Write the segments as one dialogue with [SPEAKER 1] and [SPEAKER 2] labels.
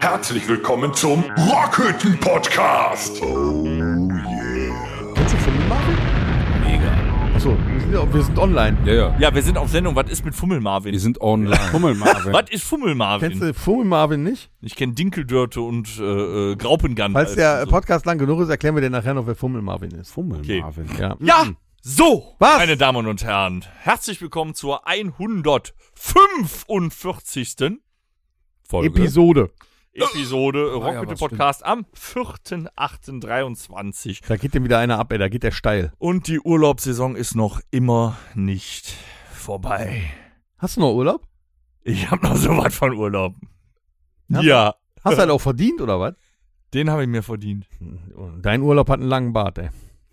[SPEAKER 1] Herzlich willkommen zum Rockhütten Podcast.
[SPEAKER 2] Kannst du Fummel machen?
[SPEAKER 3] Mega.
[SPEAKER 2] Achso, wir sind, ja- wir sind online.
[SPEAKER 3] Ja, ja.
[SPEAKER 4] Ja, wir sind auf Sendung. Was ist mit Fummel Marvin?
[SPEAKER 3] Wir sind online.
[SPEAKER 5] Hummel, Marvin.
[SPEAKER 4] Was ist Fummel
[SPEAKER 2] Kennst
[SPEAKER 4] Marvin?
[SPEAKER 2] du Fummel Marvin nicht?
[SPEAKER 4] Ich kenne Dinkeldörte und äh, äh, Graupengan.
[SPEAKER 2] Falls
[SPEAKER 4] als-
[SPEAKER 2] der
[SPEAKER 4] so.
[SPEAKER 2] Podcast lang genug ist, erklären wir dir nachher noch, wer Fummel Marvin ist.
[SPEAKER 5] Hummel,
[SPEAKER 4] Okay.
[SPEAKER 5] Marvin.
[SPEAKER 2] Ja.
[SPEAKER 4] ja,
[SPEAKER 3] Mhm.
[SPEAKER 4] so,
[SPEAKER 2] Was?
[SPEAKER 4] meine Damen und Herren, herzlich willkommen zur 145.
[SPEAKER 3] Folge.
[SPEAKER 2] Episode.
[SPEAKER 4] Episode äh,
[SPEAKER 5] ja,
[SPEAKER 4] Rock mit dem
[SPEAKER 5] was
[SPEAKER 4] Podcast am 4.8.23
[SPEAKER 2] Da geht dem wieder einer ab, ey, da geht der steil.
[SPEAKER 4] und die Urlaubssaison ist noch immer nicht vorbei.
[SPEAKER 2] Hast du noch Urlaub?
[SPEAKER 4] Ich habe noch so was von Urlaub.
[SPEAKER 2] Ja.
[SPEAKER 4] Ja,
[SPEAKER 2] Hast du halt auch verdient, oder was?
[SPEAKER 4] den habe ich mir verdient.
[SPEAKER 2] Dein Urlaub hat einen langen Bart, ey.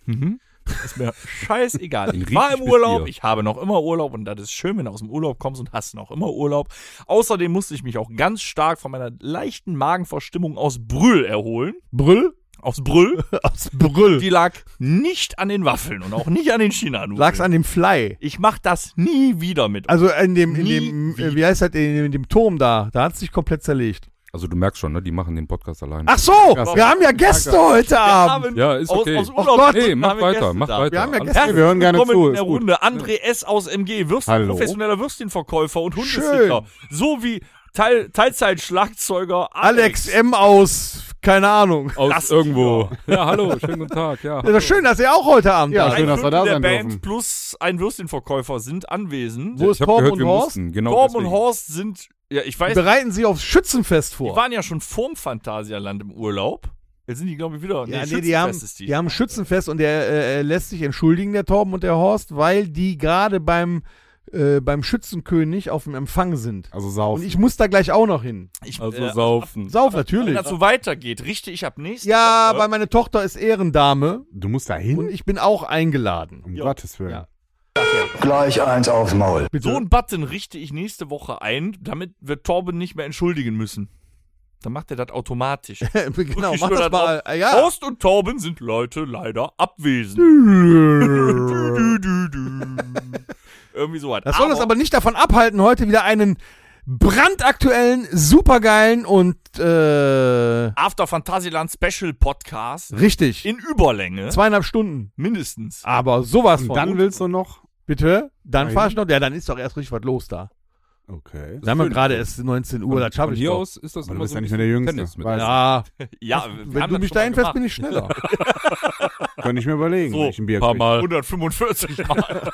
[SPEAKER 4] Mhm. Ist mir scheißegal. Ich
[SPEAKER 3] Richtig
[SPEAKER 4] war im
[SPEAKER 3] bist
[SPEAKER 4] Urlaub,
[SPEAKER 3] ihr.
[SPEAKER 4] ich habe noch immer Urlaub und das ist schön, wenn du aus dem Urlaub kommst und hast noch immer Urlaub. Außerdem musste ich mich auch ganz stark von meiner leichten Magenverstimmung aus Brühl erholen.
[SPEAKER 2] Brüll?
[SPEAKER 4] Aus Brühl.
[SPEAKER 2] Aus Brüll.
[SPEAKER 4] Die lag nicht an den Waffeln und auch nicht an den china
[SPEAKER 2] Lag's an dem Fly.
[SPEAKER 4] Ich mach das nie wieder mit.
[SPEAKER 2] Also in dem, in
[SPEAKER 4] Nie
[SPEAKER 2] dem, äh, wie heißt das, in dem, in dem Turm da, da hat's dich komplett zerlegt.
[SPEAKER 3] Also du merkst schon, ne? Die machen den Podcast allein.
[SPEAKER 2] Ach so, wir haben ja Gäste heute Abend.
[SPEAKER 3] Ja, ist okay.
[SPEAKER 4] Aus, aus
[SPEAKER 3] Oh
[SPEAKER 4] Urlaub
[SPEAKER 2] Gott.
[SPEAKER 3] Hey, mach
[SPEAKER 4] haben wir
[SPEAKER 3] weiter,
[SPEAKER 4] Gäste
[SPEAKER 3] mach
[SPEAKER 4] da.
[SPEAKER 3] weiter.
[SPEAKER 2] Wir haben ja
[SPEAKER 3] Alles-
[SPEAKER 2] gestern-
[SPEAKER 5] Wir hören gerne
[SPEAKER 4] Willkommen
[SPEAKER 5] zu.
[SPEAKER 4] in
[SPEAKER 5] Ist
[SPEAKER 4] der
[SPEAKER 5] gut.
[SPEAKER 4] Runde. André S. aus MG, Würstchen,
[SPEAKER 5] Hallo.
[SPEAKER 4] professioneller Würstchenverkäufer und Hundesitter. Sowie Teil, Teilzeit-Schlagzeuger
[SPEAKER 2] Alex M. aus, keine Ahnung.
[SPEAKER 3] Aus
[SPEAKER 4] Das-
[SPEAKER 3] irgendwo. Ja, hallo, schönen guten Tag. Ja,
[SPEAKER 2] Ja, schön, dass ihr auch heute Abend
[SPEAKER 5] Ja,
[SPEAKER 2] da seid.
[SPEAKER 5] schön,
[SPEAKER 4] Ein
[SPEAKER 5] dass wir
[SPEAKER 4] Fünftel
[SPEAKER 5] da
[SPEAKER 4] der
[SPEAKER 5] sein
[SPEAKER 4] Band
[SPEAKER 5] dürfen.
[SPEAKER 4] plus ein Würstchenverkäufer sind anwesend.
[SPEAKER 2] Wo ist
[SPEAKER 3] ich habe
[SPEAKER 2] Torben
[SPEAKER 3] gehört,
[SPEAKER 2] und
[SPEAKER 3] wir
[SPEAKER 2] Horst?
[SPEAKER 3] mussten. Genau
[SPEAKER 4] Torben und
[SPEAKER 3] deswegen.
[SPEAKER 4] Horst sind, ja, ich weiß,
[SPEAKER 2] Bereiten Sie aufs Schützenfest
[SPEAKER 4] die
[SPEAKER 2] vor.
[SPEAKER 4] waren ja schon vorm Phantasialand im Urlaub. Jetzt sind die, glaube ich,
[SPEAKER 2] Ja,
[SPEAKER 4] wieder.
[SPEAKER 2] nee, die,
[SPEAKER 4] Schützenfest
[SPEAKER 2] haben,
[SPEAKER 4] ist
[SPEAKER 2] die. haben Schützenfest und der äh, lässt sich entschuldigen, der Torben und der Horst, weil die gerade beim, äh, beim Schützenkönig auf dem Empfang sind.
[SPEAKER 5] Also
[SPEAKER 2] Und
[SPEAKER 5] saufen.
[SPEAKER 2] ich muss da gleich auch noch hin.
[SPEAKER 4] Ich,
[SPEAKER 3] Also
[SPEAKER 4] äh,
[SPEAKER 3] saufen.
[SPEAKER 2] Sauf,
[SPEAKER 4] wenn
[SPEAKER 2] natürlich.
[SPEAKER 4] das so weitergeht, richte ich ab nächsten
[SPEAKER 2] Ja, weil meine Tochter ist Ehrendame
[SPEAKER 5] Du musst da
[SPEAKER 2] und
[SPEAKER 5] hin?
[SPEAKER 2] ich bin auch eingeladen.
[SPEAKER 5] Um Gottes Willen.
[SPEAKER 2] Ja.
[SPEAKER 6] Gleich eins aufs Maul.
[SPEAKER 4] So einen Button richte ich nächste Woche ein, damit wir Torben nicht mehr entschuldigen müssen. Dann macht er das automatisch.
[SPEAKER 2] genau,
[SPEAKER 4] ich
[SPEAKER 2] mach
[SPEAKER 4] nur
[SPEAKER 2] das
[SPEAKER 4] da
[SPEAKER 2] mal.
[SPEAKER 4] drauf.
[SPEAKER 2] Äh, Ja.
[SPEAKER 4] Horst und Torben sind Leute leider abwesend. Du, du, du, du. Irgendwie so was.
[SPEAKER 2] Das soll uns aber nicht davon abhalten, heute wieder einen brandaktuellen, supergeilen und äh,
[SPEAKER 4] After Phantasialand Special Podcast
[SPEAKER 2] richtig.
[SPEAKER 4] in Überlänge.
[SPEAKER 2] Zweieinhalb Stunden.
[SPEAKER 4] Mindestens.
[SPEAKER 2] Aber sowas
[SPEAKER 5] Und
[SPEAKER 2] von.
[SPEAKER 5] dann willst du noch?
[SPEAKER 2] Bitte? Dann
[SPEAKER 5] Nein.
[SPEAKER 2] fahr ich noch. Ja, dann ist doch erst richtig was los da.
[SPEAKER 5] Okay.
[SPEAKER 2] Sagen wir gerade, es ist 19
[SPEAKER 4] Oh,
[SPEAKER 2] Uhr, das schaffe
[SPEAKER 3] Von
[SPEAKER 2] ich
[SPEAKER 3] hier
[SPEAKER 2] doch.
[SPEAKER 3] aus ist das
[SPEAKER 5] Aber du
[SPEAKER 3] immer
[SPEAKER 5] bist
[SPEAKER 3] so
[SPEAKER 5] ja
[SPEAKER 3] ein
[SPEAKER 5] nicht
[SPEAKER 3] bisschen
[SPEAKER 5] mehr der Jüngste.
[SPEAKER 3] Tennis mit.
[SPEAKER 5] Weißt
[SPEAKER 2] Ja,
[SPEAKER 4] Ja, wir
[SPEAKER 2] wenn
[SPEAKER 4] haben
[SPEAKER 2] du
[SPEAKER 4] das
[SPEAKER 2] mich
[SPEAKER 4] schon mal
[SPEAKER 2] da hinfährst,
[SPEAKER 4] gemacht.
[SPEAKER 2] bin ich schneller.
[SPEAKER 5] Könnte ich mir überlegen,
[SPEAKER 4] So,
[SPEAKER 5] wenn ich ein Bier
[SPEAKER 3] Paar
[SPEAKER 5] krieg.
[SPEAKER 3] Mal.
[SPEAKER 4] 145 Mal.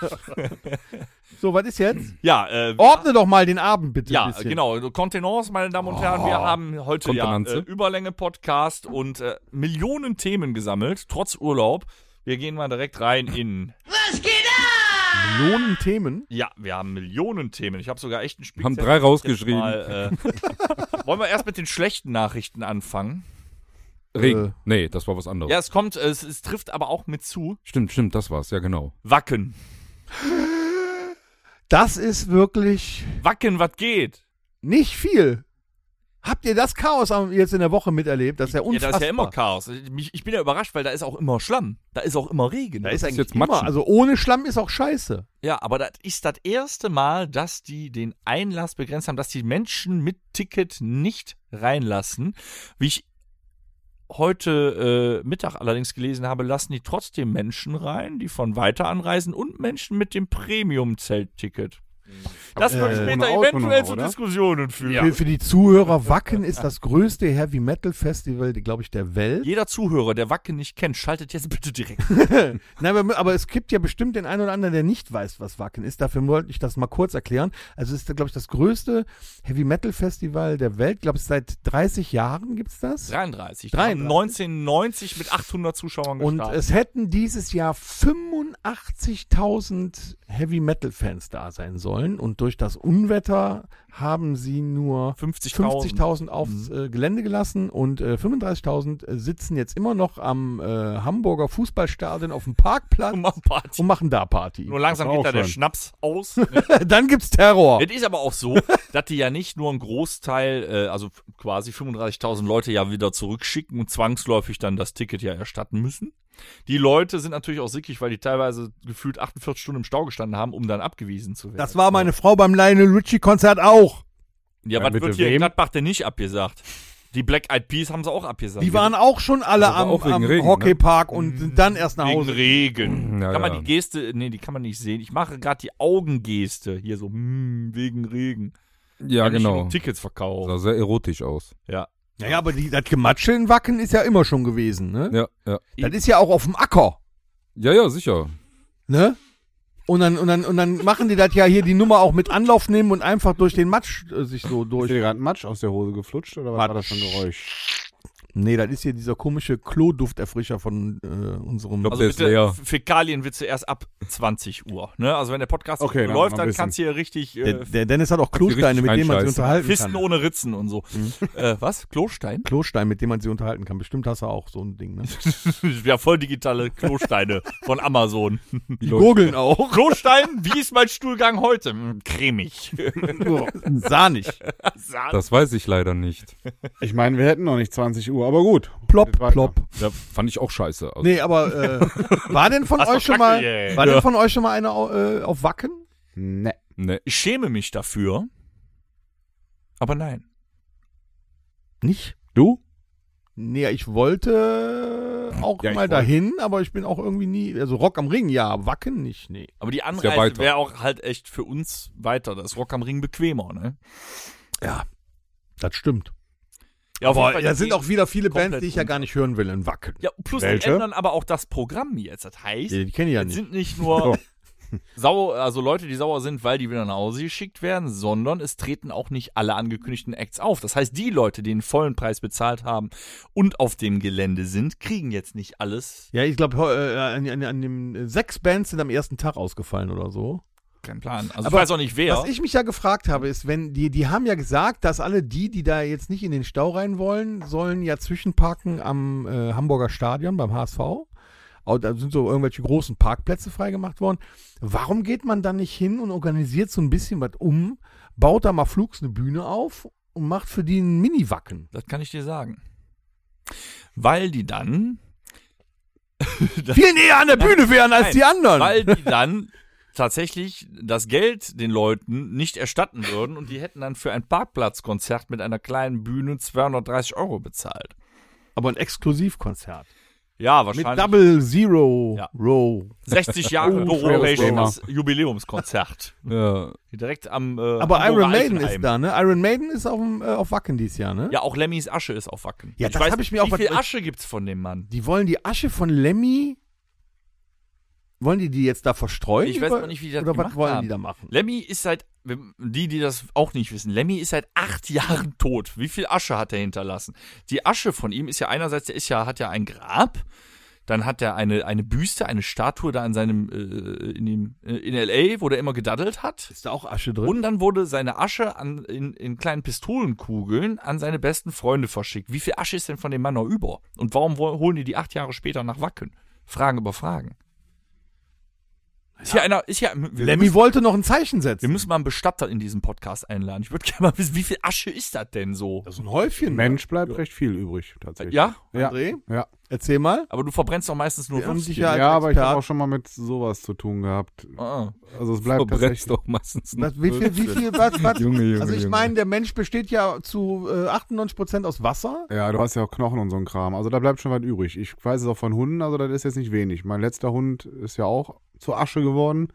[SPEAKER 2] So, was ist jetzt?
[SPEAKER 4] ja, äh,
[SPEAKER 2] Ordne doch mal den Abend bitte ein
[SPEAKER 4] ja,
[SPEAKER 2] Oh, bisschen. Oh,
[SPEAKER 4] genau. Kontenance, meine Damen und Herren. Wir haben heute ja,
[SPEAKER 3] Kontenanze.
[SPEAKER 4] äh, Überlänge-Podcast und äh, Millionen Themen gesammelt, trotz Urlaub. Wir gehen mal direkt rein in.
[SPEAKER 2] Millionen Themen.
[SPEAKER 4] Ja, wir haben Millionen Themen. Ich habe sogar echt einen Spiel.
[SPEAKER 3] Haben drei rausgeschrieben.
[SPEAKER 4] Mal, äh, wollen wir erst mit den schlechten Nachrichten anfangen?
[SPEAKER 2] Äh.
[SPEAKER 3] Regen. Nee, das war was
[SPEAKER 2] Oh.
[SPEAKER 3] anderes.
[SPEAKER 4] Ja, es kommt, es, es trifft aber auch mit zu.
[SPEAKER 3] Stimmt, stimmt, das war's. Ja, genau.
[SPEAKER 4] Wacken.
[SPEAKER 2] Das ist wirklich
[SPEAKER 4] Wacken, was geht?
[SPEAKER 2] nicht viel. Habt ihr das Chaos am- jetzt in der Woche miterlebt? Das ist ja
[SPEAKER 4] Ja,
[SPEAKER 2] unfassbar.
[SPEAKER 4] da ist ja immer Chaos. Ich, mich- ich bin ja überrascht, weil da ist auch immer Schlamm. Da ist auch immer Regen.
[SPEAKER 2] Da ist
[SPEAKER 3] Das
[SPEAKER 2] eigentlich
[SPEAKER 3] ist jetzt
[SPEAKER 2] immer.
[SPEAKER 3] Matschen.
[SPEAKER 2] Also ohne Schlamm ist auch scheiße.
[SPEAKER 4] ja, aber das ist das erste Mal, dass die den Einlass begrenzt haben, dass die Menschen mit Ticket nicht reinlassen. Wie ich heute äh, Mittag allerdings gelesen habe, lassen die trotzdem Menschen rein, die von weiter anreisen und Menschen mit dem Premium-Zelt-Ticket.
[SPEAKER 2] Mhm.
[SPEAKER 4] Das
[SPEAKER 2] Aber,
[SPEAKER 4] würde
[SPEAKER 2] äh,
[SPEAKER 4] später
[SPEAKER 5] ohne Auto
[SPEAKER 4] eventuell
[SPEAKER 5] noch,
[SPEAKER 4] zu
[SPEAKER 5] oder?
[SPEAKER 4] Diskussionen führen.
[SPEAKER 2] Für, für die Zuhörer, Wacken ist das größte Heavy Metal Festival, glaube ich, der Welt.
[SPEAKER 4] Jeder Zuhörer, der Wacken nicht kennt, schaltet jetzt bitte direkt.
[SPEAKER 2] Nein, aber, aber es gibt ja bestimmt den einen oder anderen, der nicht weiß, was Wacken ist. Dafür wollte ich das mal kurz erklären. Also es ist, glaube ich, das größte Heavy Metal Festival der Welt. Ich glaube, seit 30 Jahren gibt es das.
[SPEAKER 4] 33.
[SPEAKER 2] 33.
[SPEAKER 4] 1990 mit 800 Zuschauern
[SPEAKER 2] Und
[SPEAKER 4] gestartet.
[SPEAKER 2] es hätten dieses Jahr 85.000 Heavy Metal Fans da sein sollen. Und durch das Unwetter haben sie nur
[SPEAKER 4] 50.000.
[SPEAKER 2] 50.000 aufs äh, Gelände gelassen und äh, 35.000 sitzen jetzt immer noch am äh, Hamburger Fußballstadion auf dem Parkplatz
[SPEAKER 4] Und machen Um Party.
[SPEAKER 2] und machen da Party.
[SPEAKER 4] Nur langsam
[SPEAKER 5] Das war
[SPEAKER 4] geht da
[SPEAKER 5] auch
[SPEAKER 4] der
[SPEAKER 5] schön.
[SPEAKER 4] Schnaps aus. Ne?
[SPEAKER 2] Dann gibt's Terror.
[SPEAKER 4] es ist aber auch so, dass die ja nicht nur einen Großteil, äh, also f- quasi 35.000 Leute ja wieder zurückschicken und zwangsläufig dann das Ticket ja erstatten müssen, Die Leute sind natürlich auch sickig, weil die teilweise gefühlt 48 Stunden im Stau gestanden haben, um dann abgewiesen zu werden.
[SPEAKER 2] Das war meine Frau beim Lionel Richie-Konzert auch.
[SPEAKER 4] ja,
[SPEAKER 5] Ja,
[SPEAKER 4] was
[SPEAKER 5] bitte,
[SPEAKER 4] wird hier in
[SPEAKER 5] wem?
[SPEAKER 4] Gladbach denn nicht abgesagt? Die Black Eyed Peas haben sie auch abgesagt.
[SPEAKER 2] Die waren auch schon alle
[SPEAKER 3] Aber
[SPEAKER 2] am,
[SPEAKER 3] auch wegen
[SPEAKER 2] am
[SPEAKER 3] Regen, ne? Mhm.
[SPEAKER 2] Hockeypark und sind dann erst nach
[SPEAKER 4] wegen
[SPEAKER 2] Hause.
[SPEAKER 4] Regen.
[SPEAKER 3] Ja,
[SPEAKER 4] kann man
[SPEAKER 3] ja.
[SPEAKER 4] die Geste, nee, die kann man nicht sehen. Ich mache gerade die Augengeste hier so, hm, wegen Regen.
[SPEAKER 3] Ja,
[SPEAKER 4] Kann ich
[SPEAKER 3] genau.
[SPEAKER 4] genug Tickets verkaufen.
[SPEAKER 3] Sah sehr erotisch aus.
[SPEAKER 4] Ja.
[SPEAKER 2] Naja, aber die, das Gematsche in Wacken ist ja immer schon gewesen. Ne?
[SPEAKER 3] Ja, ja.
[SPEAKER 2] Das ist ja auch auf dem Acker.
[SPEAKER 3] Ja, ja, sicher.
[SPEAKER 2] Ne? Und dann, und, dann, und dann machen die das ja hier die Nummer auch mit Anlauf nehmen und einfach durch den Matsch äh, sich so
[SPEAKER 5] Ist
[SPEAKER 2] durch.
[SPEAKER 5] dir gerade ein Matsch aus der Hose geflutscht oder was war das für ein Geräusch?
[SPEAKER 2] Nee, das ist hier dieser komische Klodufterfrischer von äh, unserem.
[SPEAKER 3] Also- Der ist leer.
[SPEAKER 4] Fäkalienwitze erst ab 20 Uhr. Ne? Also wenn der Podcast
[SPEAKER 5] Okay, dann
[SPEAKER 4] läuft,
[SPEAKER 5] mal
[SPEAKER 4] dann
[SPEAKER 5] wissen.
[SPEAKER 4] kannst du hier richtig
[SPEAKER 2] der,
[SPEAKER 4] äh,
[SPEAKER 2] der Dennis hat auch
[SPEAKER 3] richtig
[SPEAKER 2] Klosteine, mit denen man sich
[SPEAKER 3] einscheißen.
[SPEAKER 2] unterhalten
[SPEAKER 4] Fisten
[SPEAKER 2] kann.
[SPEAKER 4] ohne Ritzen und so.
[SPEAKER 3] Mhm.
[SPEAKER 4] äh, was? Klostein?
[SPEAKER 2] Klostein, mit dem man sich unterhalten kann. Bestimmt hast du auch so ein Ding. Ne?
[SPEAKER 4] ja, voll digitale Klosteine von Amazon.
[SPEAKER 2] Die gurgeln auch.
[SPEAKER 4] Klostein, wie ist mein Stuhlgang heute? Hm, cremig.
[SPEAKER 2] Sahnig.
[SPEAKER 3] Das weiß ich leider nicht.
[SPEAKER 5] Ich meine, wir hätten noch nicht 20 Uhr, aber gut.
[SPEAKER 2] Plopp,
[SPEAKER 5] Geht weiter.
[SPEAKER 2] plopp.
[SPEAKER 3] Ja, fand ich auch scheiße. Also,
[SPEAKER 2] Nee, aber äh, war denn von
[SPEAKER 4] Hast
[SPEAKER 2] euch
[SPEAKER 4] doch
[SPEAKER 2] schon mal
[SPEAKER 4] Kacke, yeah.
[SPEAKER 2] war
[SPEAKER 4] Ja.
[SPEAKER 2] denn von euch schon mal einer au- äh, auf Wacken?
[SPEAKER 5] Ne.
[SPEAKER 3] nee.
[SPEAKER 4] Ich schäme mich dafür. Aber nein.
[SPEAKER 2] Nicht?
[SPEAKER 5] Du?
[SPEAKER 2] Nee, ich wollte auch
[SPEAKER 5] Ja, ich
[SPEAKER 2] mal
[SPEAKER 5] wollte.
[SPEAKER 2] dahin, aber ich bin auch irgendwie nie also Rock am Ring, ja, aber Wacken nicht, nee.
[SPEAKER 4] Aber die
[SPEAKER 3] ja
[SPEAKER 4] Anreise
[SPEAKER 3] weiter.
[SPEAKER 4] wäre auch halt echt für uns weiter. Das ist Rock am Ring bequemer, ne?
[SPEAKER 2] Das stimmt.
[SPEAKER 4] Ja, auf jeden
[SPEAKER 2] Aber
[SPEAKER 4] Fall,
[SPEAKER 2] da
[SPEAKER 4] die
[SPEAKER 2] sind
[SPEAKER 4] gehen
[SPEAKER 2] auch wieder viele
[SPEAKER 4] komplett
[SPEAKER 2] Bands, die ich ja
[SPEAKER 4] unter.
[SPEAKER 2] gar nicht hören will in Wacken.
[SPEAKER 4] Ja, plus die
[SPEAKER 5] Welche?
[SPEAKER 4] ändern aber auch das Programm jetzt. Das heißt,
[SPEAKER 2] Die, die kenne ich ja
[SPEAKER 4] es
[SPEAKER 2] nicht.
[SPEAKER 4] sind nicht nur sauer, also Leute, die sauer sind, weil die wieder nach Hause geschickt werden, sondern es treten auch nicht alle angekündigten Acts auf. Das heißt, die Leute, die den vollen Preis bezahlt haben und auf dem Gelände sind, kriegen jetzt nicht alles.
[SPEAKER 2] Ja, ich glaube, äh, an, an, an dem äh, sechs Bands sind am ersten Tag ausgefallen oder so.
[SPEAKER 4] Kein Plan. Also
[SPEAKER 2] Aber
[SPEAKER 4] ich weiß auch nicht wer.
[SPEAKER 2] Was ich mich ja gefragt habe, ist, wenn die, die haben ja gesagt, dass alle die, die da jetzt nicht in den Stau rein wollen, sollen ja zwischenparken am äh, Hamburger Stadion beim HSV. Au- Da sind so irgendwelche großen Parkplätze freigemacht worden. Warum geht man da nicht hin und organisiert so ein bisschen was um, baut da mal flugs eine Bühne auf und macht für die einen Mini-Wacken?
[SPEAKER 4] das kann ich dir sagen. Weil die dann,
[SPEAKER 2] Viel näher an der Bühne wären als
[SPEAKER 4] Nein,
[SPEAKER 2] die anderen.
[SPEAKER 4] weil die dann tatsächlich das Geld den Leuten nicht erstatten würden und die hätten dann für ein Parkplatzkonzert mit einer kleinen Bühne 230 Euro bezahlt.
[SPEAKER 2] Aber ein Exklusivkonzert.
[SPEAKER 4] Ja,
[SPEAKER 2] Mit
[SPEAKER 4] wahrscheinlich.
[SPEAKER 2] Double Zero
[SPEAKER 4] Ja.
[SPEAKER 2] Row.
[SPEAKER 4] 60 Jahre
[SPEAKER 5] Oh,
[SPEAKER 4] Doro
[SPEAKER 5] schweres
[SPEAKER 4] Pech,
[SPEAKER 5] Thema.
[SPEAKER 4] das Jubiläumskonzert.
[SPEAKER 3] Ja,
[SPEAKER 4] Direkt am. Äh,
[SPEAKER 2] Aber
[SPEAKER 4] Hamburger
[SPEAKER 2] Iron Maiden
[SPEAKER 4] Altenheim.
[SPEAKER 2] ist da, ne? Iron Maiden ist auf, dem, äh, auf Wacken dieses Jahr, ne?
[SPEAKER 4] Ja, auch Lemmys Asche ist auf Wacken.
[SPEAKER 2] Ja, das hab ich mir auch
[SPEAKER 4] Wie viel
[SPEAKER 2] was-
[SPEAKER 4] Asche gibt's von dem Mann?
[SPEAKER 2] Die wollen die Asche von Lemmy. Wollen die die jetzt da verstreuen?
[SPEAKER 4] Ich weiß
[SPEAKER 2] Über-
[SPEAKER 4] noch nicht, wie die das
[SPEAKER 2] Oder was
[SPEAKER 4] gemacht
[SPEAKER 2] wollen
[SPEAKER 4] haben.
[SPEAKER 2] die da machen?
[SPEAKER 4] Lemmy ist seit. Die, die das auch nicht wissen, Lemmy ist seit acht Jahren tot. Wie viel Asche hat er hinterlassen? Die Asche von ihm ist ja einerseits, der ist ja, hat ja ein Grab, dann hat er eine, eine Büste, eine Statue da in seinem, äh, in dem, äh, in L.A., wo der immer gedaddelt hat.
[SPEAKER 2] Ist da auch Asche drin?
[SPEAKER 4] Und dann wurde seine Asche an, in, in kleinen Pistolenkugeln an seine besten Freunde verschickt. Wie viel Asche ist denn von dem Mann noch über? Und warum wo- holen die die acht Jahre später nach Wacken? Fragen über Fragen. Ist hier einer, ist hier, wir,
[SPEAKER 2] Lemmy
[SPEAKER 4] müssen,
[SPEAKER 2] wollte noch ein Zeichen
[SPEAKER 4] wir
[SPEAKER 2] setzen.
[SPEAKER 4] müssen mal einen Bestatter in diesen Podcast einladen. Ich würde gerne mal wissen, wie viel Asche ist das denn so?
[SPEAKER 2] Das ist ein Häufchen.
[SPEAKER 5] Mensch bleibt recht viel übrig, tatsächlich.
[SPEAKER 4] Ja,
[SPEAKER 5] Ja.
[SPEAKER 2] André,
[SPEAKER 5] Ja,
[SPEAKER 2] erzähl mal.
[SPEAKER 4] aber du verbrennst doch meistens nur
[SPEAKER 2] Wir haben dich
[SPEAKER 4] Würstchen.
[SPEAKER 2] ja als
[SPEAKER 5] ja aber ich
[SPEAKER 2] Experte-
[SPEAKER 5] habe auch schon mal mit sowas zu tun gehabt.
[SPEAKER 4] Ah.
[SPEAKER 5] Also es bleibt
[SPEAKER 3] verbrennst
[SPEAKER 5] tatsächlich.
[SPEAKER 3] doch meistens noch.
[SPEAKER 2] was, wie viel, wie viel, was, was?
[SPEAKER 3] Junge, Junge,
[SPEAKER 2] also ich
[SPEAKER 3] Junge.
[SPEAKER 2] meine, der Mensch besteht ja zu äh, 98% aus Wasser.
[SPEAKER 5] Ja, du hast ja auch Knochen und so ein Kram. Also da bleibt schon was übrig. Ich weiß es auch von Hunden, also das ist jetzt nicht wenig. Mein letzter Hund ist ja auch zur Asche geworden.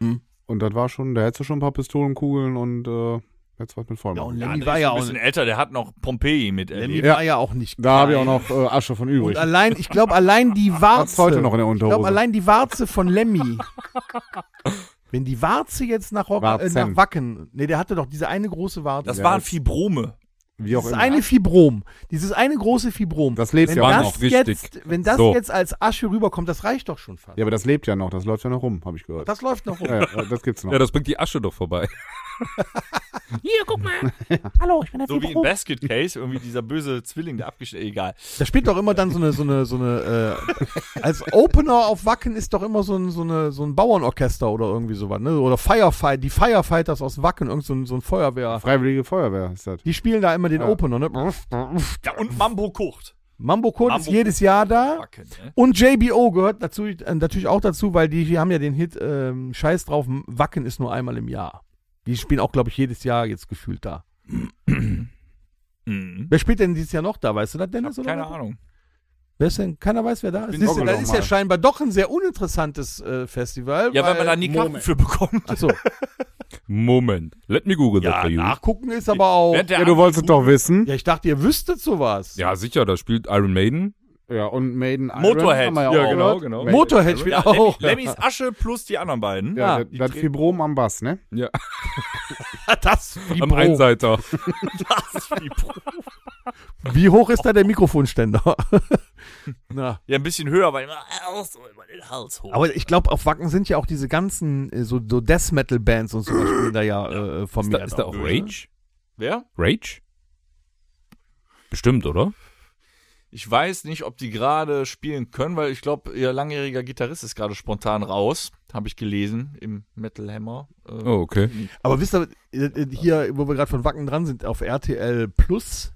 [SPEAKER 2] Mhm.
[SPEAKER 5] Und das war schon, da hättest du schon ein paar Pistolenkugeln und äh, jetzt was mit
[SPEAKER 2] Ja,
[SPEAKER 5] Vollmacht.
[SPEAKER 2] und
[SPEAKER 4] Ja,
[SPEAKER 2] Lemmy
[SPEAKER 4] der
[SPEAKER 2] war
[SPEAKER 4] ist
[SPEAKER 2] ja
[SPEAKER 4] ein
[SPEAKER 2] auch
[SPEAKER 4] bisschen älter, der hat noch Pompeji
[SPEAKER 2] Lemmy
[SPEAKER 4] miterlebt.
[SPEAKER 5] Ja.
[SPEAKER 2] war ja auch nicht
[SPEAKER 5] da habe ich auch noch äh, Asche von
[SPEAKER 2] Und
[SPEAKER 5] übrig.
[SPEAKER 2] allein, ich glaube, allein die
[SPEAKER 5] Hat's
[SPEAKER 2] Warze.
[SPEAKER 5] heute noch in der
[SPEAKER 2] ich glaube,
[SPEAKER 5] Unterhose.
[SPEAKER 2] allein die Warze von Lemmy. Wenn die Warze jetzt nach, Rock, äh, nach
[SPEAKER 5] Warzen.
[SPEAKER 2] Wacken. Nee, der hatte doch diese eine große Warze.
[SPEAKER 4] Das
[SPEAKER 5] Ja,
[SPEAKER 4] waren
[SPEAKER 5] das-
[SPEAKER 4] Fibrome.
[SPEAKER 5] wie auch
[SPEAKER 2] dieses
[SPEAKER 5] immer.
[SPEAKER 2] eine Fibrom. Dieses eine große Fibrom.
[SPEAKER 5] Das lebt
[SPEAKER 2] wenn
[SPEAKER 5] ja auch
[SPEAKER 2] das
[SPEAKER 5] noch.
[SPEAKER 2] Jetzt,
[SPEAKER 3] Richtig.
[SPEAKER 2] wenn das
[SPEAKER 3] So.
[SPEAKER 2] jetzt als Asche rüberkommt, das reicht doch schon fast.
[SPEAKER 5] ja, aber das lebt ja noch, das läuft ja noch rum, habe ich gehört.
[SPEAKER 2] Das läuft noch rum.
[SPEAKER 5] ja, ja, das gibt's noch.
[SPEAKER 3] Ja, das bringt die Asche doch vorbei. Mm.
[SPEAKER 4] So wie in Basket Case, irgendwie dieser böse Zwilling, der abgeschnitten. Egal.
[SPEAKER 2] Da spielt doch immer dann so eine, so eine, so eine, äh, als Opener auf Wacken ist doch immer so ein, so eine, so ein Bauernorchester oder irgendwie sowas, ne? Oder Firefight, die Firefighters aus Wacken, irgend so ein, so ein Feuerwehr.
[SPEAKER 5] Freiwillige Feuerwehr ist das.
[SPEAKER 2] Die spielen da immer den
[SPEAKER 5] Ja.
[SPEAKER 2] Opener, ne?
[SPEAKER 4] Ja, und Mambo kocht.
[SPEAKER 2] Mambo Code ist
[SPEAKER 4] Mambo
[SPEAKER 2] jedes Jahr da.
[SPEAKER 4] Wacken, ne?
[SPEAKER 2] Und JBO gehört dazu, äh, natürlich auch dazu, weil die, die haben ja den Hit ähm, Scheiß drauf, Wacken ist nur einmal im Jahr. Die spielen auch, glaube ich, jedes Jahr jetzt gefühlt da.
[SPEAKER 4] Mhm.
[SPEAKER 2] Wer spielt denn dieses Jahr noch da? Weißt du das,
[SPEAKER 4] Hab
[SPEAKER 2] Dennis? oder
[SPEAKER 4] keine
[SPEAKER 2] was?
[SPEAKER 4] Ahnung.
[SPEAKER 2] Wer ist denn? Keiner weiß, wer da ist.
[SPEAKER 5] Bin
[SPEAKER 2] Siehst du,
[SPEAKER 5] Google
[SPEAKER 2] das
[SPEAKER 5] doch
[SPEAKER 2] ist
[SPEAKER 5] mal.
[SPEAKER 2] ja scheinbar doch ein sehr uninteressantes äh, Festival.
[SPEAKER 4] Ja, weil man da nie Karten für bekommt.
[SPEAKER 2] Achso,
[SPEAKER 3] Moment. Let me google that
[SPEAKER 2] ja,
[SPEAKER 3] for you.
[SPEAKER 2] nachgucken ist aber auch.
[SPEAKER 4] Während der
[SPEAKER 5] Ja, du wolltest es doch wissen.
[SPEAKER 2] Ja, ich dachte, ihr wüsstet sowas.
[SPEAKER 3] Ja, sicher, da spielt Iron Maiden.
[SPEAKER 5] Ja, und Maiden Iron
[SPEAKER 4] Motorhead.
[SPEAKER 5] haben wir
[SPEAKER 3] Ja,
[SPEAKER 5] auch
[SPEAKER 3] genau,
[SPEAKER 5] gehört.
[SPEAKER 3] genau.
[SPEAKER 5] Maiden-
[SPEAKER 2] Motorhead Ah, spielt
[SPEAKER 4] Ja,
[SPEAKER 2] auch.
[SPEAKER 4] Lemmy, Lemmys Asche plus die anderen beiden.
[SPEAKER 5] Ja,
[SPEAKER 2] Oh. Ja,
[SPEAKER 5] das- das Fibrom am Bass, ne?
[SPEAKER 3] Ja,
[SPEAKER 2] Ah, Das
[SPEAKER 3] am
[SPEAKER 2] Pro.
[SPEAKER 3] Einseiter.
[SPEAKER 2] Wie hoch ist da der Mikrofonständer? Na.
[SPEAKER 4] Ja, ein bisschen höher, weil immer auch so über den Hals hoch.
[SPEAKER 2] Aber ich glaube, auf Wacken sind ja auch diese ganzen äh, so, so Death Metal Bands und so was spielen da ja äh, von
[SPEAKER 3] Ist
[SPEAKER 2] mir.
[SPEAKER 3] da, ist da auch Rage?
[SPEAKER 4] Wer?
[SPEAKER 3] Rage? Bestimmt, oder?
[SPEAKER 4] Ich weiß nicht, ob die gerade spielen können, weil ich glaube, ihr langjähriger Gitarrist ist gerade spontan raus. Habe ich gelesen im Metal Hammer. Äh,
[SPEAKER 3] Oh, okay.
[SPEAKER 2] Aber wisst ihr, äh, äh, hier, wo wir gerade von Wacken dran sind, auf RTL Plus,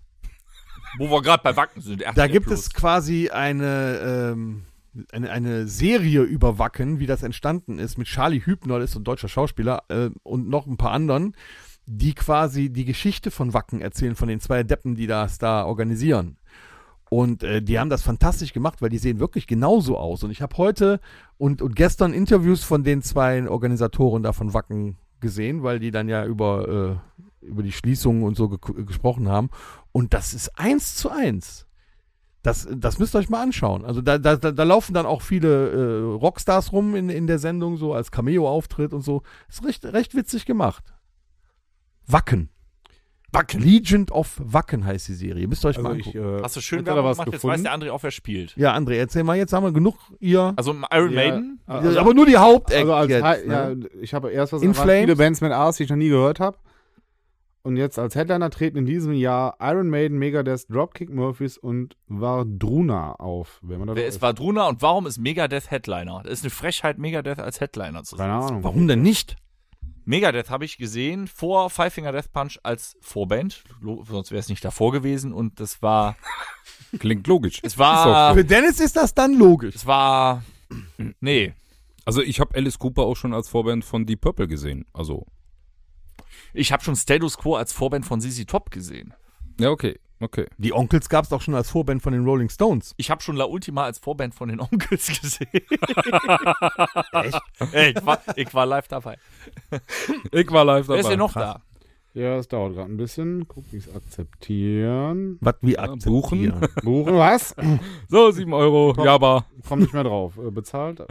[SPEAKER 4] Wo wir gerade bei Wacken sind.
[SPEAKER 2] da gibt es quasi eine, ähm, eine, eine Serie über Wacken, wie das entstanden ist, mit Charlie Hübner, das ist so ein deutscher Schauspieler, äh, und noch ein paar anderen, die quasi die Geschichte von Wacken erzählen, von den zwei Deppen, die das da organisieren. Und äh, die haben das fantastisch gemacht, weil die sehen wirklich genauso aus. Und ich habe heute und, und gestern Interviews von den zwei Organisatoren da von Wacken gesehen, weil die dann ja über, äh, über die Schließungen und so ge gesprochen haben. Und das ist eins zu eins. Das, das müsst ihr euch mal anschauen. Also da, da, da da laufen dann auch viele äh, Rockstars rum in, in der Sendung, so als Cameo-Auftritt und so. Ist recht, recht witzig gemacht. Wacken. Wacken. Legion of Wacken heißt die Serie. Müsst ihr euch
[SPEAKER 5] Also
[SPEAKER 2] mal
[SPEAKER 5] ich,
[SPEAKER 2] angucken.
[SPEAKER 5] äh,
[SPEAKER 4] Hast du schön
[SPEAKER 5] hat er da
[SPEAKER 4] Werbung
[SPEAKER 5] was
[SPEAKER 4] gemacht, jetzt weiß
[SPEAKER 5] gefunden?
[SPEAKER 4] der andere auch, wer spielt.
[SPEAKER 2] Ja, André, erzähl mal, jetzt haben wir genug ihr.
[SPEAKER 4] Also Iron
[SPEAKER 5] Ja,
[SPEAKER 4] Maiden.
[SPEAKER 5] also-
[SPEAKER 2] aber nur die Haupteck
[SPEAKER 5] Also als
[SPEAKER 2] jetzt.
[SPEAKER 5] Hi- ja,
[SPEAKER 2] ne?
[SPEAKER 5] ich habe erst was
[SPEAKER 2] In
[SPEAKER 5] erfahren,
[SPEAKER 2] Flames?
[SPEAKER 5] viele Bands mit Ars, die ich noch nie gehört habe. Und jetzt als Headliner treten in diesem Jahr Iron Maiden, Megadeth, Dropkick Murphys und Vardruna auf. Wenn man da
[SPEAKER 4] Wer
[SPEAKER 5] drauf
[SPEAKER 4] ist Vadruna und warum ist Megadeth Headliner? Das ist eine Frechheit, Megadeth als Headliner zu sehen.
[SPEAKER 5] Keine Ahnung.
[SPEAKER 2] Warum denn nicht?
[SPEAKER 4] Megadeth habe ich gesehen vor Five Finger Death Punch als Vorband, Lo- sonst wäre es nicht davor gewesen und das war
[SPEAKER 3] Klingt logisch.
[SPEAKER 4] es war
[SPEAKER 2] Für Dennis ist das dann logisch.
[SPEAKER 4] es war nee,
[SPEAKER 3] Also ich habe Alice Cooper auch schon als Vorband von Deep Purple gesehen. Also,
[SPEAKER 4] ich habe schon Status Quo als Vorband von ZZ Top gesehen.
[SPEAKER 3] ja, okay, okay.
[SPEAKER 2] Die Onkels gab es doch schon als Vorband von den Rolling Stones.
[SPEAKER 4] Ich habe schon La Ultima als Vorband von den Onkels gesehen. Echt? ich, war, ich war live dabei.
[SPEAKER 3] Ich war live dabei.
[SPEAKER 4] Wer ist denn noch da?
[SPEAKER 5] Ja, es dauert gerade ein bisschen. Guck, ich akzeptieren.
[SPEAKER 2] Was wir
[SPEAKER 3] buchen.
[SPEAKER 2] akzeptieren.
[SPEAKER 5] Buchen, was?
[SPEAKER 3] So, 7 Euro. Ja, aber.
[SPEAKER 5] Komm nicht mehr drauf. Äh, bezahlt?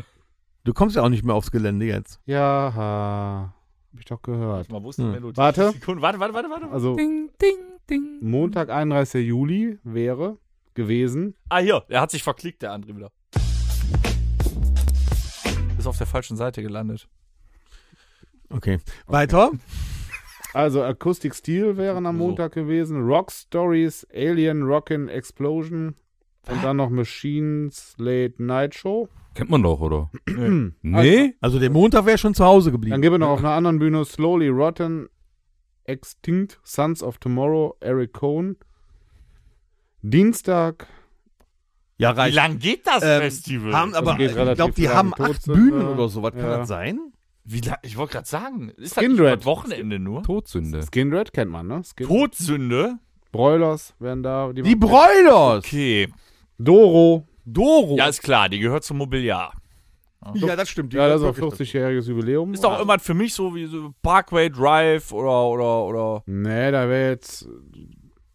[SPEAKER 2] Du kommst ja auch nicht mehr aufs Gelände jetzt.
[SPEAKER 5] Ja, ha. hab ich doch gehört.
[SPEAKER 4] Mal, wo ist die
[SPEAKER 2] Hm.
[SPEAKER 4] Melodie?
[SPEAKER 5] Warte.
[SPEAKER 4] Sekunde, warte, warte, warte, warte.
[SPEAKER 5] Also Montag, 31. Juli wäre gewesen.
[SPEAKER 4] Ah, hier, er hat sich verklickt, der andere wieder. Ist auf der falschen Seite gelandet.
[SPEAKER 2] Okay. Weiter.
[SPEAKER 5] Also Acoustic Steel wären am Montag gewesen. Rock Stories, Alien, Rockin' Explosion und dann noch Machines Late Night Show.
[SPEAKER 3] Kennt man doch, oder? nee?
[SPEAKER 2] Also der Montag wäre schon zu Hause
[SPEAKER 5] Dann
[SPEAKER 2] geblieben.
[SPEAKER 5] gäbe noch auf einer anderen Bühne Slowly Rotten, Extinct, Sons of Tomorrow, Eric Cohn. Dienstag
[SPEAKER 2] Ja,
[SPEAKER 4] Wie
[SPEAKER 2] reicht.
[SPEAKER 4] lang geht das
[SPEAKER 2] Ah, Ähm,
[SPEAKER 4] Festival?
[SPEAKER 2] Haben aber,
[SPEAKER 5] geht
[SPEAKER 2] ich
[SPEAKER 5] relativ
[SPEAKER 2] glaube, die
[SPEAKER 5] lang.
[SPEAKER 2] haben
[SPEAKER 5] Tot
[SPEAKER 2] acht
[SPEAKER 5] sind,
[SPEAKER 2] Bühnen
[SPEAKER 5] äh,
[SPEAKER 2] oder sowas. Kann
[SPEAKER 5] ja.
[SPEAKER 2] das sein?
[SPEAKER 4] Wie lang? Ich wollte gerade sagen, ist das
[SPEAKER 5] Skin
[SPEAKER 4] nicht
[SPEAKER 5] Red.
[SPEAKER 4] das Wochenende nur?
[SPEAKER 3] Todsünde.
[SPEAKER 5] Skin Red kennt man, ne? Skin
[SPEAKER 4] Todsünde?
[SPEAKER 5] Broilers wären da.
[SPEAKER 2] Die Broilers.
[SPEAKER 4] Okay.
[SPEAKER 5] Doro.
[SPEAKER 2] Doro.
[SPEAKER 4] Ja, ist klar, die gehört zum Mobiliar.
[SPEAKER 2] Ja, das stimmt. die
[SPEAKER 5] Ja, das ist
[SPEAKER 2] gehört
[SPEAKER 5] auch
[SPEAKER 2] wirklich
[SPEAKER 5] 40-jähriges Jubiläum.
[SPEAKER 4] Ist doch immer für mich so wie so Parkway Drive oder oder oder.
[SPEAKER 5] Nee, da wäre jetzt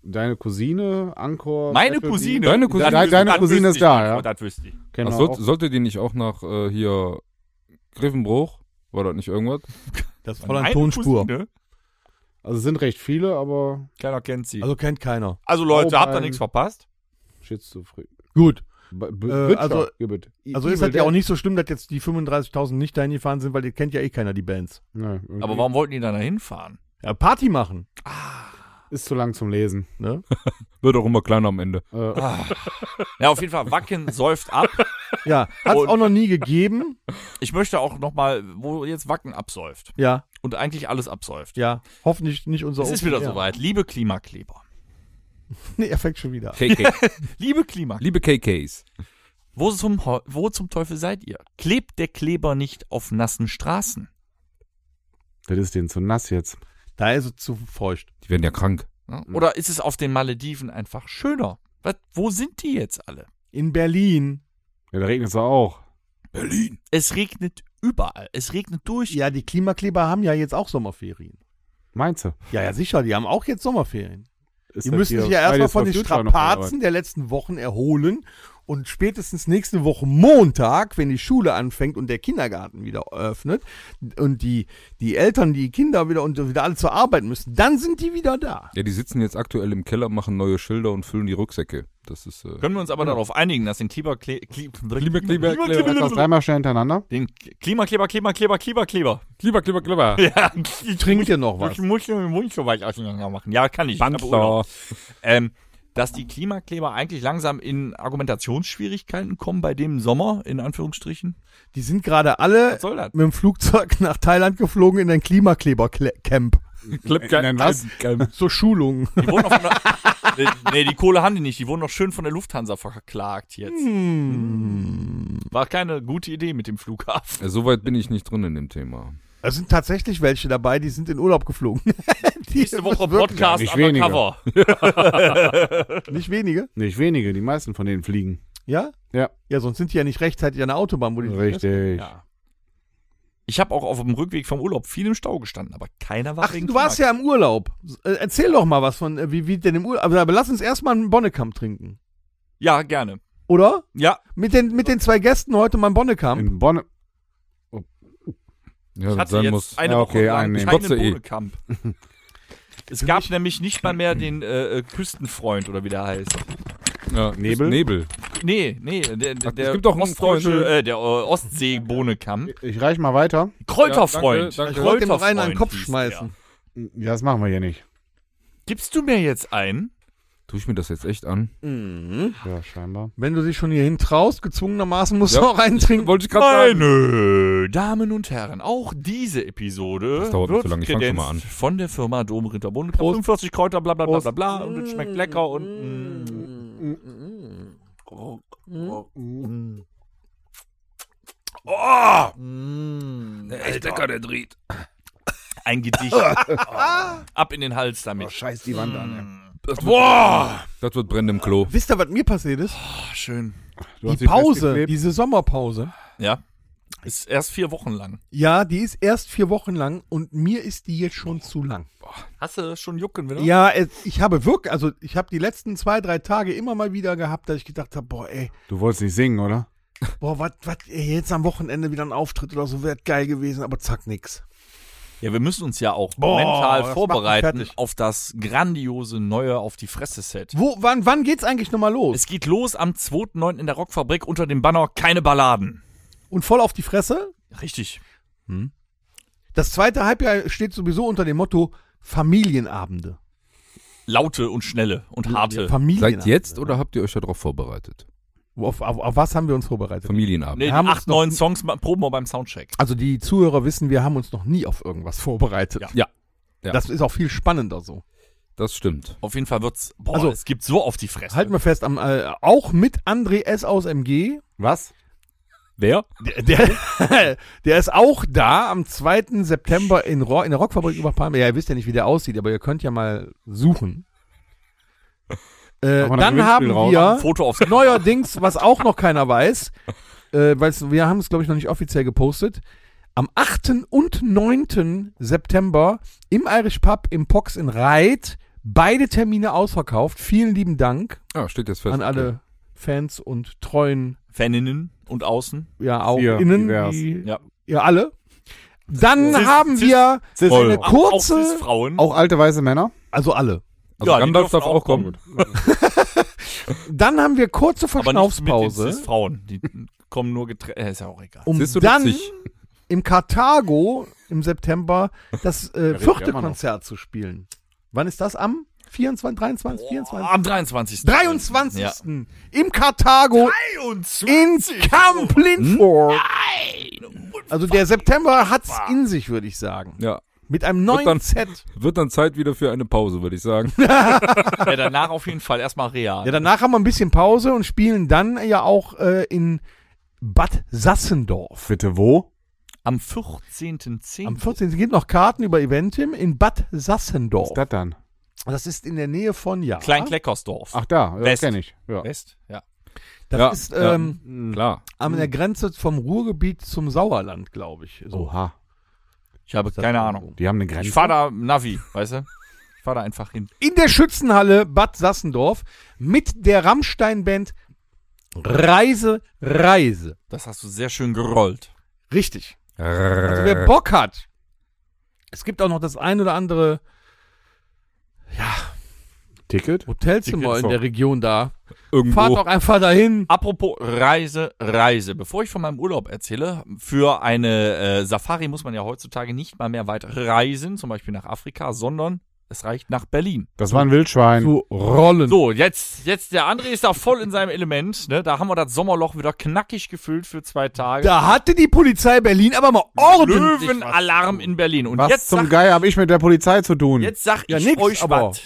[SPEAKER 5] deine Cousine, Ankor.
[SPEAKER 4] Meine
[SPEAKER 5] Appleby.
[SPEAKER 4] Cousine?
[SPEAKER 3] Deine Cousine?
[SPEAKER 5] Deine, deine Cousine ist da, ja.
[SPEAKER 4] Das wüsste ich.
[SPEAKER 5] Genau.
[SPEAKER 3] Ach, sollte, sollte die nicht auch nach äh, hier Griffenbruch? War das nicht irgendwas?
[SPEAKER 2] dazu. Das ist voll an
[SPEAKER 4] Meine
[SPEAKER 2] Tonspur.
[SPEAKER 4] Cousine?
[SPEAKER 5] also es sind recht viele, aber
[SPEAKER 4] Keiner kennt sie. Also,
[SPEAKER 2] Also kennt keiner.
[SPEAKER 4] Leute,
[SPEAKER 5] Oh,
[SPEAKER 4] habt ihr
[SPEAKER 5] mein-
[SPEAKER 4] nichts verpasst?
[SPEAKER 5] schizophren.
[SPEAKER 2] Gut.
[SPEAKER 5] B-
[SPEAKER 2] Äh,
[SPEAKER 5] B
[SPEAKER 2] also- Also ist das ja auch nicht so schlimm, dass jetzt die 35.000 nicht dahin gefahren sind, weil die kennt ja eh keiner die Bands.
[SPEAKER 4] Aber warum wollten die dann da hinfahren?
[SPEAKER 2] Ja, Party machen.
[SPEAKER 5] Ist zu lang zum Lesen.
[SPEAKER 2] Ne?
[SPEAKER 3] Wird auch immer kleiner am Ende.
[SPEAKER 5] Äh,
[SPEAKER 2] Ah.
[SPEAKER 4] Ah. Ja, auf jeden Fall, Wacken säuft ab.
[SPEAKER 2] Ja, hat es
[SPEAKER 4] Und-
[SPEAKER 2] auch noch nie gegeben.
[SPEAKER 4] Ich möchte auch nochmal, wo jetzt Wacken absäuft
[SPEAKER 2] Ja,
[SPEAKER 4] und eigentlich alles absäuft.
[SPEAKER 2] ja. Hoffentlich nicht unser
[SPEAKER 4] es ist
[SPEAKER 2] Open
[SPEAKER 4] wieder
[SPEAKER 2] Air.
[SPEAKER 4] soweit. Liebe Klimakleber.
[SPEAKER 2] Nee, er fängt schon wieder an.
[SPEAKER 3] KK.
[SPEAKER 4] Liebe Klimak,
[SPEAKER 3] Liebe KKs.
[SPEAKER 4] wo zum, Ho- wo zum Teufel seid ihr? Klebt der Kleber nicht auf nassen Straßen?
[SPEAKER 5] Das ist denen zu nass jetzt.
[SPEAKER 2] Da ist er zu feucht.
[SPEAKER 3] Die werden ja krank.
[SPEAKER 4] Ja? Ne? Oder ist es auf den Malediven einfach schöner? Was, wo sind die jetzt alle?
[SPEAKER 2] In Berlin.
[SPEAKER 5] Ja, da regnet es auch.
[SPEAKER 3] Berlin.
[SPEAKER 4] Es regnet überall. Es regnet durch.
[SPEAKER 2] Ja, die Klimakleber haben ja jetzt auch Sommerferien.
[SPEAKER 5] Meinst du?
[SPEAKER 2] Ja, ja, sicher, die haben auch jetzt Sommerferien.
[SPEAKER 5] Ist
[SPEAKER 2] Die
[SPEAKER 5] das
[SPEAKER 2] müssen
[SPEAKER 5] hier
[SPEAKER 2] sich ja erstmal
[SPEAKER 5] Fridays
[SPEAKER 2] von
[SPEAKER 5] for
[SPEAKER 2] den
[SPEAKER 5] Future noch mal
[SPEAKER 2] Strapazen der letzten Wochen erholen und spätestens nächste Woche Montag, wenn die Schule anfängt und der Kindergarten wieder öffnet und die, die Eltern, die Kinder wieder und wieder alle zur Arbeit müssen, dann sind die wieder da.
[SPEAKER 3] Ja, die sitzen jetzt aktuell im Keller, machen neue Schilder und füllen die Rucksäcke. Das ist. Äh,
[SPEAKER 4] Können wir uns aber darauf einigen, dass den Kleber, Kle Kle Klima,
[SPEAKER 3] Kleber-
[SPEAKER 5] arbeiten. Sagst du das dreimal schnell hintereinander?
[SPEAKER 4] den Klimakleber, Kleber, Kleber, Kleber, Kleber.
[SPEAKER 3] Kleber, Kleber, Kleber.
[SPEAKER 4] Ja,
[SPEAKER 2] Trinkt ihr noch was?
[SPEAKER 4] ich muss den Mund so weit auseinander machen. Ja, kann ich. Ich hab Urlaub.
[SPEAKER 3] Bandler.
[SPEAKER 4] Ähm, dass die Klimakleber eigentlich langsam in Argumentationsschwierigkeiten kommen bei dem Sommer, in Anführungsstrichen.
[SPEAKER 2] Die sind gerade alle
[SPEAKER 4] Was soll das?
[SPEAKER 2] mit dem Flugzeug nach Thailand geflogen in ein Klimakleber-Camp.
[SPEAKER 5] Nein, was?
[SPEAKER 2] Zur Schulung.
[SPEAKER 4] Die wurden noch von der, nee, die Kohle haben die nicht. Die wurden noch schön von der Lufthansa verklagt jetzt. War keine gute Idee mit dem Flughafen.
[SPEAKER 3] Äh, So weit bin ich nicht drin in dem Thema.
[SPEAKER 2] Es sind tatsächlich welche dabei, die sind in Urlaub geflogen. die
[SPEAKER 4] Nächste Woche Podcast
[SPEAKER 5] nicht weniger.
[SPEAKER 4] undercover.
[SPEAKER 2] Nicht wenige,
[SPEAKER 5] Nicht wenige, die meisten von denen fliegen.
[SPEAKER 2] ja?
[SPEAKER 5] Ja.
[SPEAKER 2] Ja, sonst sind die ja nicht rechtzeitig an der Autobahn, wo die
[SPEAKER 5] Richtig.
[SPEAKER 4] Ja. Ich habe auch auf dem Rückweg vom Urlaub viel im Stau gestanden, aber keiner war
[SPEAKER 2] Ach,
[SPEAKER 4] wegen
[SPEAKER 2] du warst ja im Urlaub. Äh, Erzähl doch mal was von, äh, wie, wie denn im Urlaub. Aber lass uns erstmal einen Bonnekamp trinken.
[SPEAKER 4] Ja, gerne.
[SPEAKER 2] Oder?
[SPEAKER 4] Ja,
[SPEAKER 2] Mit den, mit den zwei Gästen heute mal einen Bonnekamp.
[SPEAKER 5] In Bonn.
[SPEAKER 3] Ja,
[SPEAKER 4] ich
[SPEAKER 3] das
[SPEAKER 4] hatte
[SPEAKER 3] sein
[SPEAKER 4] jetzt
[SPEAKER 3] muss.
[SPEAKER 4] eine
[SPEAKER 5] Ja,
[SPEAKER 4] Woche
[SPEAKER 5] okay,
[SPEAKER 4] lang
[SPEAKER 5] einnehmen.
[SPEAKER 4] keinen
[SPEAKER 3] Kotze eh.
[SPEAKER 4] Bohnekamp. Es gab nämlich nicht mal mehr den äh, äh, Küstenfreund oder wie der heißt.
[SPEAKER 3] Ja,
[SPEAKER 5] Nebel?
[SPEAKER 3] Nebel.
[SPEAKER 4] Nee, nee, der,
[SPEAKER 3] Ach, es
[SPEAKER 4] der
[SPEAKER 3] gibt doch einen Freund.
[SPEAKER 4] äh, der äh, Ostsee-Bohnekamp.
[SPEAKER 5] Ich reich mal weiter.
[SPEAKER 4] Kräuterfreund.
[SPEAKER 3] Ja, danke, danke.
[SPEAKER 2] Ich wollte dem noch einen an den
[SPEAKER 4] Kräuterfreund
[SPEAKER 2] Kopf
[SPEAKER 4] hieß
[SPEAKER 2] schmeißen.
[SPEAKER 5] Ja, das machen wir hier nicht.
[SPEAKER 4] der. Gibst du mir jetzt einen?
[SPEAKER 3] Tue ich mir das jetzt echt an?
[SPEAKER 2] Mhm.
[SPEAKER 5] Ja, scheinbar.
[SPEAKER 2] Wenn du dich schon hierhin traust, gezwungenermaßen musst
[SPEAKER 3] Ja.
[SPEAKER 2] du auch einen trinken.
[SPEAKER 3] Wollte ich gerade sagen.
[SPEAKER 4] Meine Damen und Herren, auch diese Episode
[SPEAKER 3] Das dauert mir
[SPEAKER 4] wird
[SPEAKER 3] zu lange, ich fang schon mal
[SPEAKER 4] kredenzt von der Firma Domritter Bohnekamp.
[SPEAKER 2] Prost.
[SPEAKER 4] 45 Kräuter, bla bla bla
[SPEAKER 2] Prost.
[SPEAKER 4] bla bla und es schmeckt lecker und... mm. Oh,
[SPEAKER 3] Mm. Echt lecker, der Dried.
[SPEAKER 4] ein Gedicht. Ab in den Hals
[SPEAKER 2] Oh,
[SPEAKER 4] damit.
[SPEAKER 3] Oh,
[SPEAKER 5] scheiß die Wand
[SPEAKER 4] Hm.
[SPEAKER 5] an.
[SPEAKER 4] Boah,
[SPEAKER 3] Das wird brennen im Klo.
[SPEAKER 2] Wisst ihr, was mir passiert ist?
[SPEAKER 4] schön.
[SPEAKER 5] Du hast
[SPEAKER 2] die Pause,
[SPEAKER 5] festgeklebt.
[SPEAKER 2] diese Sommerpause.
[SPEAKER 4] Ja. Ist erst vier Wochen lang.
[SPEAKER 2] Ja, die ist erst vier Wochen lang und mir ist die jetzt schon zu lang.
[SPEAKER 4] Hast du schon Jucken wieder?
[SPEAKER 2] Ja, es, ich habe wirklich, also ich habe die letzten zwei, drei Tage immer mal wieder gehabt, dass ich gedacht habe, boah, ey,
[SPEAKER 5] Du wolltest nicht singen, oder?
[SPEAKER 2] boah, was, was, jetzt am Wochenende wieder ein Auftritt oder so, wäre geil gewesen, aber zack, nix.
[SPEAKER 4] Ja, wir müssen uns ja auch
[SPEAKER 2] Boah, das macht
[SPEAKER 4] mental
[SPEAKER 2] mich
[SPEAKER 4] vorbereiten
[SPEAKER 2] fertig.
[SPEAKER 4] auf das grandiose neue Auf die Fresse-Set.
[SPEAKER 2] Wo, wann, wann geht's eigentlich nochmal los?
[SPEAKER 4] Es geht los am 2.9. in der Rockfabrik unter dem Banner Keine Balladen.
[SPEAKER 2] Und voll auf die Fresse?
[SPEAKER 4] Richtig.
[SPEAKER 2] Das zweite Halbjahr steht sowieso unter dem Motto Familienabende.
[SPEAKER 4] Laute und schnelle und harte.
[SPEAKER 2] Familienabende.
[SPEAKER 3] Seid jetzt oder habt ihr euch darauf vorbereitet?
[SPEAKER 2] Auf, auf, auf was haben wir uns vorbereitet?
[SPEAKER 3] Familienabend.
[SPEAKER 4] Nee, die
[SPEAKER 2] haben uns
[SPEAKER 4] acht,
[SPEAKER 2] noch-
[SPEAKER 4] neun Songs ma- proben wir beim Soundcheck.
[SPEAKER 2] Also die Zuhörer wissen, wir haben uns noch nie auf irgendwas vorbereitet.
[SPEAKER 4] Ja.
[SPEAKER 3] Ja. Ja.
[SPEAKER 2] Das ist auch viel spannender so.
[SPEAKER 3] Das stimmt.
[SPEAKER 4] Auf jeden Fall wird's, boah,
[SPEAKER 2] Also-
[SPEAKER 4] es gibt so auf die Fresse.
[SPEAKER 2] Halten wir fest, am, äh, auch mit André S. aus MG
[SPEAKER 5] Was?
[SPEAKER 4] Wer?
[SPEAKER 2] Der, der, der ist auch da am 2. September in, Ro in der Rockfabrik über Palme. Ja, ihr wisst ja nicht, wie der aussieht, aber ihr könnt ja mal suchen. Äh,
[SPEAKER 5] Machen wir
[SPEAKER 2] dann
[SPEAKER 5] ein
[SPEAKER 2] haben
[SPEAKER 5] Gewinnspiel raus.
[SPEAKER 2] wir
[SPEAKER 4] Foto aufs
[SPEAKER 2] neuerdings, was auch noch keiner weiß, äh, weil wir haben es, glaube ich, noch nicht offiziell gepostet, am 8. und 9. September im Irish Pub im Pox in Reit beide Termine ausverkauft. Vielen lieben Dank
[SPEAKER 3] Ah, steht jetzt fest.
[SPEAKER 2] an alle Fans und treuen,
[SPEAKER 4] Faninnen und außen.
[SPEAKER 2] ja auch
[SPEAKER 5] Ihr
[SPEAKER 2] innen,
[SPEAKER 5] divers.
[SPEAKER 2] die
[SPEAKER 4] Ja.
[SPEAKER 2] ja alle. Dann
[SPEAKER 4] Cis-
[SPEAKER 2] haben
[SPEAKER 4] Cis-
[SPEAKER 2] wir
[SPEAKER 5] Cis-
[SPEAKER 2] eine
[SPEAKER 5] Voll.
[SPEAKER 4] Auch
[SPEAKER 2] kurze,
[SPEAKER 4] Frauen.
[SPEAKER 5] Auch alte weiße Männer?
[SPEAKER 2] also alle.
[SPEAKER 3] Also
[SPEAKER 4] Ja, die
[SPEAKER 3] Gandalf darf
[SPEAKER 4] dürfen
[SPEAKER 3] auch
[SPEAKER 4] auch kommen.
[SPEAKER 3] kommen.
[SPEAKER 2] Dann haben wir kurze
[SPEAKER 4] aber nicht mit den
[SPEAKER 2] Verschnaufspause,
[SPEAKER 4] Cis-Frauen. Die kommen nur getrennt. Äh, ist ja auch egal.
[SPEAKER 2] um
[SPEAKER 3] Siehst du
[SPEAKER 2] dann
[SPEAKER 3] witzig?
[SPEAKER 2] im Karthago im September das äh,
[SPEAKER 5] redet
[SPEAKER 2] vierte
[SPEAKER 5] ja immer noch.
[SPEAKER 2] Konzert zu spielen. Wann ist das am 24, 23, 24?
[SPEAKER 4] Oh, Am 23.
[SPEAKER 2] 23.
[SPEAKER 4] Ja.
[SPEAKER 2] im Karthago in Camp Linford. Also der September hat's in sich, würde ich sagen.
[SPEAKER 3] Ja.
[SPEAKER 2] Mit einem neuen
[SPEAKER 3] dann-
[SPEAKER 2] Set.
[SPEAKER 3] Wird dann Zeit wieder für eine Pause, würde ich sagen.
[SPEAKER 4] Ja, danach auf jeden Fall erstmal real.
[SPEAKER 2] Ja, danach haben wir ein bisschen Pause und spielen dann ja auch äh, in Bad Sassendorf.
[SPEAKER 7] Bitte
[SPEAKER 4] Oh.
[SPEAKER 7] wo?
[SPEAKER 4] Am 14.10.
[SPEAKER 3] Mhm.
[SPEAKER 2] Am 14. gibt noch Karten über Eventim in Bad Sassendorf.
[SPEAKER 5] Was ist das dann?
[SPEAKER 2] Das ist in der Nähe von ja.
[SPEAKER 4] Klein-Kleckersdorf.
[SPEAKER 5] Ach, da, ja,
[SPEAKER 4] West.
[SPEAKER 5] kenne ich. Ja.
[SPEAKER 4] West? Ja.
[SPEAKER 2] Das
[SPEAKER 3] Ja,
[SPEAKER 2] ist
[SPEAKER 3] ja.
[SPEAKER 2] ähm,
[SPEAKER 3] Hm. Klar.
[SPEAKER 2] an der Grenze vom Ruhrgebiet zum Sauerland, glaube ich. So.
[SPEAKER 3] Oh.
[SPEAKER 5] Oha.
[SPEAKER 4] Ich habe
[SPEAKER 2] Das-
[SPEAKER 4] keine Ahnung.
[SPEAKER 5] Die haben eine
[SPEAKER 4] Ich
[SPEAKER 5] Grenze.
[SPEAKER 4] fahre da Navi, weißt du? Ich fahre da einfach hin.
[SPEAKER 2] In der Schützenhalle Bad Sassendorf mit der Rammstein-Band Reise, Reise.
[SPEAKER 4] Das hast du sehr schön gerollt.
[SPEAKER 2] Richtig. Also wer Bock hat, es gibt auch noch das ein oder andere
[SPEAKER 5] Ticket?
[SPEAKER 2] Hotelzimmer in der Region da. Fahrt
[SPEAKER 3] Irgendwo.
[SPEAKER 2] doch einfach dahin.
[SPEAKER 4] Apropos Reise, Reise. Bevor ich von meinem Urlaub erzähle, für eine äh, Safari muss man ja heutzutage nicht mal mehr weit reisen, zum Beispiel nach Afrika, sondern es reicht nach Berlin.
[SPEAKER 5] Das war ein Wildschwein.
[SPEAKER 2] Zu rollen.
[SPEAKER 4] So, jetzt, jetzt, der André ist da voll in seinem Element. Ne? Da haben wir das Sommerloch wieder knackig gefüllt für zwei Tage.
[SPEAKER 2] Da hatte die Polizei Berlin aber mal ordentlich.
[SPEAKER 4] Löwenalarm in Berlin. Und
[SPEAKER 5] Was
[SPEAKER 4] jetzt
[SPEAKER 5] zum
[SPEAKER 4] sag,
[SPEAKER 5] Geier habe ich mit der Polizei zu tun?
[SPEAKER 4] jetzt sag
[SPEAKER 2] Ja,
[SPEAKER 4] ich
[SPEAKER 2] nix,
[SPEAKER 4] euch
[SPEAKER 2] aber-
[SPEAKER 4] was.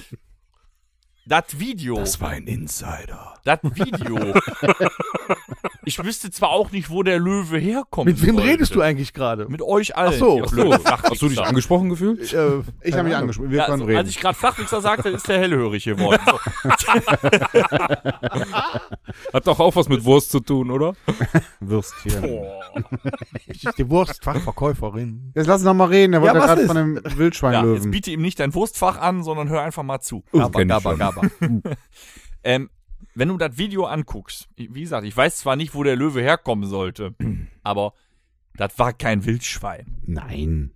[SPEAKER 4] Das Video.
[SPEAKER 7] Das war ein Insider.
[SPEAKER 4] Das Video. ich wüsste zwar auch nicht, wo der Löwe herkommt.
[SPEAKER 2] Mit wem redest du eigentlich gerade?
[SPEAKER 4] Mit euch allen.
[SPEAKER 2] Ach so.
[SPEAKER 4] ihr
[SPEAKER 2] Ach so.
[SPEAKER 4] blöden Flachwichser.
[SPEAKER 3] Hast du dich angesprochen gefühlt?
[SPEAKER 2] Äh,
[SPEAKER 5] ich habe mich angesprochen. Wir
[SPEAKER 4] Ja,
[SPEAKER 5] können
[SPEAKER 4] also,
[SPEAKER 5] reden.
[SPEAKER 4] als ich gerade Flachwichser sagte, ist der hellhörig geworden. So.
[SPEAKER 3] Hat doch auch was mit Wurst zu tun, oder?
[SPEAKER 5] Würstchen.
[SPEAKER 2] ich ist die Wurstfachverkäuferin.
[SPEAKER 5] Jetzt lass uns noch mal reden. Der wollte
[SPEAKER 2] was
[SPEAKER 5] gerade
[SPEAKER 2] ist?
[SPEAKER 5] von einem
[SPEAKER 4] Ja, jetzt
[SPEAKER 5] Wildschweinlöwen.
[SPEAKER 4] biete ihm nicht dein Wurstfach an, sondern hör einfach mal zu.
[SPEAKER 3] Oh, kenn ich schon.
[SPEAKER 4] Ähm, wenn du das Video anguckst, ich- wie gesagt, ich weiß zwar nicht, wo der Löwe herkommen sollte, aber das war kein Wildschwein.
[SPEAKER 5] Nein.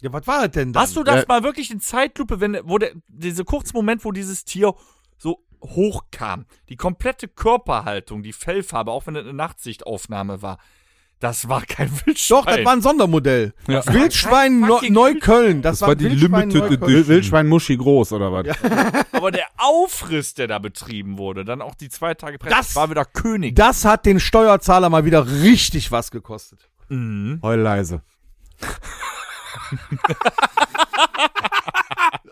[SPEAKER 2] Ja, was war das denn da?
[SPEAKER 4] Hast du das
[SPEAKER 5] Ja.
[SPEAKER 4] mal wirklich in Zeitlupe, wenn wo der, dieser kurze Moment, wo dieses Tier so hochkam, die komplette Körperhaltung, die Fellfarbe, auch wenn das eine Nachtsichtaufnahme war, das war kein Wildschwein.
[SPEAKER 2] Doch, das war ein Sondermodell.
[SPEAKER 3] Ja.
[SPEAKER 2] Wildschwein
[SPEAKER 4] Kein
[SPEAKER 2] Neu
[SPEAKER 4] fucking
[SPEAKER 2] Neukölln. Das, war
[SPEAKER 3] war die
[SPEAKER 2] Wildschwein
[SPEAKER 3] Limited
[SPEAKER 2] Neukölln.
[SPEAKER 3] Edition.
[SPEAKER 5] Wild- Wildschwein Muschi groß oder was?
[SPEAKER 4] aber der Aufriss, der da betrieben wurde, dann auch die zwei Tage Presse,
[SPEAKER 2] Das-
[SPEAKER 4] war wieder König.
[SPEAKER 2] Das hat den Steuerzahler mal wieder richtig was gekostet.
[SPEAKER 5] Heul leise.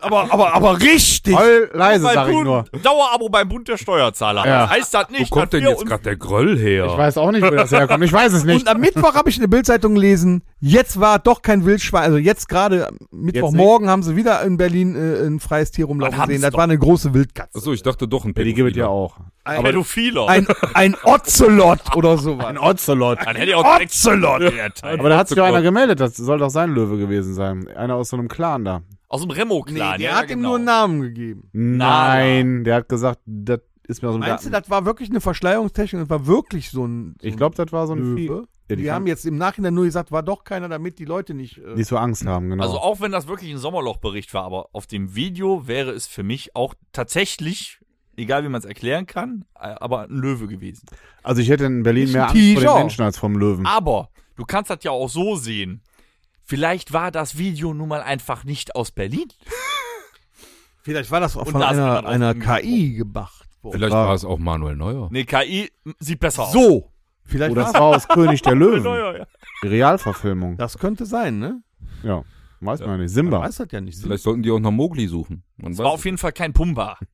[SPEAKER 2] Aber, aber, aber richtig.
[SPEAKER 5] Heul leise,
[SPEAKER 4] Beim
[SPEAKER 5] sag ich
[SPEAKER 4] Bund-
[SPEAKER 5] nur.
[SPEAKER 4] Dauerabo beim Bund der Steuerzahler.
[SPEAKER 5] Ja.
[SPEAKER 4] Das heißt das
[SPEAKER 3] Wo
[SPEAKER 4] nicht,
[SPEAKER 3] kommt
[SPEAKER 4] dass
[SPEAKER 3] denn
[SPEAKER 4] wir
[SPEAKER 3] jetzt
[SPEAKER 4] uns
[SPEAKER 3] gerade der Gröll her?
[SPEAKER 5] Ich weiß auch nicht, wo das herkommt. Ich weiß es nicht.
[SPEAKER 2] Und am Mittwoch habe ich in der Bildzeitung gelesen, jetzt war doch kein Wildschwein, also jetzt gerade am Mittwochmorgen haben sie wieder in Berlin äh, ein freies Tier rumlaufen
[SPEAKER 4] Dann
[SPEAKER 2] sehen.
[SPEAKER 4] haben's
[SPEAKER 2] Das
[SPEAKER 4] doch.
[SPEAKER 2] war eine große Wildkatze.
[SPEAKER 3] Achso, ich dachte doch ein
[SPEAKER 5] Ja, die gibt es ja
[SPEAKER 3] Pädophiler.
[SPEAKER 5] auch.
[SPEAKER 4] Pädophiler.
[SPEAKER 2] Ein, ein Ocelot oder sowas.
[SPEAKER 5] Ocelot.
[SPEAKER 4] Dann hätte ich auch Ocelot.
[SPEAKER 5] Aber da hat sich doch einer gemeldet. Das soll doch sein Löwe gewesen sein. Einer aus so einem Clan da.
[SPEAKER 4] Aus dem Remo-Clan.
[SPEAKER 2] der
[SPEAKER 4] ja,
[SPEAKER 2] hat ihm
[SPEAKER 4] genau.
[SPEAKER 2] nur einen Namen gegeben.
[SPEAKER 5] Nein, der hat gesagt, das ist mir aus dem
[SPEAKER 2] Meinst du,
[SPEAKER 5] Garten.
[SPEAKER 2] das war wirklich eine Verschleierungstechnik und war wirklich so ein, so
[SPEAKER 5] Ich glaube, das war so
[SPEAKER 2] ein
[SPEAKER 5] ein Vieh.
[SPEAKER 2] Löwe?
[SPEAKER 5] Ja,
[SPEAKER 2] die
[SPEAKER 5] kann-
[SPEAKER 2] haben jetzt im Nachhinein nur gesagt, war doch keiner, damit die Leute nicht... Äh,
[SPEAKER 5] nicht so Angst haben, genau.
[SPEAKER 4] Also auch wenn das wirklich ein Sommerlochbericht war, aber auf dem Video wäre es für mich auch tatsächlich, egal wie man es erklären kann, äh, aber ein Löwe gewesen.
[SPEAKER 5] Also ich hätte in Berlin
[SPEAKER 2] Ist ein
[SPEAKER 5] mehr Angst vor
[SPEAKER 2] Tiger.
[SPEAKER 5] den Menschen als vom Löwen.
[SPEAKER 4] Aber du kannst das ja auch so sehen. Vielleicht war das Video nun mal einfach nicht aus Berlin.
[SPEAKER 2] vielleicht war das auch
[SPEAKER 4] Und
[SPEAKER 2] von
[SPEAKER 4] da ist
[SPEAKER 2] einer,
[SPEAKER 4] einer
[SPEAKER 2] einer
[SPEAKER 4] drauf
[SPEAKER 2] KI gemacht worden.
[SPEAKER 3] Vielleicht war es auch Manuel Neuer.
[SPEAKER 4] Nee, KI sieht besser aus.
[SPEAKER 2] So, vielleicht
[SPEAKER 5] Oder
[SPEAKER 2] war
[SPEAKER 5] es
[SPEAKER 2] das,
[SPEAKER 5] war aus König der Löwen.
[SPEAKER 4] Neuer, ja.
[SPEAKER 5] Die Realverfilmung.
[SPEAKER 2] das könnte sein, ne?
[SPEAKER 5] Ja, weiß man nicht.
[SPEAKER 2] Man
[SPEAKER 5] Simba.
[SPEAKER 2] weiß das ja nicht.
[SPEAKER 3] Vielleicht sollten die auch nach Mogli suchen. Man
[SPEAKER 4] War
[SPEAKER 3] weiß.
[SPEAKER 4] auf jeden Fall kein Pumba.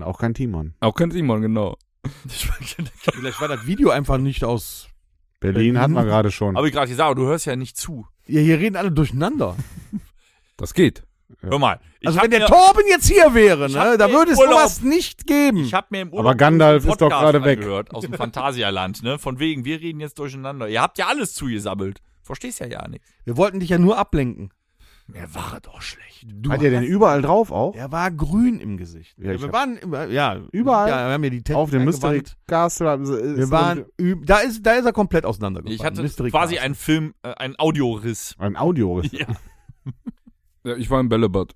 [SPEAKER 5] Auch kein Timon.
[SPEAKER 3] Auch kennt Simon, genau.
[SPEAKER 2] Vielleicht war das Video einfach nicht aus.
[SPEAKER 5] Berlin,
[SPEAKER 2] Berlin.
[SPEAKER 5] hatten wir gerade schon.
[SPEAKER 4] Aber ich gerade gesagt, du hörst ja nicht zu.
[SPEAKER 2] Ja, hier reden alle durcheinander.
[SPEAKER 3] Das geht.
[SPEAKER 4] Hör mal. Ich
[SPEAKER 2] also
[SPEAKER 4] hab
[SPEAKER 2] wenn der
[SPEAKER 4] mir-
[SPEAKER 2] Torben jetzt hier wäre,
[SPEAKER 4] Ich hab
[SPEAKER 2] ne, da
[SPEAKER 4] mir
[SPEAKER 2] würde es
[SPEAKER 4] Urlaub-
[SPEAKER 2] sowas nicht geben.
[SPEAKER 4] Ich habe mir im
[SPEAKER 5] Aber Gandalf
[SPEAKER 4] einen
[SPEAKER 5] ist doch
[SPEAKER 4] Podcast
[SPEAKER 5] gerade weg.
[SPEAKER 4] angehört Aus dem Phantasialand, ne? Von wegen, wir reden jetzt durcheinander. Ihr habt ja alles zugesammelt. Verstehst ja ja nicht.
[SPEAKER 2] Wir wollten dich ja nur ablenken.
[SPEAKER 4] Mir war doch schlecht.
[SPEAKER 2] Du
[SPEAKER 5] Hat er denn überall drauf auch?
[SPEAKER 2] er war grün im Gesicht.
[SPEAKER 5] Ja, ich
[SPEAKER 2] wir
[SPEAKER 5] hab-
[SPEAKER 2] waren immer- ja
[SPEAKER 5] Überall.
[SPEAKER 2] Ja, wir haben ja die Technik
[SPEAKER 5] Auf dem Mystery
[SPEAKER 2] angewandt.
[SPEAKER 5] Castle. also, ist-
[SPEAKER 2] Wir waren üb- da ist da ist er komplett auseinandergefallen.
[SPEAKER 4] Ich hatte
[SPEAKER 2] Mystery
[SPEAKER 4] quasi
[SPEAKER 2] Castle.
[SPEAKER 4] einen Film, äh, einen Audioriss.
[SPEAKER 5] Ein Audio.
[SPEAKER 4] Ja.
[SPEAKER 3] Ja, ich war im Bällebad.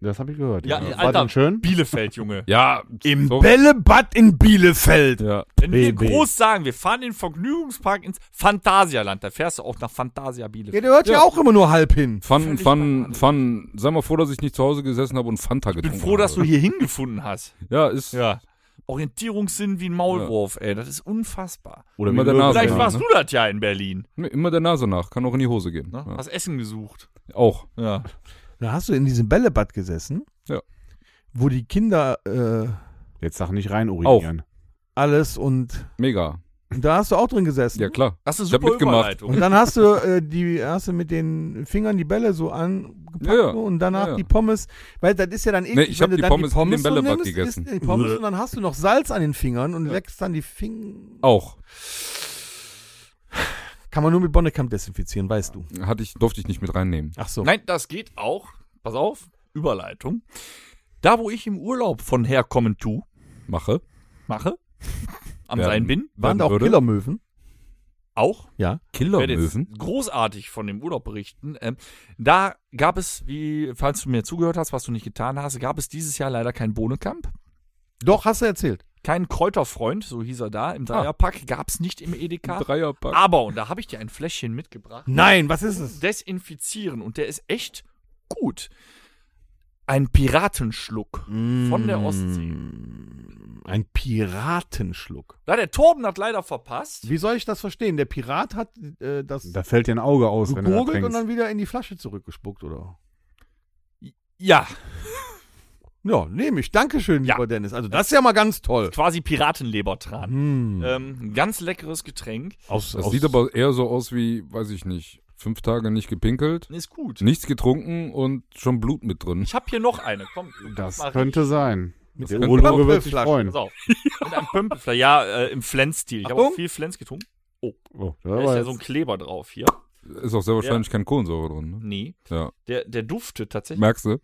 [SPEAKER 5] Das habe ich gehört.
[SPEAKER 4] Ja,
[SPEAKER 5] War
[SPEAKER 4] Alter.
[SPEAKER 5] denn schön?
[SPEAKER 4] Bielefeld, Junge.
[SPEAKER 3] Ja.
[SPEAKER 2] im
[SPEAKER 3] so-
[SPEAKER 2] Bällebad in Bielefeld.
[SPEAKER 3] Ja.
[SPEAKER 4] Wenn wir
[SPEAKER 5] BB.
[SPEAKER 4] groß sagen, wir fahren in den Vergnügungspark ins Phantasialand, da fährst du auch nach Phantasia
[SPEAKER 2] Ja,
[SPEAKER 4] Bielefeld.
[SPEAKER 2] der hört ja. auch immer nur halb hin.
[SPEAKER 3] Fun, fun, fun. Sei mal froh, dass ich nicht zu Hause gesessen habe und Fanta
[SPEAKER 4] Ich bin
[SPEAKER 3] getrunken
[SPEAKER 4] froh, dass du
[SPEAKER 3] habe.
[SPEAKER 4] hier hingefunden hast.
[SPEAKER 3] Ja, ist
[SPEAKER 4] Ja. Orientierungssinn wie ein Maulwurf, ey. Das ist unfassbar.
[SPEAKER 5] Oder
[SPEAKER 3] Immer
[SPEAKER 5] wie
[SPEAKER 3] der
[SPEAKER 5] Löwe.
[SPEAKER 3] Nase
[SPEAKER 4] Vielleicht
[SPEAKER 3] Ja,
[SPEAKER 4] warst
[SPEAKER 3] ne?
[SPEAKER 4] du das ja in Berlin.
[SPEAKER 3] Nee, immer der Nase nach. Kann auch in die Hose gehen.
[SPEAKER 4] Ne?
[SPEAKER 3] Ja.
[SPEAKER 4] Hast Essen gesucht.
[SPEAKER 3] Auch.
[SPEAKER 4] Ja.
[SPEAKER 2] Da hast du in diesem Bällebad gesessen,
[SPEAKER 3] Ja.
[SPEAKER 2] wo die Kinder äh,
[SPEAKER 5] Jetzt sag nicht rein urinieren.
[SPEAKER 2] alles und
[SPEAKER 3] Mega.
[SPEAKER 2] und da hast du auch drin gesessen.
[SPEAKER 4] Mhm.
[SPEAKER 3] Ja, klar.
[SPEAKER 4] Das ist
[SPEAKER 3] Ich hab
[SPEAKER 4] super
[SPEAKER 3] mitgemacht.
[SPEAKER 2] Und
[SPEAKER 4] Überleitung.
[SPEAKER 2] dann hast du äh, die hast du mit den Fingern die Bälle so angepackt
[SPEAKER 3] Ja, ja.
[SPEAKER 2] und danach
[SPEAKER 3] Ja, ja.
[SPEAKER 2] die Pommes, weil das ist ja dann eklig,
[SPEAKER 3] Nee, ich hab
[SPEAKER 2] wenn du
[SPEAKER 3] die
[SPEAKER 2] dann
[SPEAKER 3] Pommes in dem
[SPEAKER 2] so
[SPEAKER 3] Bällebad
[SPEAKER 2] nimmst,
[SPEAKER 3] gegessen.
[SPEAKER 2] isst die Pommes und dann hast du noch Salz an den Fingern und leckst dann die Finger.
[SPEAKER 3] Auch.
[SPEAKER 2] Kann man nur mit Bonnekamp desinfizieren, weißt du.
[SPEAKER 3] Hatte ich, durfte ich nicht mit reinnehmen.
[SPEAKER 2] Ach so.
[SPEAKER 4] Nein, das geht auch. Pass auf, Überleitung. Da, wo ich im Urlaub von herkommen tu,
[SPEAKER 3] Mache.
[SPEAKER 4] mache, am
[SPEAKER 3] Werden-
[SPEAKER 4] Sein bin,
[SPEAKER 2] Waren da auch
[SPEAKER 3] würde.
[SPEAKER 2] Killermöwen?
[SPEAKER 4] auch,
[SPEAKER 2] Ja.
[SPEAKER 4] werde jetzt
[SPEAKER 3] Killermöwen.
[SPEAKER 4] großartig von dem Urlaub berichten. Ähm, da gab es, wie, falls du mir zugehört hast, was du nicht getan hast, gab es dieses Jahr leider kein Bohnenkamp.
[SPEAKER 2] Doch, hast du erzählt.
[SPEAKER 4] Kein Kräuterfreund, so hieß er da, im Dreierpack, gab es nicht im Edeka.
[SPEAKER 3] Dreierpack.
[SPEAKER 4] Aber, und da habe ich dir ein Fläschchen mitgebracht,
[SPEAKER 2] Nein, was ist es?
[SPEAKER 4] desinfizieren, und der ist echt gut. Ein Piratenschluck von der Ostsee.
[SPEAKER 2] Ein Piratenschluck.
[SPEAKER 4] Ja, der Torben hat leider verpasst.
[SPEAKER 2] Wie soll ich das verstehen? Der Pirat hat äh, das
[SPEAKER 5] Da fällt dir ein Auge aus, wenn du da
[SPEAKER 2] gegurgelt und
[SPEAKER 5] trinkst.
[SPEAKER 2] dann wieder in die Flasche zurückgespuckt, oder?
[SPEAKER 4] Ja,
[SPEAKER 2] Ja, nehme ich. Dankeschön,
[SPEAKER 4] Ja.
[SPEAKER 2] lieber Dennis. Also das ist ja mal ganz toll.
[SPEAKER 4] quasi Piratenlebertran.
[SPEAKER 2] Hm.
[SPEAKER 4] Ähm, ein ganz leckeres Getränk.
[SPEAKER 2] Aus,
[SPEAKER 3] Das
[SPEAKER 2] aus,
[SPEAKER 3] sieht aber eher so aus wie, weiß ich nicht, fünf Tage nicht gepinkelt,
[SPEAKER 4] Ist gut.
[SPEAKER 3] nichts getrunken und schon Blut mit drin.
[SPEAKER 4] Ich habe hier noch eine. Komm,
[SPEAKER 5] Das
[SPEAKER 4] mach ich.
[SPEAKER 5] könnte sein. Der
[SPEAKER 2] könnte-
[SPEAKER 5] Urologe wird sich
[SPEAKER 2] Pappflaschen.
[SPEAKER 5] freuen.
[SPEAKER 4] Pass auf. Genau. Mit einem Pömpelfler. Ja, äh, im Flens-Stil. Ich habe auch
[SPEAKER 2] Achtung.
[SPEAKER 4] viel Flens getrunken.
[SPEAKER 5] Oh, da
[SPEAKER 4] Da
[SPEAKER 5] war
[SPEAKER 4] ist ja
[SPEAKER 5] jetzt-
[SPEAKER 4] so ein Kleber drauf hier.
[SPEAKER 3] Ist auch sehr wahrscheinlich kein Kohlensäure drin. Ne?
[SPEAKER 4] Nee.
[SPEAKER 3] Ja.
[SPEAKER 4] Der, der duftet tatsächlich.
[SPEAKER 3] Merkst du?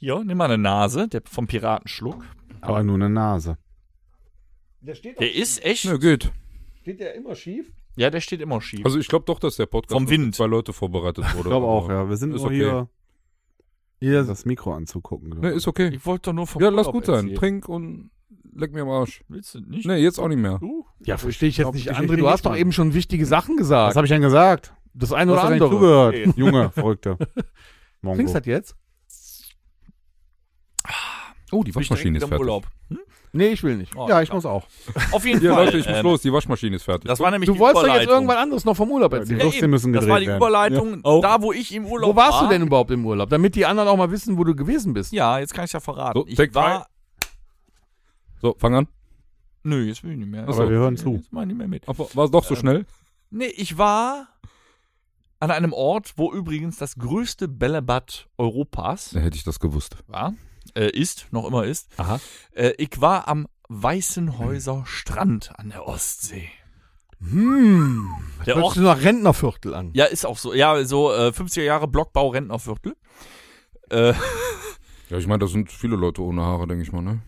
[SPEAKER 4] Hier, nimm mal eine Nase, der vom Piratenschluck.
[SPEAKER 5] aber nur eine Nase.
[SPEAKER 2] Der steht,
[SPEAKER 4] Der ist echt.
[SPEAKER 3] Ja, geht.
[SPEAKER 2] steht der immer schief?
[SPEAKER 4] Ja, der steht immer schief.
[SPEAKER 3] Also ich glaube doch, dass der Podcast
[SPEAKER 4] Vom
[SPEAKER 3] noch
[SPEAKER 4] Wind.
[SPEAKER 3] für zwei Leute vorbereitet wurde.
[SPEAKER 5] Ich glaube auch, ja. Wir sind
[SPEAKER 3] Ist
[SPEAKER 5] nur
[SPEAKER 3] okay.
[SPEAKER 5] hier,
[SPEAKER 2] Ja,
[SPEAKER 5] das Mikro anzugucken. glaub
[SPEAKER 3] Ne,
[SPEAKER 5] ich.
[SPEAKER 3] ist okay.
[SPEAKER 4] ich wollte doch nur vom
[SPEAKER 3] Ja, lass
[SPEAKER 4] Urlaub
[SPEAKER 3] gut sein.
[SPEAKER 4] erzählen.
[SPEAKER 3] Trink und leck mir am Arsch.
[SPEAKER 4] Willst du nicht?
[SPEAKER 3] Ne, jetzt auch nicht mehr.
[SPEAKER 4] Du?
[SPEAKER 2] ja verstehe ich jetzt
[SPEAKER 5] glaub,
[SPEAKER 2] nicht.
[SPEAKER 5] ich- ich
[SPEAKER 2] André,
[SPEAKER 5] bin
[SPEAKER 2] du hast doch
[SPEAKER 5] gespannt.
[SPEAKER 2] eben schon wichtige Sachen
[SPEAKER 5] Was
[SPEAKER 2] gesagt.
[SPEAKER 5] habe ich denn gesagt?
[SPEAKER 2] das eine
[SPEAKER 5] Du
[SPEAKER 2] oder
[SPEAKER 5] hast doch gar nicht
[SPEAKER 2] andere.
[SPEAKER 5] zugehört. Junge, Verrückter. Mongo.
[SPEAKER 4] halt
[SPEAKER 2] Trinkst du das jetzt?
[SPEAKER 3] Oh, die
[SPEAKER 4] Bin ich direkt
[SPEAKER 3] Waschmaschine ist
[SPEAKER 4] wieder im
[SPEAKER 3] fertig.
[SPEAKER 4] Urlaub.
[SPEAKER 2] Nee, ich will nicht.
[SPEAKER 4] Oh,
[SPEAKER 5] Ja, ich muss auch.
[SPEAKER 4] Auf jeden
[SPEAKER 3] Ja,
[SPEAKER 4] Fall.
[SPEAKER 3] Leute, ich muss
[SPEAKER 4] ähm,
[SPEAKER 3] los. Die Waschmaschine ist fertig.
[SPEAKER 4] Das war nämlich
[SPEAKER 2] Du
[SPEAKER 4] die
[SPEAKER 2] wolltest doch jetzt
[SPEAKER 4] Überleitung.
[SPEAKER 2] irgendwas anderes noch vom Urlaub
[SPEAKER 5] Die
[SPEAKER 2] erzählen.
[SPEAKER 4] Ja,
[SPEAKER 5] Würstchen
[SPEAKER 4] eben.
[SPEAKER 5] müssen
[SPEAKER 4] Das war die
[SPEAKER 5] gedreht werden.
[SPEAKER 4] Überleitung,
[SPEAKER 3] Ja. Oh.
[SPEAKER 4] da wo ich im Urlaub
[SPEAKER 2] Wo warst
[SPEAKER 4] war.
[SPEAKER 2] du denn überhaupt im Urlaub? Damit die anderen auch mal wissen, wo du gewesen bist.
[SPEAKER 4] Ja, jetzt kann ich ja verraten.
[SPEAKER 3] So,
[SPEAKER 4] ich
[SPEAKER 3] take
[SPEAKER 4] war.
[SPEAKER 3] So, fang an.
[SPEAKER 4] Nö, jetzt will ich nicht mehr.
[SPEAKER 5] Aber wir hören zu.
[SPEAKER 4] Jetzt mach ich nicht mehr mit.
[SPEAKER 3] Aber war es doch so
[SPEAKER 4] Ähm.
[SPEAKER 3] schnell?
[SPEAKER 4] Nee, ich war an einem Ort, wo übrigens das größte Bällebad Europas
[SPEAKER 3] Da hätte ich das gewusst.
[SPEAKER 4] war, äh, ist, noch immer ist.
[SPEAKER 2] Aha.
[SPEAKER 4] Äh, ich war am Weißenhäuser Strand an der Ostsee.
[SPEAKER 2] Hm.
[SPEAKER 4] Der
[SPEAKER 2] Hörst
[SPEAKER 4] Ort,
[SPEAKER 2] du nach Rentnerviertel an?
[SPEAKER 4] ja, ist auch so. Ja, so äh, 50er Jahre Blockbau Rentnerviertel. Äh,
[SPEAKER 3] Ja, ich meine, das sind viele Leute ohne Haare, denke ich mal, ne?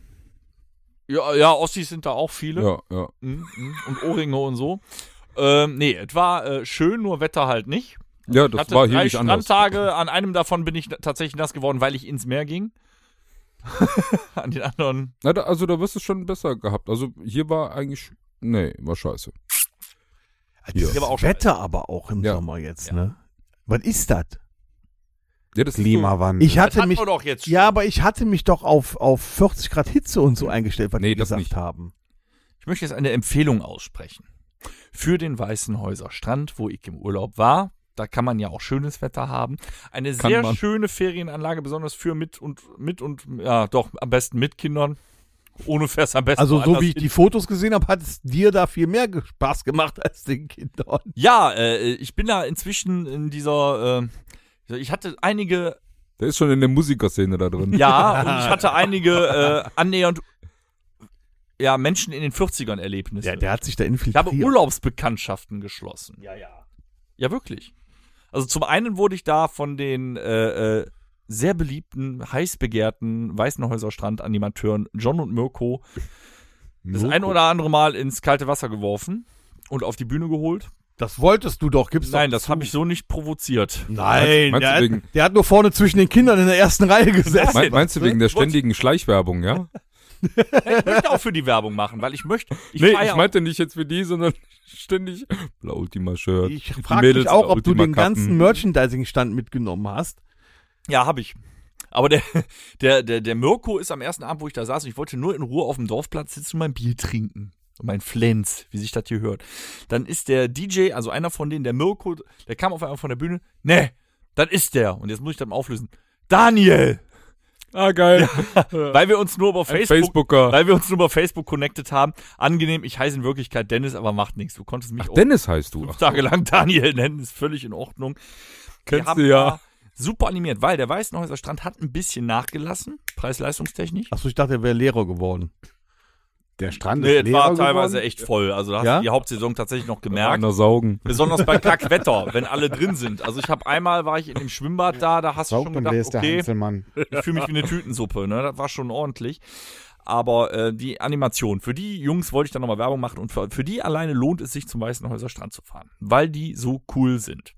[SPEAKER 4] ja, ja, Ossis sind da auch viele.
[SPEAKER 3] Ja, ja.
[SPEAKER 4] Mhm, mhm. Und Ohrringe und so. Ähm, nee, es war äh, schön, nur Wetter halt nicht.
[SPEAKER 3] Ja,
[SPEAKER 4] Ich
[SPEAKER 3] das
[SPEAKER 4] hatte
[SPEAKER 3] war hier
[SPEAKER 4] drei
[SPEAKER 3] nicht anders.
[SPEAKER 4] Strandtage, an einem davon bin ich na- tatsächlich nass geworden, weil ich ins Meer ging. an den anderen.
[SPEAKER 3] Na, da, also da wirst du es schon besser gehabt. Also hier war eigentlich. Nee, war scheiße.
[SPEAKER 2] Das
[SPEAKER 4] Ja, aber auch-
[SPEAKER 2] Wetter aber auch im
[SPEAKER 3] Ja.
[SPEAKER 2] Sommer jetzt, ne? Was ist das?
[SPEAKER 3] Ja, das ist
[SPEAKER 5] Klimawandel.
[SPEAKER 2] Ich hatte mich
[SPEAKER 4] wir doch jetzt schon.
[SPEAKER 2] Ja, aber ich hatte mich doch auf, auf 40 Grad Hitze und so eingestellt, was
[SPEAKER 3] Nee,
[SPEAKER 2] die
[SPEAKER 3] das
[SPEAKER 2] gesagt
[SPEAKER 3] nicht.
[SPEAKER 2] haben.
[SPEAKER 4] Ich möchte jetzt eine Empfehlung aussprechen. Für den Weißenhäuser Strand, wo ich im Urlaub war. Da kann man ja auch schönes Wetter haben. Eine
[SPEAKER 3] Kann
[SPEAKER 4] sehr
[SPEAKER 3] man.
[SPEAKER 4] schöne Ferienanlage, besonders für mit und mit und ja, doch am besten mit Kindern. Ohne fährst am besten.
[SPEAKER 2] Also so
[SPEAKER 4] woanders
[SPEAKER 2] wie ich die Fotos gesehen habe, hat es dir da viel mehr ge- Spaß gemacht als den Kindern.
[SPEAKER 4] Ja, äh, ich bin da inzwischen in dieser. Äh, ich hatte einige
[SPEAKER 3] Der ist schon in der Musikerszene da drin.
[SPEAKER 4] Ja, und ich hatte einige äh, annähernd ja, Menschen in den 40ern Erlebnisse.
[SPEAKER 2] Ja, der hat sich da
[SPEAKER 4] ich habe
[SPEAKER 2] infiltriert.
[SPEAKER 4] Urlaubsbekanntschaften geschlossen. Ja, ja. Ja, wirklich. Also zum einen wurde ich da von den äh, äh, sehr beliebten, heiß begehrten Weißenhäuser Strand-Animateuren John und Mirko das ein oder andere Mal ins kalte Wasser geworfen und auf die Bühne geholt.
[SPEAKER 2] Das wolltest du doch, gibst
[SPEAKER 4] Nein,
[SPEAKER 2] doch
[SPEAKER 4] das habe ich so nicht provoziert.
[SPEAKER 2] Nein,
[SPEAKER 3] Meinst- meinst
[SPEAKER 2] der,
[SPEAKER 3] du
[SPEAKER 2] hat,
[SPEAKER 3] wegen-
[SPEAKER 2] der hat nur vorne zwischen den Kindern in der ersten Reihe gesessen.
[SPEAKER 3] Mein, meinst du wegen der ständigen Schleichwerbung, ja?
[SPEAKER 4] Ich möchte auch für die Werbung machen, weil ich möchte. Ich
[SPEAKER 3] nee,
[SPEAKER 4] feier
[SPEAKER 3] ich
[SPEAKER 4] auch-
[SPEAKER 3] meinte nicht jetzt für die, sondern ständig Blau Ultima Shirt.
[SPEAKER 2] Ich
[SPEAKER 3] die
[SPEAKER 2] frage mich
[SPEAKER 3] Mädels
[SPEAKER 2] auch,
[SPEAKER 3] in
[SPEAKER 2] ob du
[SPEAKER 3] Ultima
[SPEAKER 2] den ganzen
[SPEAKER 3] Kappen.
[SPEAKER 2] Merchandising-Stand mitgenommen hast.
[SPEAKER 4] Ja, habe ich. Aber der, der, der, der Mirko ist am ersten Abend, wo ich da saß, und ich wollte nur in Ruhe auf dem Dorfplatz sitzen und mein Bier trinken. Und mein Flens, wie sich das hier hört. Dann ist der DJ, also einer von denen, der Mirko, der kam auf einmal von der Bühne, ne, Das ist der. Und jetzt muss ich das mal auflösen. Daniel!
[SPEAKER 3] Ah, geil.
[SPEAKER 4] Weil wir uns nur über
[SPEAKER 3] Ein
[SPEAKER 4] Facebook,
[SPEAKER 3] Facebooker.
[SPEAKER 4] weil wir uns nur über Facebook connected haben. Angenehm, ich heiße in Wirklichkeit Dennis, aber macht nichts. Du konntest mich
[SPEAKER 3] Ach,
[SPEAKER 4] auch
[SPEAKER 3] Dennis heißt du.
[SPEAKER 4] fünf
[SPEAKER 3] Ach,
[SPEAKER 4] Tage lang Daniel nennen, ist völlig in Ordnung.
[SPEAKER 3] Kennst
[SPEAKER 4] wir haben
[SPEAKER 3] du ja.
[SPEAKER 4] da Super animiert, weil der Weißenhäuser Strand hat ein bisschen nachgelassen, preis-leistungstechnisch.
[SPEAKER 2] Achso, ich dachte, er wäre Lehrer geworden.
[SPEAKER 5] Der Strand
[SPEAKER 4] Nee,
[SPEAKER 5] ist
[SPEAKER 4] es
[SPEAKER 5] leer
[SPEAKER 4] war
[SPEAKER 5] geworden.
[SPEAKER 4] teilweise echt voll. Also da hast
[SPEAKER 2] Ja?
[SPEAKER 4] du die Hauptsaison tatsächlich noch gemerkt.
[SPEAKER 3] einer saugen.
[SPEAKER 4] Besonders bei Kackwetter, wenn alle drin sind. Also ich habe einmal war ich in dem Schwimmbad da, da hast du schon
[SPEAKER 5] Saugt und
[SPEAKER 4] gedacht,
[SPEAKER 5] bläst der
[SPEAKER 4] okay,
[SPEAKER 5] Hanselmann.
[SPEAKER 4] ich fühle mich wie eine Tütensuppe, ne? Das war schon ordentlich. Aber äh, die Animation, für die Jungs wollte ich da nochmal Werbung machen und für, für die alleine lohnt es sich zum Weißenhäuser Strand zu fahren, weil die so cool sind.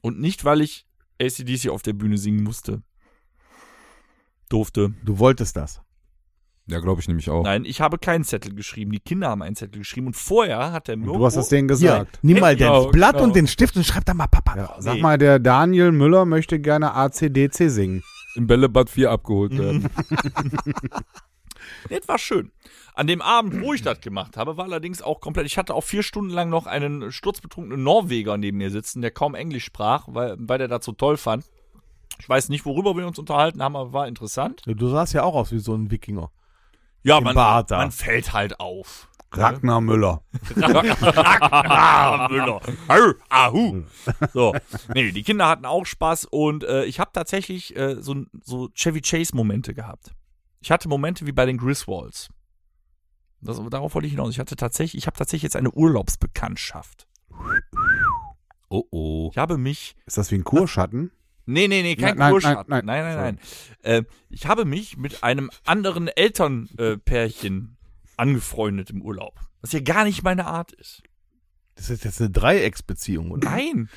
[SPEAKER 4] Und nicht, weil ich ACDC auf der Bühne singen musste. Durfte.
[SPEAKER 2] Du wolltest das.
[SPEAKER 3] Ja, glaube ich nämlich auch.
[SPEAKER 4] Nein, ich habe keinen Zettel geschrieben. Die Kinder haben einen Zettel geschrieben und vorher hat der
[SPEAKER 5] Und
[SPEAKER 4] Mirko
[SPEAKER 5] du hast es denen gesagt.
[SPEAKER 2] Hier, nimm mal
[SPEAKER 3] Genau,
[SPEAKER 2] das Blatt
[SPEAKER 3] genau.
[SPEAKER 2] und den Stift und schreib da mal Papa
[SPEAKER 5] Ja,
[SPEAKER 2] drauf.
[SPEAKER 5] sag
[SPEAKER 4] nee.
[SPEAKER 5] mal, der Daniel Müller möchte gerne ACDC singen.
[SPEAKER 3] Im Bällebad 4
[SPEAKER 4] Mhm.
[SPEAKER 3] abgeholt werden.
[SPEAKER 4] Das war schön. An dem Abend, wo ich das gemacht habe, war allerdings auch komplett. Ich hatte auch vier Stunden lang noch einen sturzbetrunkenen Norweger neben mir sitzen, der kaum Englisch sprach, weil, weil der das so toll fand. Ich weiß nicht, worüber wir uns unterhalten haben, aber war interessant.
[SPEAKER 2] Du sahst ja auch aus wie so ein Wikinger.
[SPEAKER 4] Ja,
[SPEAKER 2] man- Bart da.
[SPEAKER 4] man fällt halt auf.
[SPEAKER 5] Ragnar Müller.
[SPEAKER 4] Ah, Müller. Au, Ahu. So, nee, die Kinder hatten auch Spaß und äh, ich habe tatsächlich äh, so, so Chevy Chase Momente gehabt. Ich hatte Momente wie bei den Griswolds. Das, darauf wollte ich hinaus. Ich hatte tatsächlich, ich habe tatsächlich jetzt eine Urlaubsbekanntschaft.
[SPEAKER 3] Oh, oh.
[SPEAKER 4] Ich habe mich,
[SPEAKER 5] Ist das wie ein Kurschatten?
[SPEAKER 4] nee, nee, nee, kein
[SPEAKER 5] Nein, nein,
[SPEAKER 4] Kurschatten. Nein,
[SPEAKER 5] nein,
[SPEAKER 4] nein,
[SPEAKER 5] nein.
[SPEAKER 4] nein. Äh, ich habe mich mit einem anderen Elternpärchen äh, Pärchen angefreundet im Urlaub, was ja gar nicht meine Art ist.
[SPEAKER 2] Das ist jetzt eine Dreiecksbeziehung, oder?
[SPEAKER 4] Nein.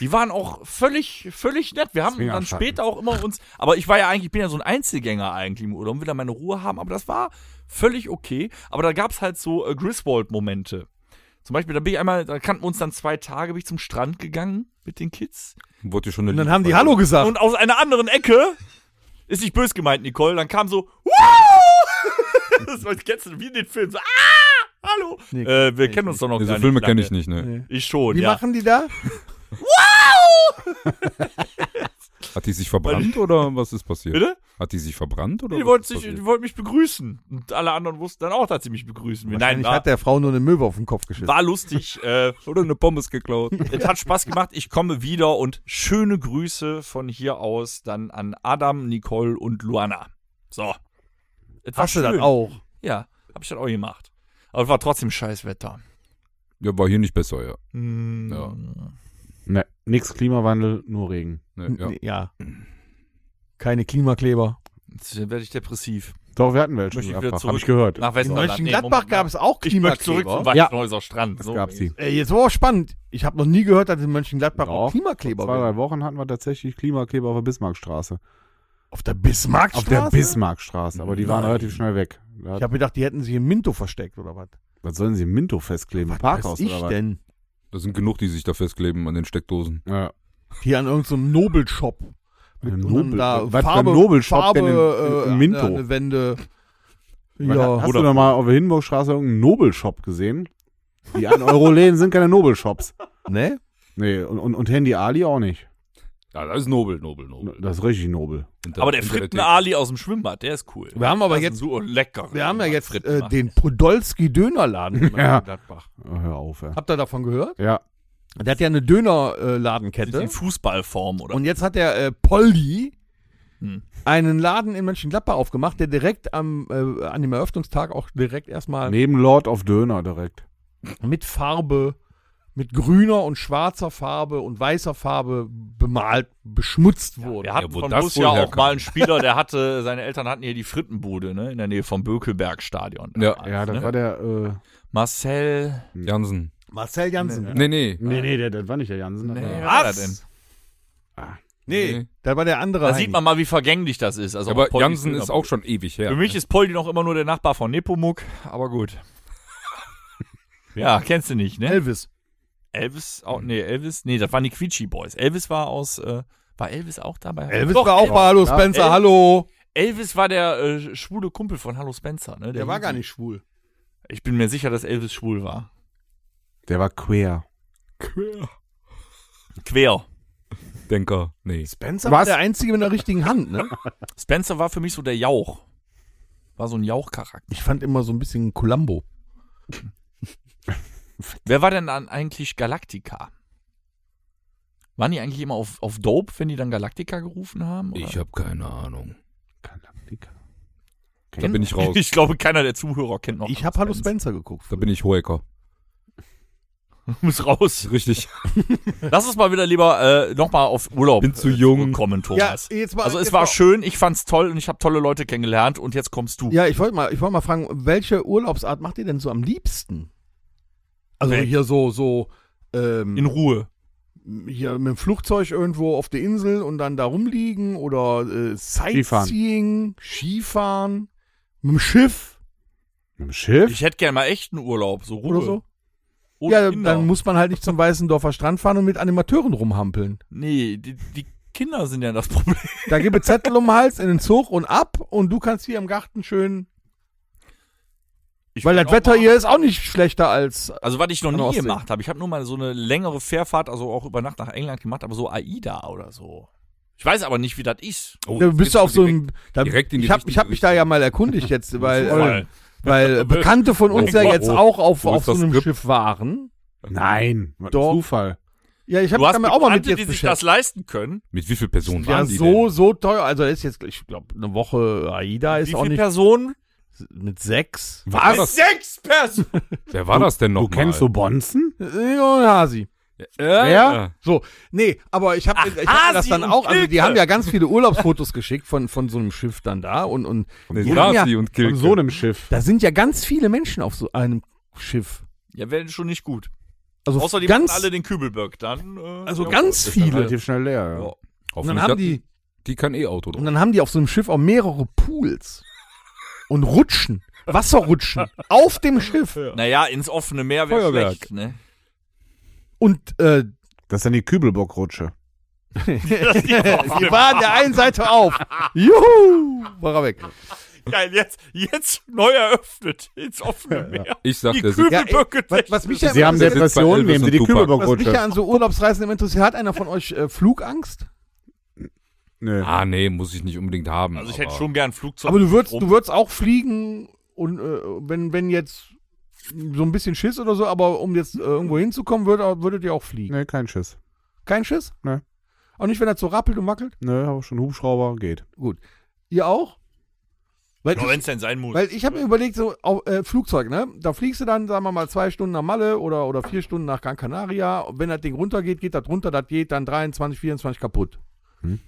[SPEAKER 4] Die waren auch völlig, völlig nett. Wir haben
[SPEAKER 5] Deswegen
[SPEAKER 4] dann
[SPEAKER 5] abschalten.
[SPEAKER 4] später auch immer uns, aber ich war ja eigentlich, ich bin ja so ein Einzelgänger eigentlich im Urlaub und will da meine Ruhe haben, aber das war völlig okay. Aber da gab es halt so äh, Griswold-Momente. Zum Beispiel, da bin ich einmal, da kannten wir uns dann zwei Tage, bin ich zum Strand gegangen mit den Kids.
[SPEAKER 3] Wurde dir schon eine
[SPEAKER 2] Und dann
[SPEAKER 3] Liebe
[SPEAKER 2] haben die
[SPEAKER 3] verloren.
[SPEAKER 2] Hallo gesagt.
[SPEAKER 4] Und aus einer anderen Ecke, ist nicht bös gemeint, Nicole, dann kam so, Woo! das war, kennst du, wie in den Film, so, ah, hallo.
[SPEAKER 2] Nee,
[SPEAKER 4] äh, wir kennen uns doch noch
[SPEAKER 3] Nee,
[SPEAKER 4] gar
[SPEAKER 3] so
[SPEAKER 4] nicht
[SPEAKER 3] Also Filme kenne
[SPEAKER 4] lange.
[SPEAKER 3] ich nicht, ne?
[SPEAKER 4] Ich schon,
[SPEAKER 2] Wie
[SPEAKER 4] ja.
[SPEAKER 2] machen die da?
[SPEAKER 3] Hat die sich verbrannt oder was ist passiert?
[SPEAKER 4] Bitte?
[SPEAKER 3] Hat die sich verbrannt oder?
[SPEAKER 4] Die
[SPEAKER 3] was
[SPEAKER 4] wollten
[SPEAKER 3] ist
[SPEAKER 4] sich,
[SPEAKER 3] passiert?
[SPEAKER 4] die wollten mich begrüßen. Und alle anderen wussten dann auch, dass sie mich begrüßen will. Nein,
[SPEAKER 2] ich
[SPEAKER 4] war,
[SPEAKER 2] hat der Frau nur eine Möwe auf den Kopf geschissen.
[SPEAKER 4] war lustig. äh,
[SPEAKER 3] oder eine Pommes geklaut.
[SPEAKER 4] es hat Spaß gemacht. Ich komme wieder und schöne Grüße von hier aus dann an Adam, Nicole und Luana. So. Es war
[SPEAKER 2] Hast du das
[SPEAKER 4] schön.
[SPEAKER 2] auch?
[SPEAKER 4] Ja, habe ich das auch gemacht. Aber es war trotzdem scheiß Wetter.
[SPEAKER 3] Ja, war hier nicht besser, ja.
[SPEAKER 4] Hm.
[SPEAKER 3] Ja.
[SPEAKER 5] Ne, nix Klimawandel, nur Regen.
[SPEAKER 3] Ne, ja.
[SPEAKER 2] Nee, ja. Keine Klimakleber.
[SPEAKER 4] Jetzt werde ich depressiv.
[SPEAKER 5] Doch, wir hatten welche.
[SPEAKER 4] Möchte ich wieder
[SPEAKER 5] Gladbach, Hab
[SPEAKER 4] zurück.
[SPEAKER 5] ich gehört.
[SPEAKER 4] Nach
[SPEAKER 2] In
[SPEAKER 4] Westerland.
[SPEAKER 2] Mönchengladbach
[SPEAKER 4] Nee, Moment,
[SPEAKER 2] gab es auch
[SPEAKER 4] Ich möchte zurück zum
[SPEAKER 2] Klimakleber.
[SPEAKER 4] Weißenhäuser Strand.
[SPEAKER 5] Das
[SPEAKER 4] So.
[SPEAKER 5] gab sie.
[SPEAKER 2] Äh, jetzt war auch spannend. Ich habe noch nie gehört, dass in Mönchengladbach auch
[SPEAKER 5] Doch,
[SPEAKER 2] Klimakleber
[SPEAKER 5] Zwei,
[SPEAKER 2] werden.
[SPEAKER 5] drei Wochen hatten wir tatsächlich Klimakleber auf der Bismarckstraße.
[SPEAKER 2] Auf der Bismarckstraße?
[SPEAKER 5] Auf der Bismarckstraße, aber die waren
[SPEAKER 2] Nein.
[SPEAKER 5] relativ schnell weg. Da,
[SPEAKER 2] Ich habe gedacht, die hätten sich im Minto versteckt oder was?
[SPEAKER 5] was sollen sie im Minto festkleben? Im Parkhaus
[SPEAKER 2] Was ich
[SPEAKER 5] oder was?
[SPEAKER 2] denn?
[SPEAKER 3] Da sind genug, die sich da festkleben an den Steckdosen.
[SPEAKER 5] Ja.
[SPEAKER 2] Hier an irgendeinem Nobelshop. Mit und
[SPEAKER 5] Ein
[SPEAKER 2] dann
[SPEAKER 5] Nobel-
[SPEAKER 2] da
[SPEAKER 5] was für ein
[SPEAKER 2] Farbe,
[SPEAKER 5] Nobelshop
[SPEAKER 2] Farbe,
[SPEAKER 5] denn in-
[SPEAKER 2] äh,
[SPEAKER 5] in Minto?
[SPEAKER 2] an der Wände.
[SPEAKER 5] Ja,
[SPEAKER 2] Ja,
[SPEAKER 5] Hast du da mal auf der Hindenburgstraße irgendeinen Nobelshop gesehen? Die 1-Euro-Läden sind keine Nobelshops.
[SPEAKER 2] ne?
[SPEAKER 5] Nee, und, und, und Handy Ali auch nicht.
[SPEAKER 3] Ja, das ist nobel, nobel, nobel.
[SPEAKER 5] Das ist richtig nobel.
[SPEAKER 4] Aber der Fritten Ali aus dem Schwimmbad, der ist cool.
[SPEAKER 2] Wir haben aber
[SPEAKER 4] Das ist
[SPEAKER 2] jetzt-
[SPEAKER 4] so lecker.
[SPEAKER 2] Wir haben ja jetzt
[SPEAKER 4] Fritten
[SPEAKER 2] äh,
[SPEAKER 4] machen.
[SPEAKER 2] den Podolski-Dönerladen in
[SPEAKER 5] Ja.
[SPEAKER 2] Mönchengladbach.
[SPEAKER 5] Oh, hör auf, ey.
[SPEAKER 2] Habt ihr davon gehört?
[SPEAKER 5] Ja,
[SPEAKER 2] Der hat ja eine
[SPEAKER 4] Sind die
[SPEAKER 2] Dönerladenkette.
[SPEAKER 4] in Fußballform oder
[SPEAKER 2] Und jetzt hat der äh, Poldi
[SPEAKER 4] Hm.
[SPEAKER 2] einen Laden in Mönchengladbach aufgemacht, der direkt am, äh, an dem Eröffnungstag auch direkt erstmal
[SPEAKER 5] neben Lord of Döner direkt.
[SPEAKER 2] mit Farbe, mit grüner und schwarzer Farbe und weißer Farbe bemalt, beschmutzt wurde.
[SPEAKER 4] Wir hatten
[SPEAKER 3] Ja, wo
[SPEAKER 4] von
[SPEAKER 3] das
[SPEAKER 4] Borussia
[SPEAKER 3] wohl
[SPEAKER 4] auch
[SPEAKER 3] herkam.
[SPEAKER 4] mal einen Spieler, der hatte, seine Eltern hatten hier die Frittenbude, ne, in der Nähe vom Bökelberg-Stadion.
[SPEAKER 3] Ja.
[SPEAKER 4] damals,
[SPEAKER 5] Ja, das
[SPEAKER 4] ne?
[SPEAKER 5] war der. Äh,
[SPEAKER 4] Marcel.
[SPEAKER 3] Jansen.
[SPEAKER 2] Marcel Jansen.
[SPEAKER 3] Nee, nee.
[SPEAKER 5] nee, nee, der, das war nicht der Jansen.
[SPEAKER 4] Nee,
[SPEAKER 5] Nee.
[SPEAKER 4] wer war der denn?
[SPEAKER 2] Nee,
[SPEAKER 3] Nee.
[SPEAKER 2] da war der andere.
[SPEAKER 4] Da
[SPEAKER 2] Heini.
[SPEAKER 4] sieht man mal, wie vergänglich das ist. Also
[SPEAKER 3] Aber
[SPEAKER 4] auch Poldi
[SPEAKER 3] Jansen
[SPEAKER 4] Döner-
[SPEAKER 3] ist auch schon ewig her.
[SPEAKER 4] Für mich ist Poldi noch immer nur der Nachbar von Nepomuk, aber gut. ja, kennst du nicht, ne?
[SPEAKER 2] Elvis.
[SPEAKER 4] Elvis, auch, nee, Elvis, nee, das waren die Quietschi Boys. Elvis war aus, äh, war Elvis auch dabei?
[SPEAKER 2] Elvis
[SPEAKER 4] Doch,
[SPEAKER 2] war auch bei Hallo Spencer,
[SPEAKER 4] Elvis-
[SPEAKER 2] hallo.
[SPEAKER 4] Elvis war der äh, schwule Kumpel von Hallo Spencer, ne?
[SPEAKER 2] Der war gar nicht schwul.
[SPEAKER 4] Ich bin mir sicher, dass Elvis schwul war.
[SPEAKER 5] Der war queer.
[SPEAKER 4] Quer.
[SPEAKER 3] Denker. Nee.
[SPEAKER 2] Spencer war
[SPEAKER 5] Was?
[SPEAKER 2] der Einzige mit einer richtigen Hand, ne?
[SPEAKER 4] Spencer war für mich so der Jauch. War so ein Jauch-Charakter.
[SPEAKER 2] Ich fand immer so ein bisschen Columbo.
[SPEAKER 4] Wer war denn dann eigentlich Galactica? Waren die eigentlich immer auf, auf Dope, wenn die dann Galactica gerufen haben? oder?
[SPEAKER 3] Ich habe keine Ahnung.
[SPEAKER 5] Galaktika.
[SPEAKER 3] Da bin ich raus.
[SPEAKER 4] Ich glaube, keiner der Zuhörer kennt noch.
[SPEAKER 2] Ich habe Hallo Spencer geguckt.
[SPEAKER 3] Da bin ich Hoeker.
[SPEAKER 4] Du musst raus.
[SPEAKER 3] Richtig.
[SPEAKER 4] Lass uns mal wieder lieber äh, nochmal auf Urlaub
[SPEAKER 3] Bin zu jung.
[SPEAKER 4] äh, kommen, Thomas.
[SPEAKER 2] jetzt mal-
[SPEAKER 4] also es
[SPEAKER 2] jetzt
[SPEAKER 4] war
[SPEAKER 2] mal-
[SPEAKER 4] schön, ich fand's toll und ich habe tolle Leute kennengelernt und jetzt kommst du.
[SPEAKER 2] Ja, ich wollte mal, ich wollte mal fragen, welche Urlaubsart macht ihr denn so am liebsten? Also
[SPEAKER 4] Nee.
[SPEAKER 2] hier so, so,
[SPEAKER 4] In
[SPEAKER 2] ähm,
[SPEAKER 4] Ruhe.
[SPEAKER 2] hier mit dem Flugzeug irgendwo auf der Insel und dann da rumliegen oder äh, Sightseeing, Skifahren. mit dem Schiff
[SPEAKER 5] Mit dem Schiff?
[SPEAKER 4] Ich hätte gerne mal echten Urlaub, so Ruhe.
[SPEAKER 2] oder so.
[SPEAKER 4] Ohne
[SPEAKER 2] ja,
[SPEAKER 4] Kinder.
[SPEAKER 2] dann muss man halt nicht zum Weißendorfer Strand fahren und mit Animateuren rumhampeln.
[SPEAKER 4] nee, die, die Kinder sind ja das Problem.
[SPEAKER 2] Da gebe Zettel um den Hals in den Zug und ab und du kannst hier im Garten schön,
[SPEAKER 4] Ich
[SPEAKER 2] weil
[SPEAKER 4] bin
[SPEAKER 2] das
[SPEAKER 4] auch
[SPEAKER 2] Wetter
[SPEAKER 4] mal-
[SPEAKER 2] hier ist auch nicht schlechter als
[SPEAKER 4] Also was ich noch
[SPEAKER 2] An der
[SPEAKER 4] nie
[SPEAKER 2] Ostsee.
[SPEAKER 4] gemacht habe, ich habe nur mal so eine längere Fährfahrt, also auch über Nacht nach England gemacht, aber so AIDA oder so. Ich weiß aber nicht, wie das ist.
[SPEAKER 3] Oh,
[SPEAKER 2] da
[SPEAKER 3] jetzt
[SPEAKER 2] bist du
[SPEAKER 3] geht's
[SPEAKER 2] auf so
[SPEAKER 3] direkt-
[SPEAKER 2] einem. Da,
[SPEAKER 3] direkt in die
[SPEAKER 2] ich habe
[SPEAKER 3] richtige
[SPEAKER 2] ich hab mich da ja mal erkundigt jetzt, weil,
[SPEAKER 4] Voll.
[SPEAKER 2] äh, weil Bekannte von uns
[SPEAKER 3] Oh,
[SPEAKER 2] ja
[SPEAKER 3] oh,
[SPEAKER 2] jetzt
[SPEAKER 3] oh.
[SPEAKER 2] auch auf,
[SPEAKER 3] Wo
[SPEAKER 2] auf
[SPEAKER 3] ist
[SPEAKER 2] so
[SPEAKER 3] das
[SPEAKER 2] einem
[SPEAKER 3] Skript?
[SPEAKER 2] Schiff waren.
[SPEAKER 5] Nein,
[SPEAKER 2] Doch.
[SPEAKER 5] Zufall.
[SPEAKER 2] Ja, ich habe
[SPEAKER 4] Du
[SPEAKER 2] mich
[SPEAKER 4] hast
[SPEAKER 2] damit auch mal mit
[SPEAKER 4] Bekannte,
[SPEAKER 2] jetzt
[SPEAKER 4] die sich das
[SPEAKER 2] beschäftigt.
[SPEAKER 4] leisten können.
[SPEAKER 3] Mit wie viel Personen
[SPEAKER 2] Ja,
[SPEAKER 3] waren die
[SPEAKER 2] so,
[SPEAKER 3] denn?
[SPEAKER 2] so teuer. Also ist jetzt, ich glaube, eine Woche AIDA ist
[SPEAKER 4] wie
[SPEAKER 2] auch
[SPEAKER 4] viele
[SPEAKER 2] nicht Also
[SPEAKER 4] Personen?
[SPEAKER 2] mit sechs.
[SPEAKER 3] Wer war das,
[SPEAKER 4] Sechs Personen.
[SPEAKER 3] wer war das denn noch?
[SPEAKER 5] Du kennst so Bonzen?
[SPEAKER 2] Äh, und Hasi.
[SPEAKER 3] Wer?
[SPEAKER 2] So, nee, aber ich habe ich hab mir das
[SPEAKER 4] Hasi
[SPEAKER 2] dann
[SPEAKER 4] und
[SPEAKER 2] auch, also die
[SPEAKER 4] Pilke.
[SPEAKER 2] haben ja ganz viele Urlaubsfotos geschickt von, von so einem Schiff dann da und, und
[SPEAKER 3] Nee,
[SPEAKER 2] Die haben
[SPEAKER 3] Rasi
[SPEAKER 2] ja-
[SPEAKER 3] und
[SPEAKER 5] Von
[SPEAKER 3] Kilke.
[SPEAKER 5] so einem Schiff.
[SPEAKER 2] da sind ja ganz viele Menschen auf so einem Schiff.
[SPEAKER 4] Ja, wäre schon nicht gut.
[SPEAKER 2] Also
[SPEAKER 4] Außer die machen
[SPEAKER 2] ganz,
[SPEAKER 4] alle den Kübelberg. Dann, äh,
[SPEAKER 2] also
[SPEAKER 4] ja.
[SPEAKER 2] ganz viele.
[SPEAKER 5] Relativ schnell leer. Ja.
[SPEAKER 4] Ja.
[SPEAKER 2] Und
[SPEAKER 3] Hoffentlich
[SPEAKER 2] dann haben
[SPEAKER 3] hatten-
[SPEAKER 2] die,
[SPEAKER 3] die kann E-Auto
[SPEAKER 2] Und
[SPEAKER 3] drauf.
[SPEAKER 2] dann haben die auf so einem Schiff auch mehrere Pools und Rutschen, Wasserrutschen auf dem Schiff.
[SPEAKER 4] Naja, ins offene Meer wäre
[SPEAKER 3] Feuerwerk.
[SPEAKER 4] schlecht. Ne?
[SPEAKER 2] Und äh,
[SPEAKER 5] Das ist dann die Kübelbockrutsche.
[SPEAKER 2] die waren der einen Seite auf. Juhu, war er weg.
[SPEAKER 4] Geil, jetzt, jetzt neu eröffnet. Ins offene Meer.
[SPEAKER 3] Ich sag,
[SPEAKER 4] Die
[SPEAKER 3] der sitzt,
[SPEAKER 4] Kübel-
[SPEAKER 2] Ja, ey, was, was mich ja,
[SPEAKER 5] Sie haben
[SPEAKER 2] immer-
[SPEAKER 3] sitzt bei
[SPEAKER 5] Depressionen,
[SPEAKER 3] Elvis
[SPEAKER 5] nehmen Sie
[SPEAKER 3] und
[SPEAKER 5] die
[SPEAKER 3] Tupac.
[SPEAKER 2] was mich ja
[SPEAKER 5] Kübelbockrutsche.
[SPEAKER 2] an so Urlaubsreisen immer interessiert, hat einer von euch äh, Flugangst?
[SPEAKER 5] Nö.
[SPEAKER 3] ah nee, muss ich nicht unbedingt haben.
[SPEAKER 4] Also ich
[SPEAKER 3] aber
[SPEAKER 4] hätte schon gern Flugzeug.
[SPEAKER 2] Aber du würdest,
[SPEAKER 4] rum.
[SPEAKER 2] du würdest auch fliegen und äh, wenn, wenn jetzt so ein bisschen Schiss oder so, aber um jetzt äh, irgendwo hinzukommen, würd, würdet ihr auch fliegen.
[SPEAKER 5] Nee, kein Schiss.
[SPEAKER 2] Kein Schiss?
[SPEAKER 5] Nee.
[SPEAKER 2] Auch nicht, wenn er so rappelt und wackelt?
[SPEAKER 5] Nö, habe schon Hubschrauber, geht.
[SPEAKER 2] Ihr auch? Weil
[SPEAKER 4] Nur wenn es denn sein muss.
[SPEAKER 2] Weil ich habe mir überlegt, so auf, äh, Flugzeug, ne? Da fliegst du dann, sagen wir mal, zwei Stunden nach Malle oder, oder vier Stunden nach Gran Canaria. Und wenn das Ding runtergeht, geht das runter, das geht dann 23, 24 kaputt.
[SPEAKER 5] Hm.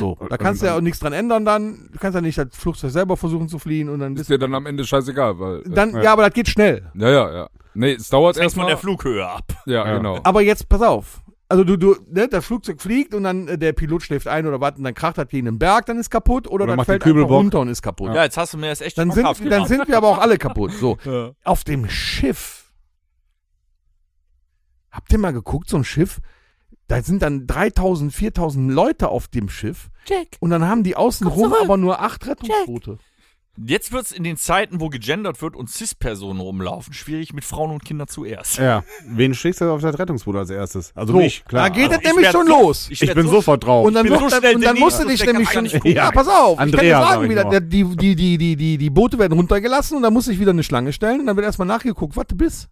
[SPEAKER 2] So, da kannst du ja auch nichts dran ändern dann. Du kannst ja nicht das Flugzeug selber versuchen zu fliehen und dann
[SPEAKER 3] ist
[SPEAKER 2] bist
[SPEAKER 3] dir dann am Ende scheißegal, weil. äh,
[SPEAKER 2] dann, ja, aber das geht schnell.
[SPEAKER 3] ja, ja, ja. Nee, es dauert
[SPEAKER 4] Das hängt von
[SPEAKER 3] erstmal.
[SPEAKER 4] der Flughöhe ab.
[SPEAKER 3] Ja,
[SPEAKER 5] Ja.
[SPEAKER 3] genau.
[SPEAKER 2] Aber jetzt, pass auf. Also du, du, ne, das Flugzeug fliegt und dann äh, der Pilot schläft ein oder was und dann kracht das gegen den Berg, dann ist kaputt oder,
[SPEAKER 5] Oder
[SPEAKER 2] dann
[SPEAKER 5] macht den
[SPEAKER 2] fällt einfach
[SPEAKER 5] Kübelbock.
[SPEAKER 2] runter und ist kaputt.
[SPEAKER 4] Ja, jetzt hast du mir das echt
[SPEAKER 2] Dann,
[SPEAKER 4] schmackhaft
[SPEAKER 2] sind, dann
[SPEAKER 4] gemacht.
[SPEAKER 2] sind wir aber auch alle kaputt. So.
[SPEAKER 4] Ja.
[SPEAKER 2] auf dem Schiff. Habt ihr mal geguckt, so ein Schiff? Da sind dann 3000, 4000 Leute auf dem Schiff.
[SPEAKER 7] Jack.
[SPEAKER 2] Und dann haben die außenrum aber nur acht Rettungsboote.
[SPEAKER 4] Jetzt wird's in den Zeiten, wo gegendert wird und Cis-Personen rumlaufen, schwierig mit Frauen und Kindern zuerst.
[SPEAKER 5] Ja. Wen schickst du auf das Rettungsboot als erstes? Also mich,
[SPEAKER 2] da
[SPEAKER 5] klar.
[SPEAKER 2] geht
[SPEAKER 4] Also
[SPEAKER 2] es
[SPEAKER 4] ich
[SPEAKER 2] nämlich
[SPEAKER 4] werd
[SPEAKER 2] schon
[SPEAKER 4] so-
[SPEAKER 2] los.
[SPEAKER 5] ich
[SPEAKER 4] werd
[SPEAKER 5] bin
[SPEAKER 4] so-
[SPEAKER 5] sofort drauf.
[SPEAKER 2] Und dann,
[SPEAKER 4] bin so
[SPEAKER 2] musst,
[SPEAKER 4] schnell
[SPEAKER 2] dann, und dann
[SPEAKER 4] in die
[SPEAKER 2] musst du
[SPEAKER 4] Nähe
[SPEAKER 2] dich
[SPEAKER 4] gesteckt,
[SPEAKER 2] nämlich schon.
[SPEAKER 4] kann ich gar nicht gucken.
[SPEAKER 2] Ja, pass auf. ich
[SPEAKER 5] Andrea,
[SPEAKER 2] kann dir
[SPEAKER 5] sag
[SPEAKER 2] sagen,
[SPEAKER 5] ich
[SPEAKER 2] wie das-
[SPEAKER 5] noch.
[SPEAKER 2] der- die, die, die, die, die, die Boote werden runtergelassen und dann muss ich wieder eine Schlange stellen und dann wird erstmal nachgeguckt, was du bist.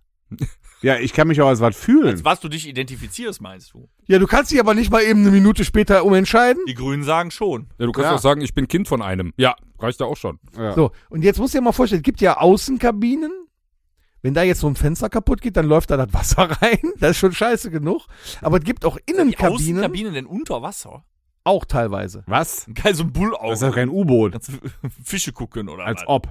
[SPEAKER 5] ja, ich kann mich auch als was fühlen.
[SPEAKER 4] Als was du dich identifizierst, meinst du?
[SPEAKER 2] Ja, du kannst dich aber nicht mal eben eine Minute später umentscheiden.
[SPEAKER 4] Die Grünen sagen schon.
[SPEAKER 3] Ja, du kannst
[SPEAKER 5] Ja.
[SPEAKER 3] auch sagen, ich bin Kind von einem. Ja, reicht ja auch schon.
[SPEAKER 5] Ja.
[SPEAKER 2] So, und jetzt musst du dir mal vorstellen, es gibt ja Außenkabinen. Wenn da jetzt so ein Fenster kaputt geht, dann läuft da das Wasser rein. Das ist schon scheiße genug. Aber es gibt auch
[SPEAKER 4] Die
[SPEAKER 2] Innenkabinen,
[SPEAKER 4] Außenkabinen denn unter Wasser?
[SPEAKER 2] auch teilweise.
[SPEAKER 5] Was?
[SPEAKER 4] Geil, so ein Bullauge.
[SPEAKER 5] Das ist doch kein U-Boot.
[SPEAKER 4] Kannst du Fische gucken oder
[SPEAKER 5] Als
[SPEAKER 4] was?
[SPEAKER 5] ob.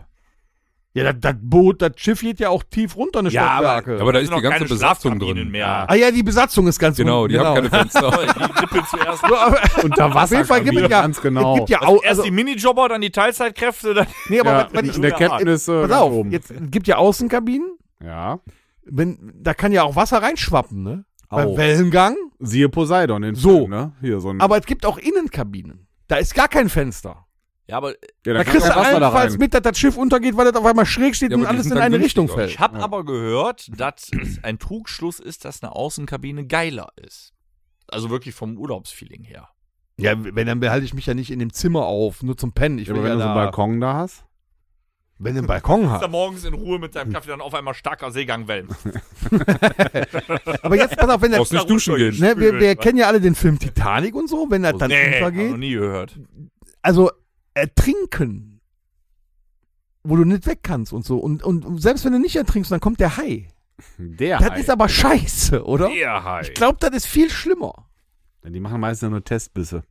[SPEAKER 2] Ja, das, das Boot, das Schiff geht ja auch tief runter eine
[SPEAKER 5] Ja,
[SPEAKER 2] Stockwerke.
[SPEAKER 3] Aber da
[SPEAKER 4] Das
[SPEAKER 3] ist
[SPEAKER 4] sind
[SPEAKER 3] die
[SPEAKER 4] doch
[SPEAKER 3] ganze
[SPEAKER 4] keine
[SPEAKER 3] Besatzung
[SPEAKER 4] Schlafkabinen
[SPEAKER 3] drin.
[SPEAKER 4] Mehr.
[SPEAKER 2] ah ja, die Besatzung ist ganz
[SPEAKER 3] Genau, die
[SPEAKER 2] unten,
[SPEAKER 3] haben keine Fenster.
[SPEAKER 4] Die Lippe zuerst.
[SPEAKER 2] So, aber-
[SPEAKER 5] Unter
[SPEAKER 2] Auf jeden Fall gibt es ja,
[SPEAKER 5] ganz genau.
[SPEAKER 2] es gibt ja auch,
[SPEAKER 4] Erst
[SPEAKER 2] also,
[SPEAKER 4] die Minijobber, dann die Teilzeitkräfte, dann
[SPEAKER 2] nee, aber
[SPEAKER 5] ja,
[SPEAKER 2] was- was
[SPEAKER 5] in
[SPEAKER 2] ich,
[SPEAKER 5] der Kenntnis. Äh,
[SPEAKER 2] pass
[SPEAKER 5] ganz
[SPEAKER 2] auf,
[SPEAKER 5] oben.
[SPEAKER 2] jetzt es gibt ja Außenkabinen,
[SPEAKER 5] Ja.
[SPEAKER 2] wenn, da kann ja auch Wasser reinschwappen, ne? Beim
[SPEAKER 5] Au.
[SPEAKER 2] Wellengang,
[SPEAKER 5] Siehe Poseidon in
[SPEAKER 2] So.
[SPEAKER 5] Film, ne? Hier so ein.
[SPEAKER 2] aber es gibt auch Innenkabinen. Da ist gar kein Fenster.
[SPEAKER 4] Ja, aber
[SPEAKER 5] ja,
[SPEAKER 3] Genau.
[SPEAKER 2] Da
[SPEAKER 5] kann
[SPEAKER 2] kriegst
[SPEAKER 5] kein
[SPEAKER 2] du
[SPEAKER 5] Wasser da
[SPEAKER 2] allenfalls
[SPEAKER 5] rein.
[SPEAKER 2] mit, dass das Schiff untergeht, weil das auf einmal schräg steht
[SPEAKER 3] Ja,
[SPEAKER 2] und
[SPEAKER 3] aber die
[SPEAKER 2] alles
[SPEAKER 3] sind
[SPEAKER 2] in
[SPEAKER 3] dann
[SPEAKER 2] eine
[SPEAKER 3] günstiger.
[SPEAKER 2] Richtung fällt.
[SPEAKER 4] ich habe aber gehört, dass es ein Trugschluss ist, dass eine Außenkabine geiler ist. Also wirklich vom Urlaubsfeeling her.
[SPEAKER 2] Ja, wenn, dann behalte ich mich ja nicht in dem Zimmer auf, nur zum Pennen. Ich
[SPEAKER 5] Ja,
[SPEAKER 2] will
[SPEAKER 5] aber wenn
[SPEAKER 2] ja
[SPEAKER 5] du so
[SPEAKER 2] da,
[SPEAKER 5] einen Balkon da hast.
[SPEAKER 2] Wenn du einen Balkon
[SPEAKER 4] Da
[SPEAKER 2] hast.
[SPEAKER 4] morgens in Ruhe mit deinem Kaffee dann auf einmal starker Seegang wellen.
[SPEAKER 2] Aber jetzt, pass auf, wenn der,
[SPEAKER 3] Brauchst nicht duschen gehen.
[SPEAKER 2] ne, wir, wir kennen ja alle den Film Titanic und so, wenn er dann
[SPEAKER 4] nee, hab ich noch
[SPEAKER 2] untergeht.
[SPEAKER 4] nie gehört.
[SPEAKER 2] Also, ertrinken, wo du nicht weg kannst und so. Und, und selbst wenn du nicht ertrinkst, dann kommt der Hai.
[SPEAKER 5] Der
[SPEAKER 2] Das
[SPEAKER 5] Hai.
[SPEAKER 2] ist aber scheiße, oder?
[SPEAKER 4] Ja, hi.
[SPEAKER 2] Ich glaube, das ist viel schlimmer.
[SPEAKER 5] Denn Die machen meistens nur Testbisse.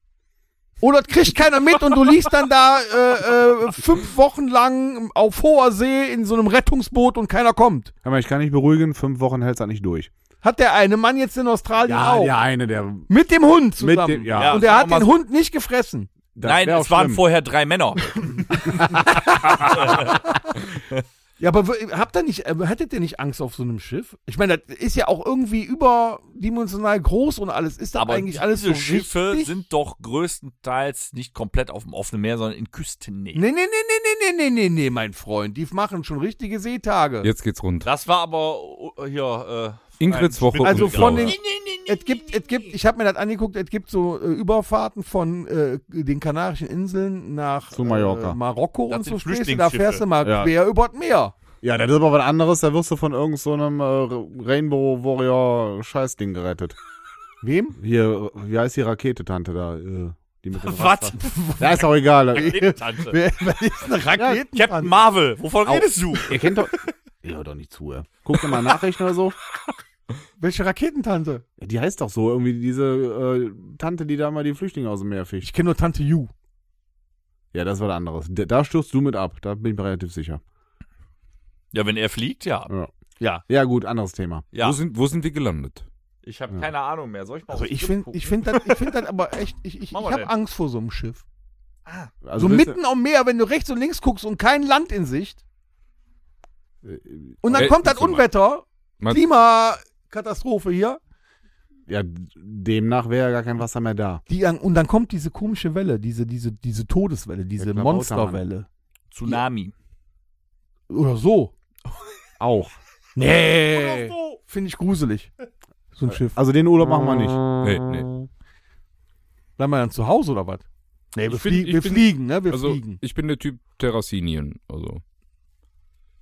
[SPEAKER 2] Oder das kriegt keiner mit und du liegst dann da äh, äh, fünf Wochen lang auf hoher See in so einem Rettungsboot und keiner kommt.
[SPEAKER 5] Aber ich kann nicht beruhigen, fünf Wochen hält's das nicht durch.
[SPEAKER 2] Hat der eine Mann jetzt in Australien auch.
[SPEAKER 5] der eine, der.
[SPEAKER 2] Mit dem Hund genau. zusammen.
[SPEAKER 5] dem- ja.
[SPEAKER 2] Und er
[SPEAKER 4] Ja,
[SPEAKER 2] hat
[SPEAKER 4] sag
[SPEAKER 2] den
[SPEAKER 4] mal
[SPEAKER 2] Hund nicht gefressen.
[SPEAKER 5] das
[SPEAKER 4] Nein,
[SPEAKER 5] wär
[SPEAKER 4] es
[SPEAKER 5] auch
[SPEAKER 4] waren
[SPEAKER 5] schlimm.
[SPEAKER 4] vorher drei Männer.
[SPEAKER 2] Ja, aber w- habt ihr nicht, äh, hattet ihr nicht Angst auf so einem Schiff? Ich meine, das ist ja auch irgendwie überdimensional groß und alles. Ist da
[SPEAKER 4] Aber
[SPEAKER 2] eigentlich alles so
[SPEAKER 4] diese Schiffe
[SPEAKER 2] wichtig?
[SPEAKER 4] sind doch größtenteils nicht komplett auf dem offenen Meer, sondern in Küstennähe.
[SPEAKER 2] Nee, nee, nee, nee, nee, nee, nee, nee, nee, mein Freund. Die machen schon richtige Seetage.
[SPEAKER 3] Jetzt geht's rund.
[SPEAKER 4] Das war aber äh, hier. Äh,
[SPEAKER 3] Ingrid's Woche
[SPEAKER 4] Spitzenklaue.
[SPEAKER 2] Also von den-
[SPEAKER 4] Nee, nee, nee,
[SPEAKER 2] Es gibt, es gibt, ich habe mir das angeguckt, es gibt so äh, Überfahrten von äh, den Kanarischen Inseln nach
[SPEAKER 5] Zu Mallorca.
[SPEAKER 2] Äh, Marokko
[SPEAKER 4] Das
[SPEAKER 2] und
[SPEAKER 4] sind
[SPEAKER 2] so stehst du, da
[SPEAKER 4] Flüchtlingsschiffe.
[SPEAKER 2] fährst du mal
[SPEAKER 5] Ja.
[SPEAKER 2] quer über das Meer.
[SPEAKER 5] Ja, das ist aber was anderes. Da wirst du von irgendeinem so einem, äh, Rainbow Warrior Scheißding gerettet.
[SPEAKER 2] Wem?
[SPEAKER 5] Hier, wie heißt die Rakete-Tante da? äh, Die mit dem
[SPEAKER 4] Was?
[SPEAKER 5] Raster? Ja, ist auch egal.
[SPEAKER 4] Raketentante.
[SPEAKER 2] Wer, wer ist eine Raketen?
[SPEAKER 4] Captain Marvel, wovon
[SPEAKER 5] Au.
[SPEAKER 4] redest du?
[SPEAKER 5] Ihr kennt doch. Ihr hört doch nicht zu, ey. Guckt ihr mal Nachrichten oder so.
[SPEAKER 2] Welche Raketentante?
[SPEAKER 5] Die heißt doch so irgendwie diese äh, Tante, die da mal die Flüchtlinge aus dem Meer fischt.
[SPEAKER 2] Ich kenne nur Tante Yu.
[SPEAKER 5] Ja, das war was anderes. Da, da stürzt du mit ab. Da bin ich mir relativ sicher.
[SPEAKER 4] Ja, wenn er fliegt, ja.
[SPEAKER 5] Ja, gut, anderes Thema.
[SPEAKER 4] Ja.
[SPEAKER 3] Wo, sind, wo sind wir gelandet?
[SPEAKER 4] Ich habe
[SPEAKER 5] Ja.
[SPEAKER 4] keine Ahnung mehr. Soll ich mal
[SPEAKER 2] Also
[SPEAKER 4] auf
[SPEAKER 2] ich
[SPEAKER 4] den
[SPEAKER 2] finde,
[SPEAKER 4] gucken?
[SPEAKER 2] ich finde das, ich finde das aber echt, ich, ich, ich
[SPEAKER 4] Machen wir
[SPEAKER 2] habe
[SPEAKER 4] denn?
[SPEAKER 2] Angst vor so einem Schiff.
[SPEAKER 5] Also
[SPEAKER 2] so
[SPEAKER 5] willst du-
[SPEAKER 2] mitten am Meer, wenn du rechts und links guckst und kein Land in Sicht. Und dann
[SPEAKER 3] Äh,
[SPEAKER 2] kommt das
[SPEAKER 3] wieso mal?
[SPEAKER 2] Unwetter,
[SPEAKER 3] Mal-
[SPEAKER 2] Klimakatastrophe hier.
[SPEAKER 5] Ja, demnach wäre ja gar kein Wasser mehr da.
[SPEAKER 2] Die, an- und dann kommt diese komische Welle, diese, diese, diese Todeswelle, diese
[SPEAKER 5] Der Klabautermann.
[SPEAKER 2] Monsterwelle.
[SPEAKER 4] Tsunami.
[SPEAKER 2] Oder so.
[SPEAKER 5] Auch.
[SPEAKER 2] Nee. Finde ich gruselig. So ein Schiff.
[SPEAKER 5] Also den Urlaub machen wir nicht.
[SPEAKER 3] Nee, nee.
[SPEAKER 2] Bleiben wir dann zu Hause oder was? Nee, wir,
[SPEAKER 3] Ich bin-
[SPEAKER 2] flie
[SPEAKER 3] ich
[SPEAKER 2] wir
[SPEAKER 3] bin-
[SPEAKER 2] fliegen, ne? Wir
[SPEAKER 3] Also,
[SPEAKER 2] fliegen.
[SPEAKER 3] ich bin der Typ Terrassinien. Also,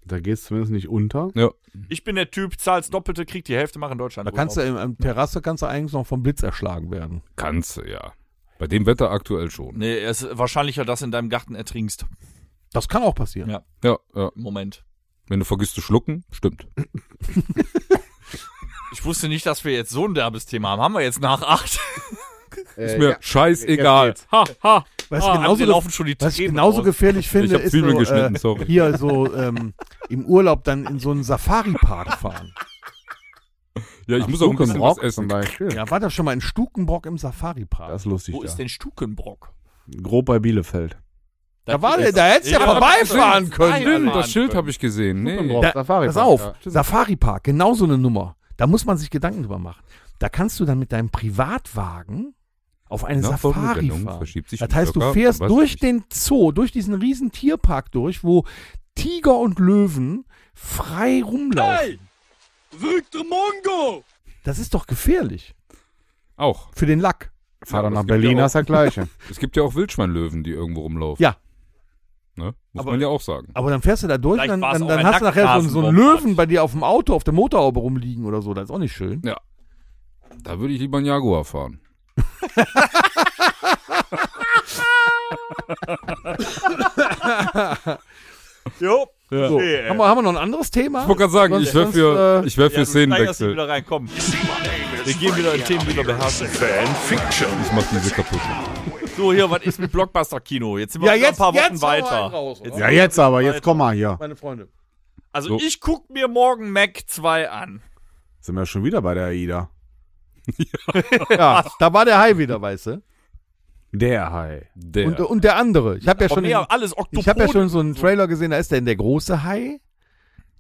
[SPEAKER 5] Da gehst du zumindest nicht unter.
[SPEAKER 3] ja.
[SPEAKER 4] Ich bin der Typ, zahlst Doppelte, kriegt die Hälfte, mach in Deutschland.
[SPEAKER 2] Da kannst du im, im Terrasse kannst du eigentlich noch vom Blitz erschlagen werden.
[SPEAKER 3] Kannst du, ja. Bei dem Wetter aktuell schon.
[SPEAKER 4] Nee, es ist wahrscheinlicher, dass du in deinem Garten ertrinkst.
[SPEAKER 2] Das kann auch passieren.
[SPEAKER 4] Ja.
[SPEAKER 3] Ja, ja.
[SPEAKER 4] Im Moment.
[SPEAKER 3] Wenn du vergisst zu schlucken, stimmt.
[SPEAKER 4] Ich wusste nicht, dass wir jetzt so ein derbes Thema haben. Haben wir jetzt nach acht?
[SPEAKER 2] Äh,
[SPEAKER 3] Ist mir scheißegal.
[SPEAKER 5] Jetzt
[SPEAKER 4] Ha, ha.
[SPEAKER 2] Weißt du, genauso
[SPEAKER 4] ah, genauso laufen schon die
[SPEAKER 2] Was ich
[SPEAKER 4] Tränen
[SPEAKER 2] genauso
[SPEAKER 4] raus.
[SPEAKER 2] gefährlich finde,
[SPEAKER 3] hab
[SPEAKER 2] ist
[SPEAKER 3] Zwiebeln
[SPEAKER 2] so,
[SPEAKER 3] geschnitten,
[SPEAKER 2] äh,
[SPEAKER 3] sorry.
[SPEAKER 2] hier so ähm, im Urlaub dann in so einen Safari-Park fahren.
[SPEAKER 3] Ja, ich muss auch ein bisschen was
[SPEAKER 5] zum
[SPEAKER 3] essen.
[SPEAKER 5] Beispiel.
[SPEAKER 2] Ja, war das schon mal in Stukenbrock im Safari-Park?
[SPEAKER 5] Das ist lustig.
[SPEAKER 4] Wo
[SPEAKER 5] da.
[SPEAKER 4] ist denn Stukenbrock?
[SPEAKER 5] Grob bei Bielefeld.
[SPEAKER 2] Da war der, da hättest du ja,
[SPEAKER 4] Ja,
[SPEAKER 2] vorbeifahren
[SPEAKER 4] stimmt.
[SPEAKER 2] können.
[SPEAKER 4] Nein,
[SPEAKER 3] Stimmt, das Schild habe ich gesehen. Nee.
[SPEAKER 2] Da-
[SPEAKER 5] Safari
[SPEAKER 2] Pass auf, Safari Park, genau so eine Nummer. Da muss man sich Gedanken drüber machen. Da kannst du dann mit deinem Privatwagen auf eine
[SPEAKER 3] Nachfolgende
[SPEAKER 2] Safari
[SPEAKER 3] Sendung
[SPEAKER 2] fahren.
[SPEAKER 3] verschiebt sich
[SPEAKER 2] Das heißt, du
[SPEAKER 3] locker,
[SPEAKER 2] fährst
[SPEAKER 3] weiß
[SPEAKER 2] durch
[SPEAKER 3] ich
[SPEAKER 2] den Zoo, durch diesen riesen Tierpark durch, wo Tiger und Löwen frei rumlaufen.
[SPEAKER 4] Mongo!
[SPEAKER 2] Das ist doch gefährlich
[SPEAKER 3] Auch.
[SPEAKER 2] für den Lack.
[SPEAKER 5] Fahr
[SPEAKER 3] Ja,
[SPEAKER 5] doch
[SPEAKER 3] das
[SPEAKER 5] nach
[SPEAKER 3] gibt ja
[SPEAKER 5] Berlin,
[SPEAKER 3] auch-
[SPEAKER 5] hast das Gleiche.
[SPEAKER 3] Es gibt ja auch Wildschweinlöwen, die irgendwo rumlaufen.
[SPEAKER 2] Ja.
[SPEAKER 3] Ne? Muss
[SPEAKER 2] Aber-
[SPEAKER 3] man ja auch sagen.
[SPEAKER 2] Aber dann fährst du da durch
[SPEAKER 4] Vielleicht
[SPEAKER 2] und
[SPEAKER 4] war's
[SPEAKER 2] dann, dann,
[SPEAKER 4] auch
[SPEAKER 2] dann
[SPEAKER 4] ein
[SPEAKER 2] hast du nachher so, so einen
[SPEAKER 4] Nacktnasenbohrplatz.
[SPEAKER 2] Löwen bei dir auf dem Auto, auf der Motorhaube rumliegen oder so. Das ist auch nicht schön.
[SPEAKER 3] Da würde ich lieber einen Jaguar fahren.
[SPEAKER 4] Jo. Ja.
[SPEAKER 2] So, haben, wir, haben wir noch ein anderes Thema?
[SPEAKER 3] Ich wollte gerade sagen, ich wäre
[SPEAKER 2] sonst,
[SPEAKER 3] für,
[SPEAKER 2] äh,
[SPEAKER 3] ich wär für
[SPEAKER 4] du steigerst dich
[SPEAKER 3] Szenenwechsel.
[SPEAKER 4] wieder rein, komm. Wir gehen wieder in Themen, die wir beherrschen.
[SPEAKER 1] Fanfiction.
[SPEAKER 3] Ich mach diese kaputt.
[SPEAKER 4] So, hier, was ist mit Blockbuster-Kino? Jetzt sind wir
[SPEAKER 2] Ja,
[SPEAKER 4] wieder
[SPEAKER 2] jetzt-
[SPEAKER 4] ein paar Wochen
[SPEAKER 2] jetzt hau
[SPEAKER 4] weiter.
[SPEAKER 2] einen raus, oder?
[SPEAKER 4] Jetzt-
[SPEAKER 5] ja, jetzt aber, jetzt komm mal hier.
[SPEAKER 2] Meine Freunde.
[SPEAKER 4] Also,
[SPEAKER 3] So.
[SPEAKER 4] ich guck mir morgen Mac 2 an.
[SPEAKER 5] Sind wir schon wieder bei der AIDA.
[SPEAKER 2] Ja, da war der Hai wieder, weißt du?
[SPEAKER 5] Der Hai.
[SPEAKER 3] Der.
[SPEAKER 2] Und, und der andere. Ich habe ja
[SPEAKER 4] Von
[SPEAKER 2] schon,
[SPEAKER 4] mir
[SPEAKER 2] den,
[SPEAKER 4] alles Oktopode.
[SPEAKER 2] ich hab ja schon so einen Trailer gesehen, da ist der, der große Hai.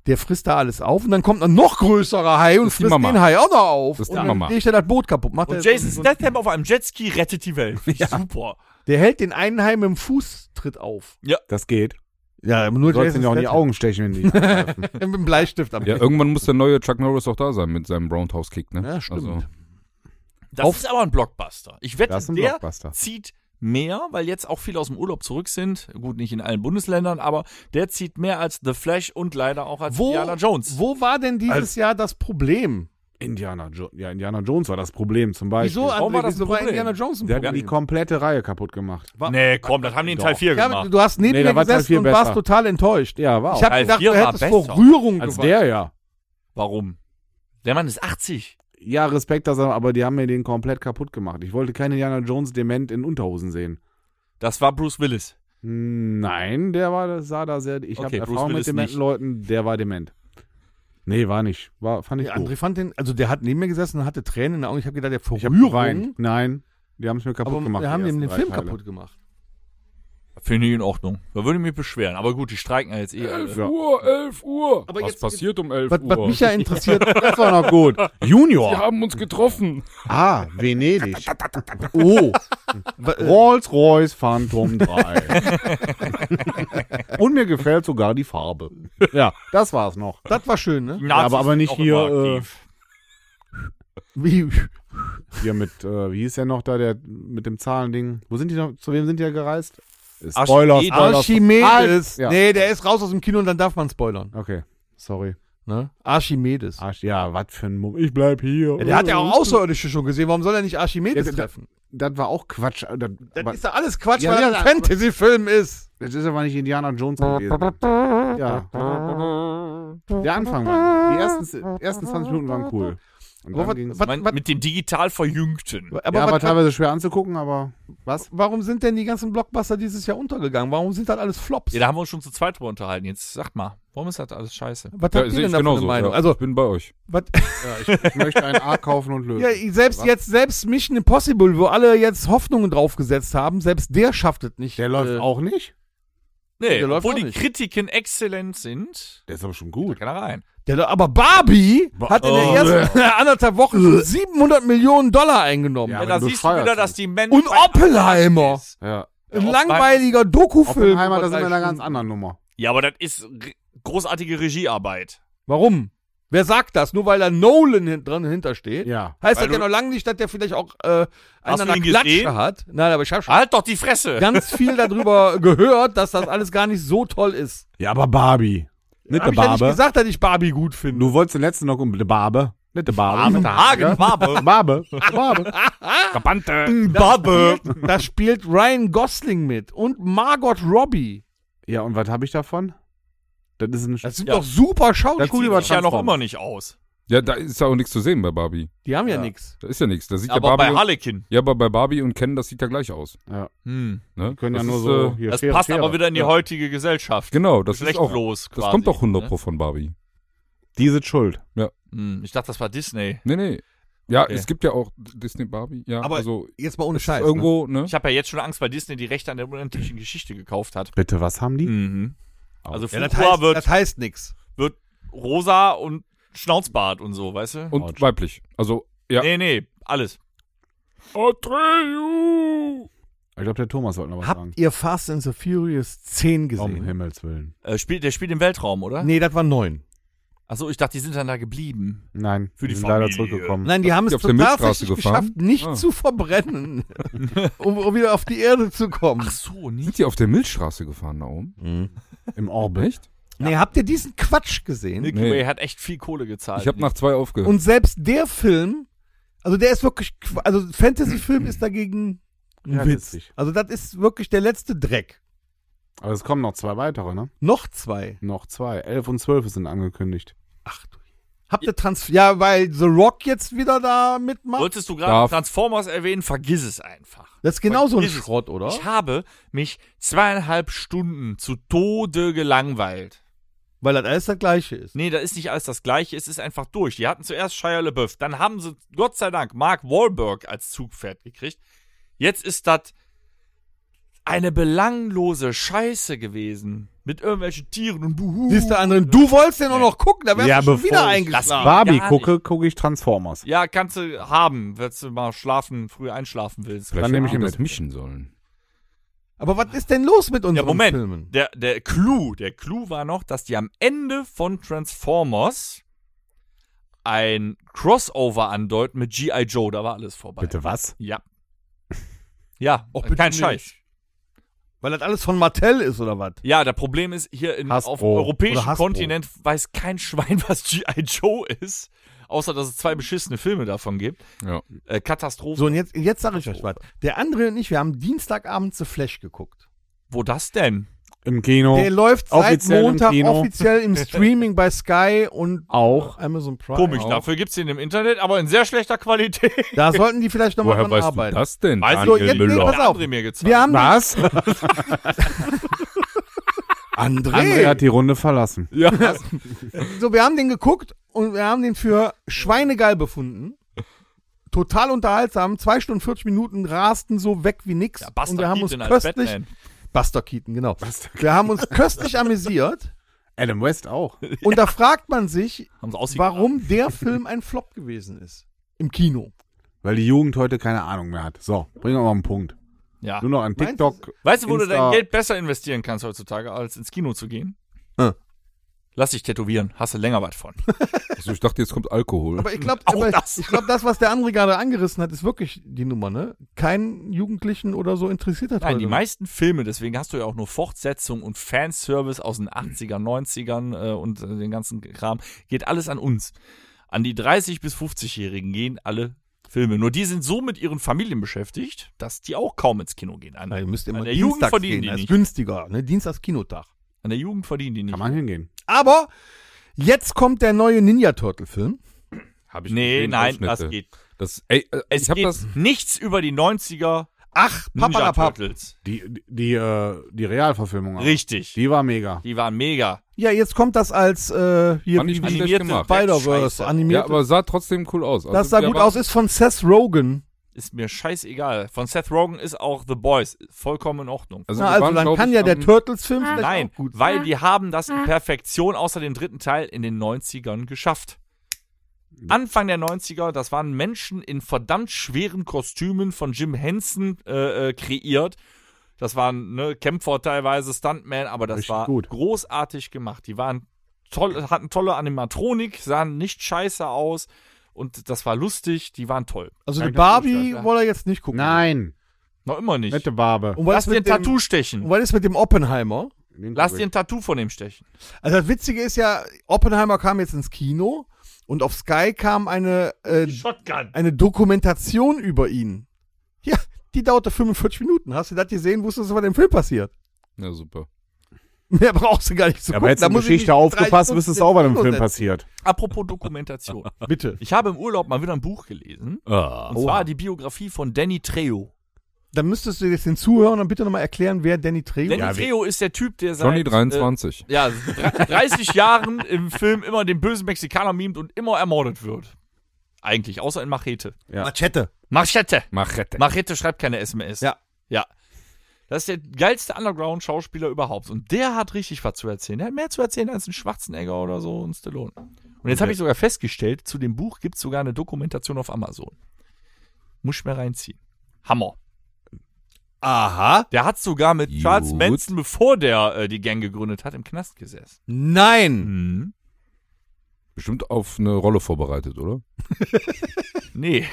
[SPEAKER 2] Der frisst da alles auf und dann kommt ein noch größerer Hai und
[SPEAKER 3] Das ist die
[SPEAKER 2] frisst
[SPEAKER 3] Mama.
[SPEAKER 2] den Hai auch noch auf.
[SPEAKER 3] Das ist die
[SPEAKER 2] und dann
[SPEAKER 3] Mama.
[SPEAKER 2] legt er das Boot kaputt. Macht er
[SPEAKER 4] Und
[SPEAKER 2] so-
[SPEAKER 4] Jason Statham auf einem Jetski rettet die Welt. Finde ich Super.
[SPEAKER 2] der hält den einen Hai mit dem Fußtritt auf.
[SPEAKER 5] Das geht.
[SPEAKER 2] Ja, nur
[SPEAKER 5] Du sollst ihn ja auch in die
[SPEAKER 2] Oh, Statham.
[SPEAKER 5] Augen stechen, wenn die angreifen.
[SPEAKER 2] Mit dem Bleistift am
[SPEAKER 3] äh, Ja, irgendwann muss der neue Chuck Norris auch da sein mit seinem Roundhouse-Kick, ne?
[SPEAKER 2] Ja, stimmt.
[SPEAKER 4] Das
[SPEAKER 2] Auf-
[SPEAKER 4] ist aber ein Blockbuster. Ich wette,
[SPEAKER 5] Das ist ein
[SPEAKER 4] der
[SPEAKER 5] Blockbuster.
[SPEAKER 4] zieht mehr, weil jetzt auch viele aus dem Urlaub zurück sind. Gut, nicht in allen Bundesländern, aber der zieht mehr als The Flash und leider auch als
[SPEAKER 2] Wo-
[SPEAKER 4] Indiana Jones.
[SPEAKER 2] Wo war denn dieses
[SPEAKER 5] Als-
[SPEAKER 2] Jahr das Problem?
[SPEAKER 5] Indiana Jones. Ja, Indiana Jones war das Problem zum Beispiel.
[SPEAKER 2] Wieso,
[SPEAKER 4] Warum
[SPEAKER 2] André,
[SPEAKER 4] war das ein
[SPEAKER 2] wieso war
[SPEAKER 4] Problem?
[SPEAKER 2] Indiana Jones ein
[SPEAKER 5] Der hat mir
[SPEAKER 2] Problem?
[SPEAKER 5] die komplette Reihe kaputt gemacht.
[SPEAKER 4] nee, komm, das haben die in Teil 4
[SPEAKER 2] ja, aber
[SPEAKER 4] gemacht.
[SPEAKER 2] du hast neben
[SPEAKER 5] Nee, da
[SPEAKER 2] mir
[SPEAKER 5] war's halt
[SPEAKER 2] gesessen
[SPEAKER 5] viel
[SPEAKER 2] und
[SPEAKER 5] besser.
[SPEAKER 2] warst total enttäuscht.
[SPEAKER 5] Ja, war auch.
[SPEAKER 2] Ich habe
[SPEAKER 4] Teil
[SPEAKER 2] gedacht,
[SPEAKER 4] vier
[SPEAKER 2] du
[SPEAKER 4] Genau. war
[SPEAKER 2] hättest
[SPEAKER 4] besser.
[SPEAKER 2] vor Rührung
[SPEAKER 5] Als
[SPEAKER 2] geweint.
[SPEAKER 5] der ja.
[SPEAKER 4] Warum? Der Mann ist 80.
[SPEAKER 5] Ja, Respekt, dass er, aber die haben mir den komplett kaputt gemacht. Ich wollte keinen Indiana Jones dement in Unterhosen sehen.
[SPEAKER 4] Das war Bruce Willis.
[SPEAKER 5] Nein, der war, sah da sehr. Ich
[SPEAKER 4] Okay,
[SPEAKER 5] habe
[SPEAKER 4] Bruce
[SPEAKER 5] Erfahrung mit
[SPEAKER 4] Willis
[SPEAKER 5] dementen
[SPEAKER 4] nicht.
[SPEAKER 5] Leuten, der war dement. Nee, war nicht. War, fand ich
[SPEAKER 2] Der
[SPEAKER 5] gut.
[SPEAKER 2] André fand den, also der hat neben mir gesessen und hatte Tränen in den Augen. Ich habe gedacht, der vor
[SPEAKER 5] Ich hab
[SPEAKER 2] Rührung.
[SPEAKER 5] rein. Nein, die haben es mir kaputt
[SPEAKER 2] aber
[SPEAKER 5] gemacht.
[SPEAKER 2] wir haben
[SPEAKER 5] die
[SPEAKER 2] ihm den
[SPEAKER 5] ersten
[SPEAKER 2] Film
[SPEAKER 5] drei Teile.
[SPEAKER 2] kaputt gemacht.
[SPEAKER 4] Finde ich in Ordnung. Da würde ich mich beschweren. Aber gut, die streiken ja jetzt eh. alle.
[SPEAKER 5] Ja.
[SPEAKER 3] Uhr, 11 Uhr.
[SPEAKER 2] Aber
[SPEAKER 3] Was
[SPEAKER 2] jetzt-
[SPEAKER 3] passiert um 11
[SPEAKER 2] Was,
[SPEAKER 3] Uhr?
[SPEAKER 2] was mich ja interessiert,
[SPEAKER 5] Das war noch gut.
[SPEAKER 3] Wir
[SPEAKER 5] Junior.
[SPEAKER 3] haben uns getroffen.
[SPEAKER 5] Ah, Venedig. Oh.
[SPEAKER 2] äh.
[SPEAKER 5] Rolls-Royce Phantom 3. Und mir gefällt sogar die Farbe. Ja, das war's noch.
[SPEAKER 2] das war schön, ne?
[SPEAKER 4] Nazis
[SPEAKER 5] aber- aber
[SPEAKER 4] sind
[SPEAKER 5] nicht
[SPEAKER 4] auch
[SPEAKER 5] hier,
[SPEAKER 4] immer
[SPEAKER 5] äh,
[SPEAKER 4] aktiv.
[SPEAKER 2] Wie,
[SPEAKER 5] Hier mit, äh, wie hieß der noch da, der mit dem Zahlending? Wo sind die noch? Zu wem sind die ja gereist? Äh,
[SPEAKER 4] Arsch-
[SPEAKER 5] Spoiler,
[SPEAKER 4] Eden.
[SPEAKER 5] Spoiler.
[SPEAKER 2] Archimedes.
[SPEAKER 5] Ja.
[SPEAKER 2] Nee, der ist raus aus dem Kino und dann darf man spoilern.
[SPEAKER 5] Okay, sorry.
[SPEAKER 2] Ne? Archimedes.
[SPEAKER 5] Arsch, ja, was für ein Mumm. Ich bleib hier.
[SPEAKER 2] Ja, der hat ja auch Außerirdische schon gesehen. Warum soll er nicht Archimedes
[SPEAKER 5] Ja, da-
[SPEAKER 2] treffen?
[SPEAKER 5] Das war auch Quatsch. Äh, Das,
[SPEAKER 2] Das
[SPEAKER 5] aber-
[SPEAKER 2] ist ja alles Quatsch,
[SPEAKER 5] Ja,
[SPEAKER 2] weil
[SPEAKER 5] ja,
[SPEAKER 2] das ein
[SPEAKER 5] aber-
[SPEAKER 2] Fantasy-Film ist.
[SPEAKER 5] das ist aber nicht Indiana Jones gewesen. Ja. Der Anfang war. Die ersten, ersten 20 Minuten waren cool. Und
[SPEAKER 2] Aber
[SPEAKER 5] dann
[SPEAKER 2] was-
[SPEAKER 5] ging's-
[SPEAKER 2] was-
[SPEAKER 4] Mein, mit dem digital Verjüngten.
[SPEAKER 2] Aber
[SPEAKER 5] ja, war
[SPEAKER 2] was- was-
[SPEAKER 5] teilweise schwer anzugucken, aber was?
[SPEAKER 2] warum sind denn die ganzen Blockbuster dieses Jahr untergegangen? Warum sind das alles Flops?
[SPEAKER 4] Ja, da haben wir uns schon zu zweit drüber unterhalten. Jetzt sag mal, warum ist das alles scheiße?
[SPEAKER 2] was habt
[SPEAKER 3] Ja,
[SPEAKER 2] ihr
[SPEAKER 3] sehe
[SPEAKER 2] denn
[SPEAKER 3] ich
[SPEAKER 2] da für eine
[SPEAKER 3] genauso.
[SPEAKER 2] Meinung?
[SPEAKER 3] ja.
[SPEAKER 2] Also,
[SPEAKER 3] ich bin bei euch.
[SPEAKER 2] was,
[SPEAKER 5] Ich möchte ein A kaufen und lösen.
[SPEAKER 2] ja, selbst
[SPEAKER 5] Was?
[SPEAKER 2] jetzt, selbst Mission Impossible, wo alle jetzt Hoffnungen draufgesetzt haben, selbst der schafft es nicht. äh,
[SPEAKER 5] der läuft auch nicht.
[SPEAKER 4] Nee,
[SPEAKER 2] der läuft
[SPEAKER 4] obwohl
[SPEAKER 2] auch
[SPEAKER 4] die
[SPEAKER 2] nicht.
[SPEAKER 4] Kritiken exzellent sind,
[SPEAKER 5] Der ist aber schon
[SPEAKER 4] da
[SPEAKER 5] gut.
[SPEAKER 4] kann er rein.
[SPEAKER 2] Der, Leu- aber Barbie hat in
[SPEAKER 4] Oh.
[SPEAKER 2] der ersten anderthalb Wochen schon 700 Millionen Dollar eingenommen.
[SPEAKER 5] Ja,
[SPEAKER 4] Ja,
[SPEAKER 5] wenn
[SPEAKER 4] da
[SPEAKER 5] du
[SPEAKER 4] siehst du wieder,
[SPEAKER 5] feierst.
[SPEAKER 4] dass die Menschen.
[SPEAKER 2] Und Oppenheimer.
[SPEAKER 5] Ja.
[SPEAKER 2] Ein
[SPEAKER 4] Oppenheimer-
[SPEAKER 2] langweiliger Dokufilm.
[SPEAKER 5] Oppenheimer,
[SPEAKER 2] über
[SPEAKER 5] das ist in
[SPEAKER 2] drei
[SPEAKER 5] einer ganz
[SPEAKER 2] Stunden.
[SPEAKER 5] anderen Nummer.
[SPEAKER 4] Ja, aber das ist re- großartige Regiearbeit.
[SPEAKER 2] Warum? Wer sagt das? Nur weil da Nolan hin, dran hintersteht?
[SPEAKER 5] Ja.
[SPEAKER 2] Heißt
[SPEAKER 4] Weil
[SPEAKER 2] das ja
[SPEAKER 4] du-
[SPEAKER 2] noch lange nicht, dass der vielleicht auch äh, einen
[SPEAKER 4] Hast
[SPEAKER 2] an
[SPEAKER 4] du
[SPEAKER 2] der
[SPEAKER 4] ihn
[SPEAKER 2] Klatsche
[SPEAKER 4] gesehen?
[SPEAKER 2] hat? Nein, aber ich habe schon
[SPEAKER 4] Halt doch die Fresse!
[SPEAKER 2] ganz viel darüber gehört, dass das alles gar nicht so toll ist.
[SPEAKER 5] Ja, aber Barbie. Nicht
[SPEAKER 2] Hab ich ja nicht gesagt, dass ich Barbie gut finde.
[SPEAKER 5] Du wolltest den letzten noch um die Barbe. Nicht die Barbe.
[SPEAKER 4] Hagen, Barbe,
[SPEAKER 5] Barbe. Barbe.
[SPEAKER 4] Kabante.
[SPEAKER 2] Barbe. Da spielt Ryan Gosling mit und Margot Robbie.
[SPEAKER 5] Ja, und was habe ich davon? Das ist ein
[SPEAKER 2] Das sind
[SPEAKER 4] Ja.
[SPEAKER 2] doch super
[SPEAKER 5] Das guck ich
[SPEAKER 2] Schauspieler.
[SPEAKER 5] mal-
[SPEAKER 4] Sieht ja noch
[SPEAKER 5] Transformers.
[SPEAKER 4] immer nicht aus.
[SPEAKER 3] Ja, da ist ja auch nichts zu sehen bei Barbie.
[SPEAKER 2] Die haben ja, nix.
[SPEAKER 3] Da ist ja nichts. Da sieht ja
[SPEAKER 4] Aber
[SPEAKER 3] Barbie.
[SPEAKER 4] bei Harlequin.
[SPEAKER 3] ja, aber bei Barbie und Ken, das sieht ja gleich aus.
[SPEAKER 4] Hm.
[SPEAKER 3] Ne?
[SPEAKER 5] Die können
[SPEAKER 3] das
[SPEAKER 5] ja nur
[SPEAKER 3] ist,
[SPEAKER 5] so.
[SPEAKER 3] Äh,
[SPEAKER 5] hier,
[SPEAKER 4] Das
[SPEAKER 5] Schere,
[SPEAKER 4] passt
[SPEAKER 5] Schere.
[SPEAKER 4] aber wieder in die
[SPEAKER 5] Ja.
[SPEAKER 4] heutige Gesellschaft.
[SPEAKER 3] genau, das ist auch.
[SPEAKER 4] Geschlechtlos quasi.
[SPEAKER 3] Das kommt doch 100
[SPEAKER 4] ne?
[SPEAKER 3] von Barbie.
[SPEAKER 5] Die sind schuld.
[SPEAKER 4] Hm, Ich dachte, das war Disney.
[SPEAKER 3] Nee, nee. Ja,
[SPEAKER 4] Okay.
[SPEAKER 3] es gibt ja auch Disney Barbie. Ja,
[SPEAKER 2] Aber
[SPEAKER 3] also
[SPEAKER 2] Jetzt mal ohne Scheiß. ne?
[SPEAKER 3] irgendwo, ne?
[SPEAKER 4] Ich habe ja jetzt schon Angst, weil Disney die Rechte an der unendlichen Geschichte gekauft hat.
[SPEAKER 5] Bitte, was haben die?
[SPEAKER 4] Mhm. Also
[SPEAKER 2] Ja,
[SPEAKER 4] Fuqua
[SPEAKER 2] das, heißt,
[SPEAKER 4] wird,
[SPEAKER 2] das heißt nix.
[SPEAKER 4] wird rosa und Schnauzbart und so, weißt du?
[SPEAKER 3] Und weiblich. Also, Oh, ja.
[SPEAKER 4] Nee, nee, alles.
[SPEAKER 3] Atreyu!
[SPEAKER 5] Ich glaube, der Thomas wollte noch was sagen.
[SPEAKER 2] Habt ihr Fast and the Furious 10
[SPEAKER 5] Um
[SPEAKER 2] gesehen?
[SPEAKER 5] Himmels Willen.
[SPEAKER 4] Äh, spielt, der spielt im Weltraum, oder?
[SPEAKER 2] nee, das war 9.
[SPEAKER 4] Achso, ich dachte, die sind dann da geblieben.
[SPEAKER 5] Nein,
[SPEAKER 4] Für die
[SPEAKER 5] sind
[SPEAKER 4] Familie.
[SPEAKER 5] leider zurückgekommen.
[SPEAKER 2] Nein, die haben es
[SPEAKER 3] auf der Milchstraße
[SPEAKER 2] tatsächlich
[SPEAKER 3] gefahren?
[SPEAKER 2] geschafft, nicht
[SPEAKER 3] Ah.
[SPEAKER 2] zu verbrennen, um, um wieder auf die Erde zu kommen.
[SPEAKER 4] so,
[SPEAKER 3] Sind
[SPEAKER 4] nicht?
[SPEAKER 3] die auf der Milchstraße gefahren da oben?
[SPEAKER 5] Im Orbit.
[SPEAKER 3] Echt?
[SPEAKER 2] Nee, habt ihr diesen Quatsch gesehen?
[SPEAKER 4] Milky
[SPEAKER 3] Nee.
[SPEAKER 4] Way hat echt viel Kohle gezahlt.
[SPEAKER 3] Ich habe nach zwei aufgehört.
[SPEAKER 2] Und selbst der Film, also der ist wirklich, qu- also Fantasy-Film ist dagegen ein
[SPEAKER 5] Ja,
[SPEAKER 2] Witz.
[SPEAKER 5] witzig.
[SPEAKER 2] Also das ist wirklich der letzte Dreck.
[SPEAKER 5] Aber es kommen noch zwei weitere, ne?
[SPEAKER 2] Noch zwei.
[SPEAKER 5] Noch zwei. Elf und zwölf sind angekündigt.
[SPEAKER 2] Ach du. Habt ihr Trans... Ja, weil The Rock jetzt wieder da mitmacht.
[SPEAKER 4] Wolltest du gerade
[SPEAKER 3] Darf.
[SPEAKER 4] Transformers erwähnen? Vergiss es einfach.
[SPEAKER 2] Das ist genau so ein
[SPEAKER 4] Ist es.
[SPEAKER 2] Schrott, oder?
[SPEAKER 4] Ich habe mich zweieinhalb Stunden zu Tode gelangweilt.
[SPEAKER 2] Weil das alles das Gleiche ist.
[SPEAKER 4] Nee, da ist nicht alles das Gleiche. Es ist einfach durch. Die hatten zuerst Shia LaBeouf. Dann haben sie, Gott sei Dank, Mark Wahlberg als Zugpferd gekriegt. Jetzt ist das eine belanglose Scheiße gewesen. Mit irgendwelchen Tieren und Buhu.
[SPEAKER 2] Siehst du, anderen, du wolltest den auch noch gucken, da wärst
[SPEAKER 5] Ja,
[SPEAKER 2] du schon
[SPEAKER 5] bevor
[SPEAKER 2] wieder
[SPEAKER 5] ich-
[SPEAKER 2] eingeschlafen.
[SPEAKER 5] Barbie
[SPEAKER 4] gar
[SPEAKER 5] gucke, gucke ich Transformers.
[SPEAKER 4] Ja, kannst du haben, wenn du mal schlafen, früh einschlafen willst.
[SPEAKER 3] Vielleicht
[SPEAKER 5] Dann nehme ich
[SPEAKER 3] hätte
[SPEAKER 5] ihn
[SPEAKER 3] das
[SPEAKER 5] mit.
[SPEAKER 3] mischen sollen.
[SPEAKER 2] Aber was ist denn los mit unseren
[SPEAKER 4] Ja, Moment.
[SPEAKER 2] Filmen?
[SPEAKER 4] Der, der Clou, der Clou war noch, dass die am Ende von Transformers ein Crossover andeuten mit G.I. Joe. Da war alles vorbei.
[SPEAKER 5] Bitte was?
[SPEAKER 4] Ja. Ja, auch
[SPEAKER 2] bitte
[SPEAKER 4] kein
[SPEAKER 2] nicht.
[SPEAKER 4] Scheiß.
[SPEAKER 2] Weil das alles von Mattel ist, oder was?
[SPEAKER 4] Ja, das Problem ist, hier in,
[SPEAKER 5] Hasbro.
[SPEAKER 4] auf dem europäischen
[SPEAKER 2] Oder Hasbro.
[SPEAKER 4] Kontinent weiß kein Schwein, was G.I. Joe ist. Außer, dass es zwei beschissene Filme davon gibt.
[SPEAKER 3] Ja.
[SPEAKER 4] Äh, Katastrophe.
[SPEAKER 2] So, und jetzt, jetzt sage ich euch was. Der André und ich, wir haben Dienstagabend The Flash geguckt.
[SPEAKER 4] Wo das denn?
[SPEAKER 5] Im Kino.
[SPEAKER 2] Der läuft seit
[SPEAKER 5] Oh. Offiziell im
[SPEAKER 2] Montag
[SPEAKER 5] Kino.
[SPEAKER 2] offiziell im Streaming bei Sky und
[SPEAKER 5] auch.
[SPEAKER 2] Amazon Prime.
[SPEAKER 4] Komisch,
[SPEAKER 3] auch.
[SPEAKER 4] dafür gibt's den im Internet, aber in sehr schlechter Qualität.
[SPEAKER 2] Da sollten die vielleicht nochmal
[SPEAKER 3] Woher
[SPEAKER 2] dran
[SPEAKER 3] weißt
[SPEAKER 2] arbeiten.
[SPEAKER 3] du das denn,
[SPEAKER 4] Weißt
[SPEAKER 2] du,
[SPEAKER 3] Daniel
[SPEAKER 2] jetzt- nee,
[SPEAKER 3] Müller?
[SPEAKER 2] pass auf.
[SPEAKER 4] André mir gezeigt.
[SPEAKER 2] Wir haben
[SPEAKER 5] Was? André
[SPEAKER 2] André,
[SPEAKER 5] hat die Runde verlassen.
[SPEAKER 2] so wir haben den geguckt und wir haben den für schweinegeil befunden. Total unterhaltsam, zwei Stunden 40 Minuten rasten so weg wie nix.
[SPEAKER 4] Ja,
[SPEAKER 2] und
[SPEAKER 4] Buster
[SPEAKER 2] wir haben
[SPEAKER 4] Keaton
[SPEAKER 2] uns
[SPEAKER 4] als
[SPEAKER 2] köstlich
[SPEAKER 4] Batman.
[SPEAKER 2] Buster Keaton, genau. Wir haben uns köstlich amüsiert
[SPEAKER 5] Adam West auch.
[SPEAKER 2] und da fragt man sich,
[SPEAKER 4] Haben sie ausgegraben.
[SPEAKER 2] warum der Film ein Flop gewesen ist im Kino.
[SPEAKER 5] Weil die Jugend heute keine Ahnung mehr hat. So, bringen wir mal einen Punkt.
[SPEAKER 4] Ja.
[SPEAKER 5] Nur noch an
[SPEAKER 2] Meinst
[SPEAKER 5] TikTok.
[SPEAKER 4] Weißt du, wo du
[SPEAKER 5] Insta-
[SPEAKER 4] dein Geld besser investieren kannst heutzutage, als ins Kino zu gehen?
[SPEAKER 2] Äh.
[SPEAKER 4] Lass dich tätowieren, hast du länger was von.
[SPEAKER 3] Also ich dachte, jetzt kommt Alkohol.
[SPEAKER 2] Aber ich glaube,
[SPEAKER 4] Auch
[SPEAKER 2] das.
[SPEAKER 4] das.
[SPEAKER 2] Ich glaub, das, was der André gerade angerissen hat, ist wirklich die Nummer, ne? Kein Jugendlichen oder so interessiert hat
[SPEAKER 4] Nein, die
[SPEAKER 2] heute.
[SPEAKER 4] meisten Filme, deswegen hast du ja auch nur Fortsetzung und Fanservice aus den 80ern, 90ern äh, und äh, den ganzen Kram, geht alles an uns. An die 30- bis 50-Jährigen gehen alle Filme. Nur die sind so mit ihren Familien beschäftigt, dass die auch kaum ins Kino gehen. An,
[SPEAKER 2] Na, ihr müsst immer
[SPEAKER 4] an der
[SPEAKER 2] dienstags
[SPEAKER 4] Jugend verdienen
[SPEAKER 2] gehen,
[SPEAKER 4] die
[SPEAKER 2] das ist
[SPEAKER 4] nicht.
[SPEAKER 2] günstiger, ne? Dienstags Kinotag.
[SPEAKER 4] An der Jugend verdienen die nicht.
[SPEAKER 5] Kann man hingehen.
[SPEAKER 2] Aber jetzt kommt der neue Ninja Turtle Film.
[SPEAKER 3] Hab ich
[SPEAKER 4] Nee,
[SPEAKER 3] gesehen,
[SPEAKER 4] nein,
[SPEAKER 3] Ausschnitte.
[SPEAKER 4] das geht.
[SPEAKER 3] Das, ey, äh,
[SPEAKER 4] Es
[SPEAKER 3] ich hab
[SPEAKER 4] geht
[SPEAKER 3] das.
[SPEAKER 4] nichts über die 90er
[SPEAKER 2] Ach,
[SPEAKER 4] Ninja
[SPEAKER 2] papalapap.
[SPEAKER 4] Turtles.
[SPEAKER 5] Die, die, die, äh, die Realverfilmung. aber.
[SPEAKER 4] Richtig.
[SPEAKER 5] Die war mega.
[SPEAKER 4] Die waren mega.
[SPEAKER 2] Ja, jetzt kommt das als äh, hier
[SPEAKER 3] Fand ich
[SPEAKER 2] wie- wie-
[SPEAKER 3] nicht schlecht
[SPEAKER 4] animierte
[SPEAKER 3] gemacht.
[SPEAKER 2] Spider-Verse
[SPEAKER 4] Scheiße.
[SPEAKER 2] animiert.
[SPEAKER 3] Ja, aber sah trotzdem cool aus. Also,
[SPEAKER 2] das sah
[SPEAKER 3] der
[SPEAKER 2] gut
[SPEAKER 3] war-
[SPEAKER 2] aus, ist von Seth Rogen.
[SPEAKER 4] Ist mir scheißegal. Von Seth Rogen ist auch The Boys vollkommen in Ordnung.
[SPEAKER 3] Also,
[SPEAKER 2] Na,
[SPEAKER 3] wir
[SPEAKER 2] also
[SPEAKER 3] waren,
[SPEAKER 2] dann
[SPEAKER 3] glaub
[SPEAKER 2] kann
[SPEAKER 3] ich,
[SPEAKER 2] ja der
[SPEAKER 3] am-
[SPEAKER 2] Turtles-Film vielleicht
[SPEAKER 4] Ah. Nein,
[SPEAKER 2] auch gut
[SPEAKER 4] weil die haben das in Perfektion außer dem dritten Teil in den 90ern geschafft. Anfang der 90er, das waren Menschen in verdammt schweren Kostümen von Jim Henson äh, äh, kreiert. Das waren ne, Kämpfer teilweise, Stuntman, aber das
[SPEAKER 5] Richtig
[SPEAKER 4] war
[SPEAKER 5] gut.
[SPEAKER 4] großartig gemacht. Die waren toll, hatten tolle Animatronik, sahen nicht scheiße aus und das war lustig, die waren toll.
[SPEAKER 2] Also die
[SPEAKER 5] Nein, das ist
[SPEAKER 2] Barbie
[SPEAKER 5] nicht das,
[SPEAKER 2] wollen wir jetzt nicht gucken.
[SPEAKER 5] Nein,
[SPEAKER 4] Noch immer nicht.
[SPEAKER 5] nette Barbe.
[SPEAKER 2] Und
[SPEAKER 4] Lass
[SPEAKER 2] was
[SPEAKER 4] dir ein
[SPEAKER 2] mit dem,
[SPEAKER 4] Tattoo
[SPEAKER 2] und
[SPEAKER 4] stechen.
[SPEAKER 2] was ist mit dem Oppenheimer?
[SPEAKER 4] Lass dir ein Tattoo von dem stechen.
[SPEAKER 2] Also das Witzige ist ja, Oppenheimer kam jetzt ins Kino und auf Sky kam eine, äh,
[SPEAKER 4] Shotgun.
[SPEAKER 2] eine Dokumentation über ihn. Ja, die dauerte 45 Minuten. Hast du das gesehen? Wusstest du, was im Film passiert?
[SPEAKER 3] Ja, super.
[SPEAKER 2] Mehr brauchst du gar nicht zu
[SPEAKER 5] ja,
[SPEAKER 2] gucken.
[SPEAKER 5] aber hättest du die
[SPEAKER 2] muss ich nicht
[SPEAKER 5] Geschichte
[SPEAKER 2] drei
[SPEAKER 5] aufgepasst,
[SPEAKER 2] Stunden
[SPEAKER 5] wüsstest du auch, was im
[SPEAKER 2] Kino
[SPEAKER 5] Film
[SPEAKER 2] setzen.
[SPEAKER 5] passiert.
[SPEAKER 4] Apropos Dokumentation.
[SPEAKER 2] Bitte.
[SPEAKER 4] Ich habe im Urlaub mal wieder ein Buch gelesen. und zwar die Biografie von Danny Trejo.
[SPEAKER 2] Dann müsstest du jetzt den Zuhörern dann bitte nochmal erklären, wer Danny Trejo
[SPEAKER 4] Danny
[SPEAKER 2] ist.
[SPEAKER 4] Trejo ist der Typ, der seit
[SPEAKER 3] Johnny 23.
[SPEAKER 4] Äh, ja, dr- 30 Jahren im Film immer den bösen Mexikaner mimt und immer ermordet wird. Eigentlich, außer in Machete.
[SPEAKER 5] Ja.
[SPEAKER 2] Machete.
[SPEAKER 4] Machete.
[SPEAKER 3] Machete.
[SPEAKER 4] Machete schreibt keine SMS.
[SPEAKER 2] Ja.
[SPEAKER 4] Ja. Das ist der geilste Underground-Schauspieler überhaupt. Und der hat richtig was zu erzählen. Der hat mehr zu erzählen als ein Schwarzenegger oder so und Stallone. Und jetzt habe ich sogar festgestellt, zu dem Buch gibt es sogar eine Dokumentation auf Amazon. Muss ich mir reinziehen. Hammer.
[SPEAKER 2] Aha.
[SPEAKER 4] Der hat sogar mit Charles
[SPEAKER 3] Gut.
[SPEAKER 4] Manson, bevor der äh, die Gang gegründet hat, im Knast gesessen.
[SPEAKER 5] Hm.
[SPEAKER 2] Nein.
[SPEAKER 4] Mhm.
[SPEAKER 3] Bestimmt auf eine Rolle vorbereitet, oder?
[SPEAKER 4] Nee.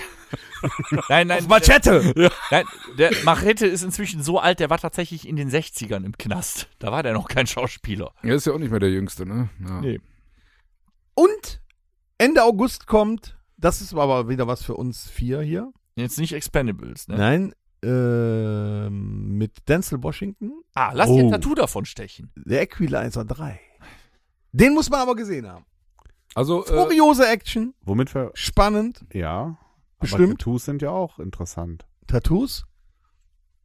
[SPEAKER 4] nein, nein.
[SPEAKER 2] Machete.
[SPEAKER 4] Der, nein, der Machete ist inzwischen so alt, der war tatsächlich in den 60ern im Knast. Da war der noch kein Schauspieler.
[SPEAKER 3] Er ist ja auch nicht mehr der Jüngste, ne? Ja.
[SPEAKER 4] Nee.
[SPEAKER 2] Und Ende August kommt, das ist aber wieder was für uns vier hier.
[SPEAKER 4] Jetzt nicht Expendables, ne?
[SPEAKER 2] Nein, ähm, mit Denzel Washington,
[SPEAKER 4] Ah, lass
[SPEAKER 2] Oh.
[SPEAKER 4] dir ein Tattoo davon stechen.
[SPEAKER 2] der Equalizer 3. Den muss man aber gesehen haben.
[SPEAKER 3] Also, äh,
[SPEAKER 2] Kuriose Action,
[SPEAKER 5] Womit ver...
[SPEAKER 2] spannend,
[SPEAKER 5] Ja.
[SPEAKER 2] Bestimmt.
[SPEAKER 5] Aber Tattoos sind ja auch interessant.
[SPEAKER 2] Tattoos.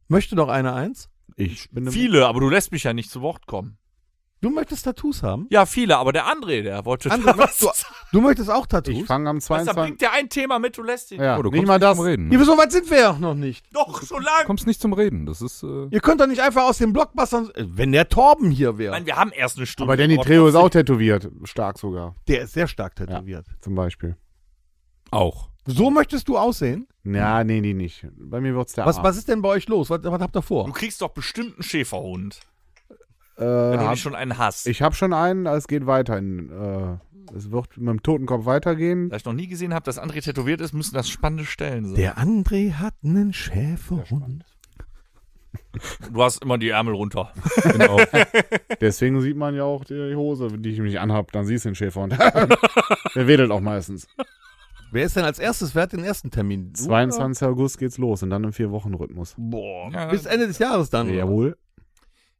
[SPEAKER 2] Möchte doch einer eins?
[SPEAKER 5] Ich bin
[SPEAKER 4] Viele, aber du lässt mich ja nicht zu Wort kommen.
[SPEAKER 2] Du möchtest Tattoos haben?
[SPEAKER 4] Ja, viele, aber der André, der wollte
[SPEAKER 2] André,
[SPEAKER 4] da
[SPEAKER 2] möchtest
[SPEAKER 4] was.
[SPEAKER 2] du, du möchtest auch
[SPEAKER 5] Ich
[SPEAKER 2] Tattoos?
[SPEAKER 5] fange am
[SPEAKER 4] Da
[SPEAKER 5] 22.
[SPEAKER 4] bringt dir ein Thema mit, du lässt
[SPEAKER 2] Ah,
[SPEAKER 4] ihn.
[SPEAKER 5] Ja,
[SPEAKER 3] oh, du
[SPEAKER 5] nicht
[SPEAKER 3] kommst
[SPEAKER 5] mal
[SPEAKER 3] nicht
[SPEAKER 5] das.
[SPEAKER 3] zum
[SPEAKER 4] Hm.
[SPEAKER 3] Reden.
[SPEAKER 2] Ja,
[SPEAKER 3] Ne?
[SPEAKER 2] wieso weit sind wir ja noch nicht?
[SPEAKER 4] Doch, so
[SPEAKER 3] Du
[SPEAKER 4] lange.
[SPEAKER 3] kommst nicht zum Reden. Das ist. Äh,
[SPEAKER 2] Ihr könnt doch nicht einfach aus den Blockbustern. äh, Wenn der Torben hier wäre,
[SPEAKER 4] Nein, wir haben erst eine Stunde.
[SPEAKER 5] Aber Danny
[SPEAKER 4] Wort.
[SPEAKER 5] Trejo ist auch tätowiert. Stark sogar,
[SPEAKER 2] der ist sehr stark tätowiert.
[SPEAKER 5] zum Beispiel.
[SPEAKER 3] auch.
[SPEAKER 2] So möchtest du aussehen?
[SPEAKER 5] Ja, nee, die nicht. Bei mir wird's der
[SPEAKER 2] Was,
[SPEAKER 5] Arm.
[SPEAKER 2] was ist denn bei euch los? Was, was habt ihr
[SPEAKER 4] Du
[SPEAKER 2] vor?
[SPEAKER 4] kriegst doch bestimmt einen Schäferhund,
[SPEAKER 5] äh,
[SPEAKER 4] wenn du
[SPEAKER 5] hab,
[SPEAKER 4] nicht schon einen hast.
[SPEAKER 5] Ich habe schon einen, aber es geht weiter in äh, Es wird mit dem Totenkopf weitergehen.
[SPEAKER 4] Da ich noch nie gesehen habe, dass André tätowiert ist, müssen das spannende Stellen sein.
[SPEAKER 2] Der André hat einen Schäferhund.
[SPEAKER 4] Du hast immer die Ärmel runter.
[SPEAKER 5] Genau. Deswegen sieht man ja auch die Hose, die ich nicht anhab. Dann siehst du den Schäferhund. Der wedelt auch meistens.
[SPEAKER 2] Wer ist denn als erstes? Wer hat den ersten Termin? Du
[SPEAKER 5] 22. August geht's los und dann im Vier-Wochen-Rhythmus.
[SPEAKER 4] Boah.
[SPEAKER 2] oder? Bis Ende des Jahres dann. oder?
[SPEAKER 5] Jawohl.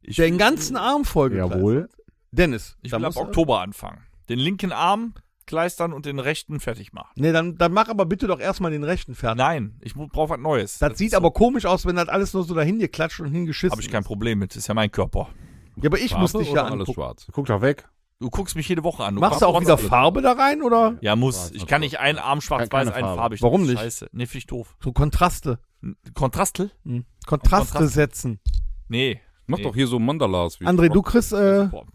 [SPEAKER 2] Den ganzen Arm vollgekleidet.
[SPEAKER 5] Jawohl.
[SPEAKER 2] Dennis.
[SPEAKER 4] Ich
[SPEAKER 2] dann
[SPEAKER 4] will ab
[SPEAKER 2] musst du-
[SPEAKER 4] Oktober anfangen. Den linken Arm kleistern und den rechten fertig machen.
[SPEAKER 2] Nee, dann, dann mach aber bitte doch erstmal den rechten fertig.
[SPEAKER 4] Nein, ich brauche was Neues.
[SPEAKER 2] Das sieht aber komisch aus, wenn das alles nur so dahin geklatscht und hingeschissen
[SPEAKER 4] Habe ich kein Problem mit. Ist ja mein Körper.
[SPEAKER 2] ist. Ja, aber ich muss
[SPEAKER 3] Farbe
[SPEAKER 2] dich
[SPEAKER 3] oder
[SPEAKER 2] ja
[SPEAKER 3] alles
[SPEAKER 2] angucken.
[SPEAKER 3] schwarz.
[SPEAKER 5] Guck doch weg.
[SPEAKER 4] Du guckst mich jede Woche an. Du
[SPEAKER 2] Machst du auch
[SPEAKER 4] kannst-
[SPEAKER 2] wieder Farbe da rein oder
[SPEAKER 4] Ja, muss. Ich kann nicht einen Arm schwarz-weiß,
[SPEAKER 5] Keine
[SPEAKER 4] einen
[SPEAKER 5] Farbe.
[SPEAKER 4] farbig.
[SPEAKER 2] Warum nicht?
[SPEAKER 4] Scheiße. Nee, finde ich doof.
[SPEAKER 2] so Kontraste?
[SPEAKER 4] N- Kontrastel?
[SPEAKER 2] Hm. Kontraste
[SPEAKER 4] Kontrast-
[SPEAKER 2] setzen.
[SPEAKER 4] Nee.
[SPEAKER 3] Mach
[SPEAKER 4] Nee.
[SPEAKER 3] doch hier so Mandalas. Wie
[SPEAKER 2] André, du kriegst äh,
[SPEAKER 4] Boah.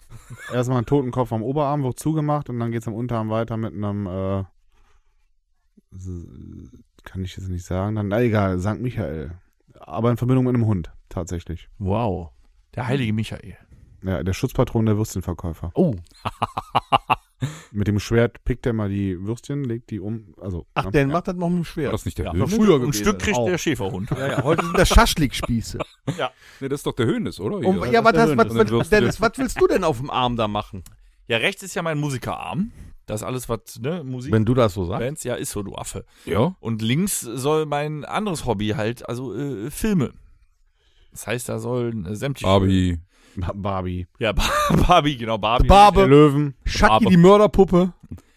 [SPEAKER 5] Erstmal einen Totenkopf am Oberarm, wird zugemacht und dann geht's am Unterarm weiter mit einem, äh, s- kann ich jetzt nicht sagen, dann, na egal, St. Michael. Aber in Verbindung mit einem Hund, tatsächlich.
[SPEAKER 2] Wow.
[SPEAKER 4] Der heilige Michael.
[SPEAKER 5] Ja, der Schutzpatron der Würstchenverkäufer.
[SPEAKER 2] Oh.
[SPEAKER 5] Mit dem Schwert pickt er mal die Würstchen, legt die um, also.
[SPEAKER 2] Ach,
[SPEAKER 5] ne?
[SPEAKER 2] der
[SPEAKER 5] ja.
[SPEAKER 2] macht das noch mit dem
[SPEAKER 3] War
[SPEAKER 2] Schwert.
[SPEAKER 3] das nicht der
[SPEAKER 2] Noch
[SPEAKER 3] Hönes?
[SPEAKER 2] früher
[SPEAKER 4] Ein
[SPEAKER 2] gewesen.
[SPEAKER 4] Stück kriegt
[SPEAKER 2] Auch.
[SPEAKER 4] der Schäferhund.
[SPEAKER 2] Ja, ja, heute sind das Schaschlikspieße.
[SPEAKER 3] Nee, das ist doch der Hönes, oder?
[SPEAKER 2] Und,
[SPEAKER 3] Hier.
[SPEAKER 2] ja, was,
[SPEAKER 5] das
[SPEAKER 2] hast,
[SPEAKER 5] ist
[SPEAKER 2] was,
[SPEAKER 3] der Hönes.
[SPEAKER 2] was, Dennis, was willst du denn auf dem Arm da machen?
[SPEAKER 4] Ja, rechts ist ja mein Musikerarm. Das ist alles, was, ne, Musik,
[SPEAKER 2] du das so sagst.
[SPEAKER 4] Bands, ja, ist so, du Affe.
[SPEAKER 3] ja.
[SPEAKER 4] Und links soll mein anderes Hobby halt, also äh, Filme. Das heißt, da sollen äh, sämtliche.
[SPEAKER 3] Barbie.
[SPEAKER 5] Ba- Barbie.
[SPEAKER 4] Ja, Bar- Barbie, genau, Barbie.
[SPEAKER 5] Der
[SPEAKER 2] Barbe,
[SPEAKER 5] Löwen.
[SPEAKER 2] Schacki
[SPEAKER 4] Barbe.
[SPEAKER 2] die Mörderpuppe.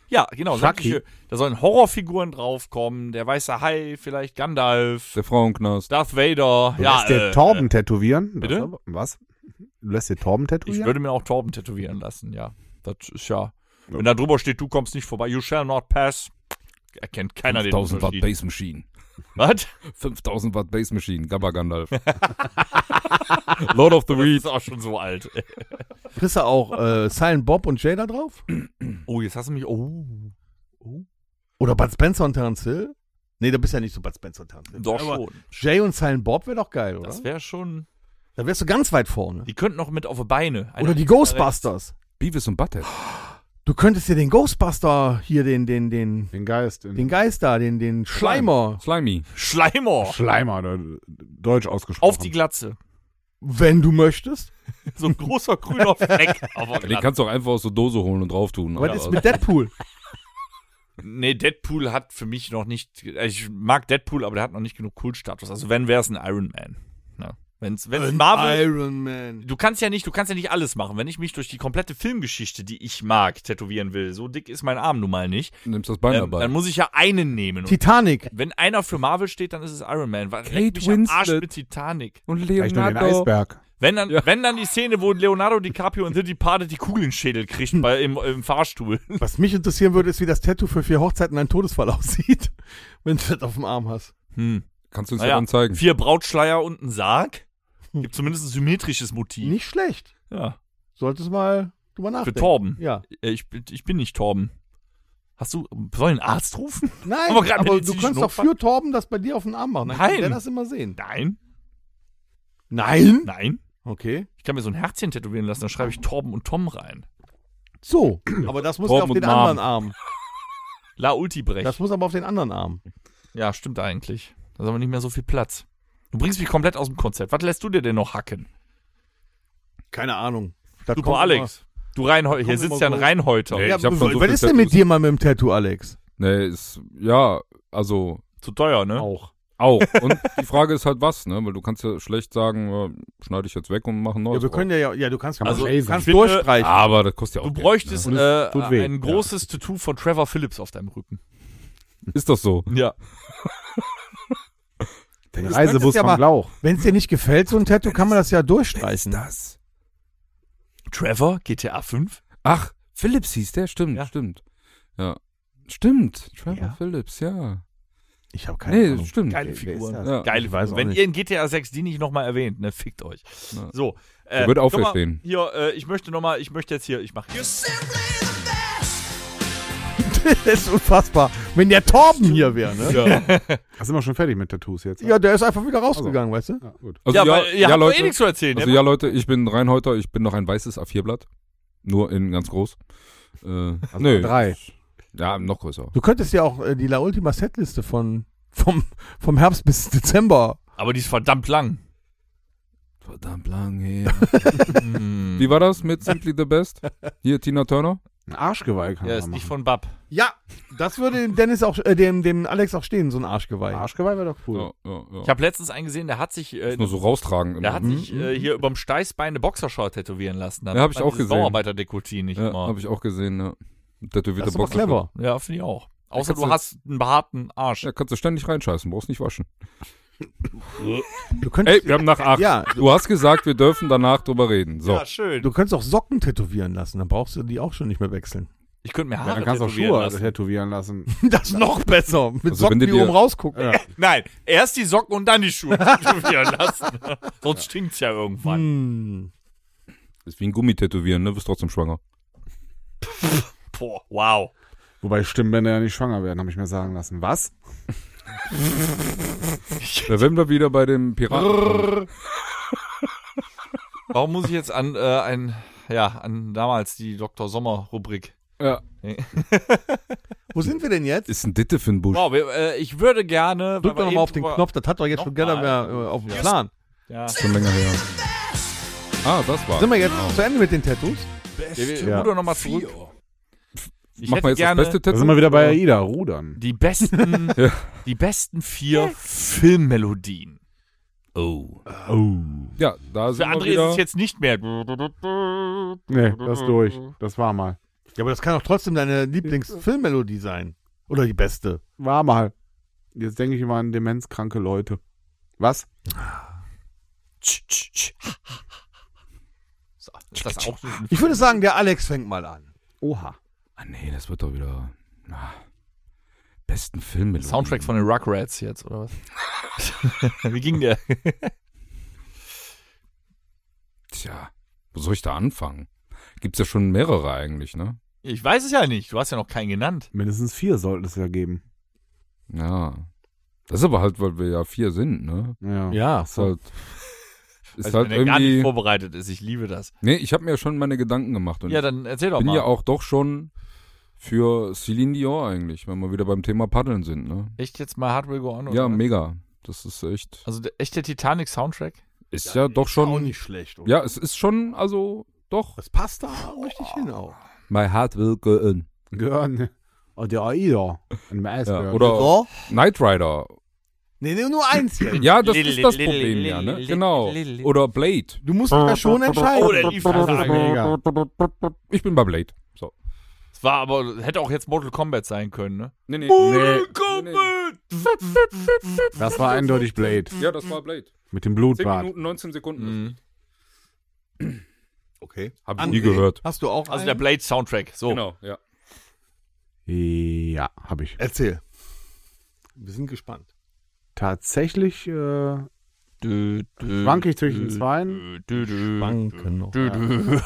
[SPEAKER 4] Ja, genau,
[SPEAKER 5] Chucky.
[SPEAKER 4] sämtliche. Da sollen Horrorfiguren draufkommen. Der weiße Hai, vielleicht Gandalf,
[SPEAKER 3] Der Frauenknast.
[SPEAKER 4] Darth Vader.
[SPEAKER 5] Du
[SPEAKER 4] ja,
[SPEAKER 5] lässt dir
[SPEAKER 4] äh,
[SPEAKER 5] Torben tätowieren. Das
[SPEAKER 4] bitte?
[SPEAKER 5] aber- was? Du lässt dir Torben
[SPEAKER 4] Ich
[SPEAKER 5] tätowieren?
[SPEAKER 4] würde mir auch Torben tätowieren lassen, ja. Das ist ja. Wenn da drüber steht, du kommst nicht vorbei, you shall not pass, erkennt keiner den
[SPEAKER 3] 5000 Watt
[SPEAKER 4] Unterschied.
[SPEAKER 3] Bass Machine.
[SPEAKER 4] Was?
[SPEAKER 3] 5000 Watt Bass Machine. Gabba Gandalf.
[SPEAKER 4] Lord of the Rings ist auch schon so alt.
[SPEAKER 2] Kriegst du auch äh, Silent Bob und Jay da drauf?
[SPEAKER 4] Oh, jetzt hast du mich. Oh.
[SPEAKER 2] Oder Bud Spencer und Terence Hill? Nee, du bist ja nicht so Bud Spencer und Terence Hill.
[SPEAKER 4] Doch
[SPEAKER 2] Aber
[SPEAKER 4] schon.
[SPEAKER 2] Jay und Silent Bob wäre doch geil, oder?
[SPEAKER 4] Das wäre schon.
[SPEAKER 2] Da wärst du ganz weit vorne.
[SPEAKER 4] Die könnten noch mit auf die Beine. Eine-
[SPEAKER 2] Oder die Ghostbusters.
[SPEAKER 3] Beavis und Butthead.
[SPEAKER 2] Du könntest dir den Ghostbuster hier, den, den, den,
[SPEAKER 5] Den Geist. In
[SPEAKER 2] den Geist da, den, den Schleimer.
[SPEAKER 3] Slimy.
[SPEAKER 4] Schleimer.
[SPEAKER 5] Schleimer, ne? deutsch ausgesprochen.
[SPEAKER 4] Auf die Glatze.
[SPEAKER 2] Wenn du möchtest.
[SPEAKER 4] So ein großer grüner Fleck. Aber
[SPEAKER 3] Den kannst du auch einfach aus der Dose holen und drauf tun.
[SPEAKER 2] Was ist mit Deadpool?
[SPEAKER 4] nee, Deadpool hat für mich noch nicht. äh, Ich mag Deadpool, aber der hat noch nicht genug Cool-Status. Also, wenn, wäre es ein Iron Man. Ja. Wenn's, wenn's Marvel.
[SPEAKER 2] Iron Man.
[SPEAKER 4] Du kannst ja nicht, du kannst ja nicht alles machen. Wenn ich mich durch die komplette Filmgeschichte, die ich mag, tätowieren will, so dick ist mein Arm nun mal nicht,
[SPEAKER 3] Du nimmst das Bein
[SPEAKER 4] ähm,
[SPEAKER 3] dabei.
[SPEAKER 4] dann muss ich ja einen nehmen. Und
[SPEAKER 2] Titanic.
[SPEAKER 4] wenn einer für Marvel steht, dann ist es Iron Man. Was
[SPEAKER 3] Kate
[SPEAKER 4] leckt mich am Arsch
[SPEAKER 3] Winslet.
[SPEAKER 4] mit Titanic.
[SPEAKER 3] und
[SPEAKER 5] Vielleicht nur den Eisberg.
[SPEAKER 4] Wenn dann, wenn dann die Szene, wo Leonardo DiCaprio und The Departed die Kugel in den Schädel kriegt bei, im, im Fahrstuhl.
[SPEAKER 2] Was mich interessieren würde, ist, wie das Tattoo für vier Hochzeiten einen Todesfall aussieht, wenn du das auf dem Arm hast.
[SPEAKER 4] Hm.
[SPEAKER 3] Kannst du uns ja
[SPEAKER 4] Naja,
[SPEAKER 3] dann zeigen.
[SPEAKER 4] vier Brautschleier und ein Sarg. Gibt zumindest ein symmetrisches Motiv.
[SPEAKER 2] Nicht schlecht.
[SPEAKER 4] Ja.
[SPEAKER 2] Solltest mal drüber nachdenken.
[SPEAKER 4] Für Torben.
[SPEAKER 2] Ja.
[SPEAKER 4] Äh, Ich, bin- ich bin nicht Torben. Hast du, soll ich einen Arzt rufen?
[SPEAKER 2] Nein,
[SPEAKER 4] Aber gerade
[SPEAKER 2] aber, du
[SPEAKER 4] medizinischen
[SPEAKER 2] kannst doch
[SPEAKER 4] Notfall?
[SPEAKER 2] für Torben das bei dir auf den Arm machen. Dann
[SPEAKER 4] Nein.
[SPEAKER 2] kann der das immer sehen.
[SPEAKER 4] Nein.
[SPEAKER 2] Nein?
[SPEAKER 4] Nein.
[SPEAKER 2] Okay.
[SPEAKER 4] Ich kann mir so ein Herzchen tätowieren lassen, dann schreibe ich Torben und Tom rein.
[SPEAKER 2] So, aber das muss
[SPEAKER 3] Torben
[SPEAKER 2] ja auf
[SPEAKER 3] und
[SPEAKER 2] den
[SPEAKER 3] Marm.
[SPEAKER 2] anderen Arm.
[SPEAKER 4] La Ultibrecht.
[SPEAKER 2] Das muss aber auf den anderen Arm.
[SPEAKER 4] ja, stimmt eigentlich. Da ist aber nicht mehr so viel Platz. Du bringst mich komplett aus dem Konzept. Was lässt du dir denn noch hacken?
[SPEAKER 2] Keine Ahnung. Da
[SPEAKER 4] Super
[SPEAKER 2] kommt
[SPEAKER 4] Alex. Du Reinhäuter.
[SPEAKER 2] kommt
[SPEAKER 4] Hier sitzt
[SPEAKER 2] immer
[SPEAKER 4] ja ein
[SPEAKER 2] so-
[SPEAKER 4] Reinhäuter.
[SPEAKER 2] Immer,
[SPEAKER 3] Nee,
[SPEAKER 2] ja,
[SPEAKER 3] ich hab schon so
[SPEAKER 2] was
[SPEAKER 3] viel
[SPEAKER 2] ist denn mit
[SPEAKER 3] Tattoos.
[SPEAKER 2] dir mal mit dem Tattoo, Alex?
[SPEAKER 3] Nee, ist, ja, also
[SPEAKER 4] Zu teuer, ne?
[SPEAKER 5] Auch.
[SPEAKER 3] auch. Und die Frage ist halt was, ne? Weil du kannst ja schlecht sagen, äh, schneide ich jetzt weg und mache ein
[SPEAKER 2] Ja,
[SPEAKER 3] neues.
[SPEAKER 2] wir können ja, ja, du kannst,
[SPEAKER 5] Kann man
[SPEAKER 2] also,
[SPEAKER 5] lasen.
[SPEAKER 2] kannst
[SPEAKER 4] Ich finde,
[SPEAKER 3] drauf.
[SPEAKER 2] durchstreichen.
[SPEAKER 3] Aber das kostet ja auch
[SPEAKER 4] Du
[SPEAKER 3] Geld,
[SPEAKER 4] bräuchtest
[SPEAKER 5] Und es tut
[SPEAKER 4] äh,
[SPEAKER 5] weh.
[SPEAKER 4] ein großes Tattoo von Trevor Phillips auf deinem Rücken.
[SPEAKER 3] ne? Ist das so?
[SPEAKER 4] Ja.
[SPEAKER 5] Den
[SPEAKER 2] Das
[SPEAKER 5] Reisebus
[SPEAKER 2] ist ja
[SPEAKER 5] vom
[SPEAKER 2] mal-
[SPEAKER 5] Lauch.
[SPEAKER 2] Wenn es dir nicht gefällt, so ein Tattoo, kann man das ja durchstreichen.
[SPEAKER 3] das?
[SPEAKER 4] Trevor, GTA 5?
[SPEAKER 3] Ach, Philips hieß der, stimmt,
[SPEAKER 4] Ja.
[SPEAKER 3] stimmt. Ja. Stimmt, Trevor
[SPEAKER 2] Ja.
[SPEAKER 3] Phillips, ja.
[SPEAKER 2] Ich habe keine
[SPEAKER 3] Nee,
[SPEAKER 2] Ahnung.
[SPEAKER 3] stimmt.
[SPEAKER 4] Geile
[SPEAKER 5] wer
[SPEAKER 4] Figuren.
[SPEAKER 5] ist
[SPEAKER 3] Ja.
[SPEAKER 4] Geile
[SPEAKER 2] Ich weiß
[SPEAKER 4] Figuren.
[SPEAKER 2] auch
[SPEAKER 4] Wenn
[SPEAKER 2] nicht.
[SPEAKER 4] ihr in GTA 6 die nicht nochmal erwähnt, ne, fickt euch.
[SPEAKER 3] Ja.
[SPEAKER 4] So. Äh,
[SPEAKER 3] Der wird
[SPEAKER 4] guck mal,
[SPEAKER 3] auferstehen.
[SPEAKER 4] Hier, äh, ich möchte nochmal, ich möchte jetzt hier, ich mache.
[SPEAKER 2] das ist unfassbar. Wenn der Torben hier wäre, ne? Ja.
[SPEAKER 5] Sind wir schon fertig mit Tattoos jetzt?
[SPEAKER 2] der ist einfach wieder rausgegangen, weißt du?
[SPEAKER 5] Ja, gut.
[SPEAKER 3] Also, ja,
[SPEAKER 4] weil ihr
[SPEAKER 3] ja,
[SPEAKER 4] habt doch
[SPEAKER 3] Leute.
[SPEAKER 4] eh nichts zu erzählen.
[SPEAKER 3] Also
[SPEAKER 4] ne?
[SPEAKER 3] ja, Leute, ich bin Reinhäuter, ich bin noch ein weißes A4-Blatt. Nur in ganz groß. Äh,
[SPEAKER 5] Also
[SPEAKER 3] nö.
[SPEAKER 5] drei.
[SPEAKER 3] Ja, noch größer.
[SPEAKER 2] Du könntest ja auch äh, die La Ultima Setliste von vom, vom Herbst bis Dezember.
[SPEAKER 4] Aber die ist verdammt lang.
[SPEAKER 3] Verdammt lang her.
[SPEAKER 4] Hm.
[SPEAKER 3] Wie war das mit Simply the Best? Hier, Tina Turner?
[SPEAKER 5] Ein Arschgeweih kann
[SPEAKER 4] Ja,
[SPEAKER 5] man
[SPEAKER 4] ist
[SPEAKER 5] machen.
[SPEAKER 4] nicht von Bab.
[SPEAKER 2] Ja, das würde dem Dennis auch, äh, dem, dem Alex auch stehen, so ein Arschgeweih.
[SPEAKER 5] Arschgeweih wäre doch cool.
[SPEAKER 3] Ja, ja, ja.
[SPEAKER 4] Ich habe letztens einen gesehen, der hat sich, äh,
[SPEAKER 3] Muss nur so raustragen.
[SPEAKER 4] der hat
[SPEAKER 3] immer. Mhm.
[SPEAKER 4] sich äh, hier überm Steißbein eine Boxershort tätowieren lassen.
[SPEAKER 3] Ja, hab ich auch gesehen.
[SPEAKER 4] Bauarbeiter-Dekotin nicht
[SPEAKER 3] ja,
[SPEAKER 4] immer.
[SPEAKER 3] habe ich auch gesehen, ja. Tätowierte
[SPEAKER 2] Das ist aber
[SPEAKER 3] Boxer.
[SPEAKER 2] clever.
[SPEAKER 4] Ja, finde ich auch. Außer
[SPEAKER 3] kannst
[SPEAKER 4] du
[SPEAKER 3] du-
[SPEAKER 4] hast einen behaarten Arsch.
[SPEAKER 3] Ja, kannst du ständig reinscheißen, brauchst nicht waschen.
[SPEAKER 2] Du könntest,
[SPEAKER 3] Ey, wir haben nach acht.
[SPEAKER 2] Ja.
[SPEAKER 3] Du hast gesagt, wir dürfen danach drüber reden. So.
[SPEAKER 4] schön.
[SPEAKER 2] du könntest auch Socken tätowieren lassen, dann brauchst du die auch schon nicht mehr wechseln.
[SPEAKER 4] ich könnte mir
[SPEAKER 5] Ja,
[SPEAKER 4] Haare
[SPEAKER 5] dann
[SPEAKER 4] ja,
[SPEAKER 5] kannst du auch
[SPEAKER 4] tätowieren
[SPEAKER 5] Schuhe
[SPEAKER 4] lassen.
[SPEAKER 5] tätowieren lassen.
[SPEAKER 2] Das ist noch besser. Mit
[SPEAKER 3] Also,
[SPEAKER 2] Socken, die
[SPEAKER 3] wenn du dir-
[SPEAKER 2] oben rausgucken.
[SPEAKER 5] Ja.
[SPEAKER 4] Nein, erst die Socken und dann die Schuhe tätowieren lassen. Sonst stinkt's ja irgendwann.
[SPEAKER 2] Hm.
[SPEAKER 3] Ist wie ein Gummitätowieren, ne? Bist trotzdem schwanger.
[SPEAKER 4] Boah, wow.
[SPEAKER 5] Wobei Stimmbänder ja nicht schwanger werden, habe ich mir sagen lassen. Was?
[SPEAKER 3] Da werden wir wieder bei dem Piraten.
[SPEAKER 4] Warum muss ich jetzt an äh, ein ja, an damals die Dr. Sommer Rubrik
[SPEAKER 3] ja.
[SPEAKER 2] Wo sind wir denn jetzt?
[SPEAKER 3] Ist ein Ditte für ein Busch.
[SPEAKER 4] Wow, wir, äh, ich würde gerne.
[SPEAKER 2] Drück doch
[SPEAKER 4] weil wir eben
[SPEAKER 2] nochmal auf den
[SPEAKER 4] drüber-
[SPEAKER 2] Knopf, das hat doch jetzt schon gerne
[SPEAKER 4] Nochmal.
[SPEAKER 2] mehr äh, auf dem Plan.
[SPEAKER 4] Ja.
[SPEAKER 3] Schon länger her. Ah, das war.
[SPEAKER 2] Sind wir jetzt zu Ende mit den Tattoos?
[SPEAKER 4] Wir, wir
[SPEAKER 5] Ja.
[SPEAKER 4] Ruder nochmal zurück. Ich
[SPEAKER 3] Mach
[SPEAKER 4] hätte
[SPEAKER 3] mal jetzt
[SPEAKER 4] gerne
[SPEAKER 3] das beste
[SPEAKER 5] Da
[SPEAKER 3] Tattoo.
[SPEAKER 5] sind wir wieder bei AIDA, Rudern.
[SPEAKER 4] die besten,
[SPEAKER 3] Ja.
[SPEAKER 4] die besten vier Filmmelodien.
[SPEAKER 3] Oh. Ja, da
[SPEAKER 4] Für
[SPEAKER 3] sind wir
[SPEAKER 4] andere ist
[SPEAKER 3] wieder.
[SPEAKER 4] es jetzt nicht mehr.
[SPEAKER 5] Nee, das ist durch. Das war mal.
[SPEAKER 2] Ja, aber das kann auch trotzdem deine Lieblingsfilmmelodie sein. Oder die beste.
[SPEAKER 5] War mal. Jetzt denke ich immer an demenzkranke Leute. Was?
[SPEAKER 4] Tsch, tsch, tsch. So, ist das auch ein
[SPEAKER 2] Ich würde sagen, der Alex fängt mal an.
[SPEAKER 5] Oha.
[SPEAKER 3] ah, nee, das wird doch wieder. Na, besten Film mit.
[SPEAKER 4] Soundtrack von den Rugrats jetzt, oder was? Wie ging der?
[SPEAKER 3] Tja, wo soll ich da anfangen? Gibt's ja schon mehrere eigentlich, ne?
[SPEAKER 4] Ich weiß es ja nicht. Du hast ja noch keinen genannt.
[SPEAKER 5] Mindestens vier sollten es ja geben.
[SPEAKER 3] Ja. Das ist aber halt, weil wir ja vier sind, ne?
[SPEAKER 5] Ja.
[SPEAKER 2] Ja.
[SPEAKER 3] Ist halt, ist
[SPEAKER 4] Also,
[SPEAKER 3] halt
[SPEAKER 4] wenn er gar nicht
[SPEAKER 3] irgendwie.
[SPEAKER 4] vorbereitet ist. Ich liebe das.
[SPEAKER 3] Nee, ich habe mir schon meine Gedanken gemacht und
[SPEAKER 4] Ja, dann erzähl
[SPEAKER 3] ich
[SPEAKER 4] doch
[SPEAKER 3] bin
[SPEAKER 4] mal.
[SPEAKER 3] ja auch doch schon für Celine Dion eigentlich, wenn wir wieder beim Thema Paddeln sind, ne?
[SPEAKER 4] echt jetzt mal Hard Will Go On? Oder
[SPEAKER 3] Ja,
[SPEAKER 4] was?
[SPEAKER 3] mega. Das ist echt.
[SPEAKER 4] Also der, echt der Titanic-Soundtrack?
[SPEAKER 3] Ist ja, doch
[SPEAKER 2] Auch
[SPEAKER 3] schon.
[SPEAKER 2] nicht schlecht. Oder?
[SPEAKER 3] Ja, es ist schon, also doch.
[SPEAKER 2] Das passt da richtig hin auch.
[SPEAKER 3] My heart will go in.
[SPEAKER 5] Gehören. Oh, der AIDA. Ein
[SPEAKER 3] Ja,
[SPEAKER 5] Eisberg.
[SPEAKER 3] oder
[SPEAKER 2] So?
[SPEAKER 3] Knight Rider.
[SPEAKER 2] Nee, nee, nur eins hier.
[SPEAKER 3] Ja, das
[SPEAKER 4] Lil-
[SPEAKER 3] ist das
[SPEAKER 4] lil-
[SPEAKER 3] Problem
[SPEAKER 4] lil-
[SPEAKER 3] ja, ne?
[SPEAKER 4] lil-
[SPEAKER 3] Genau.
[SPEAKER 4] lil-
[SPEAKER 3] Oder Blade.
[SPEAKER 2] Du musst dich ja schon entscheiden.
[SPEAKER 4] Oh, der lief das
[SPEAKER 5] Mega.
[SPEAKER 3] Ich bin bei Blade. So.
[SPEAKER 4] war aber, hätte auch jetzt Mortal Kombat sein können, ne?
[SPEAKER 3] Nee, nee. Nee,
[SPEAKER 5] Das war eindeutig Blade.
[SPEAKER 3] Ja, das war Blade.
[SPEAKER 5] Mit dem
[SPEAKER 3] 10
[SPEAKER 5] Blutbad.
[SPEAKER 3] Minuten, 19 Sekunden.
[SPEAKER 4] Mhm.
[SPEAKER 2] okay.
[SPEAKER 3] Hab ich
[SPEAKER 2] André,
[SPEAKER 3] nie gehört.
[SPEAKER 2] Hast du auch
[SPEAKER 4] Also der
[SPEAKER 2] einen?
[SPEAKER 4] Blade-Soundtrack, so.
[SPEAKER 3] Genau, ja.
[SPEAKER 5] Ja, habe ich.
[SPEAKER 2] Erzähl. Wir sind gespannt.
[SPEAKER 5] Tatsächlich äh,
[SPEAKER 4] Dö, dö,
[SPEAKER 5] wanke ich
[SPEAKER 4] dö,
[SPEAKER 5] zwischen zweien.
[SPEAKER 4] dö, dö, dö,
[SPEAKER 2] Banken noch.
[SPEAKER 4] dö, dö.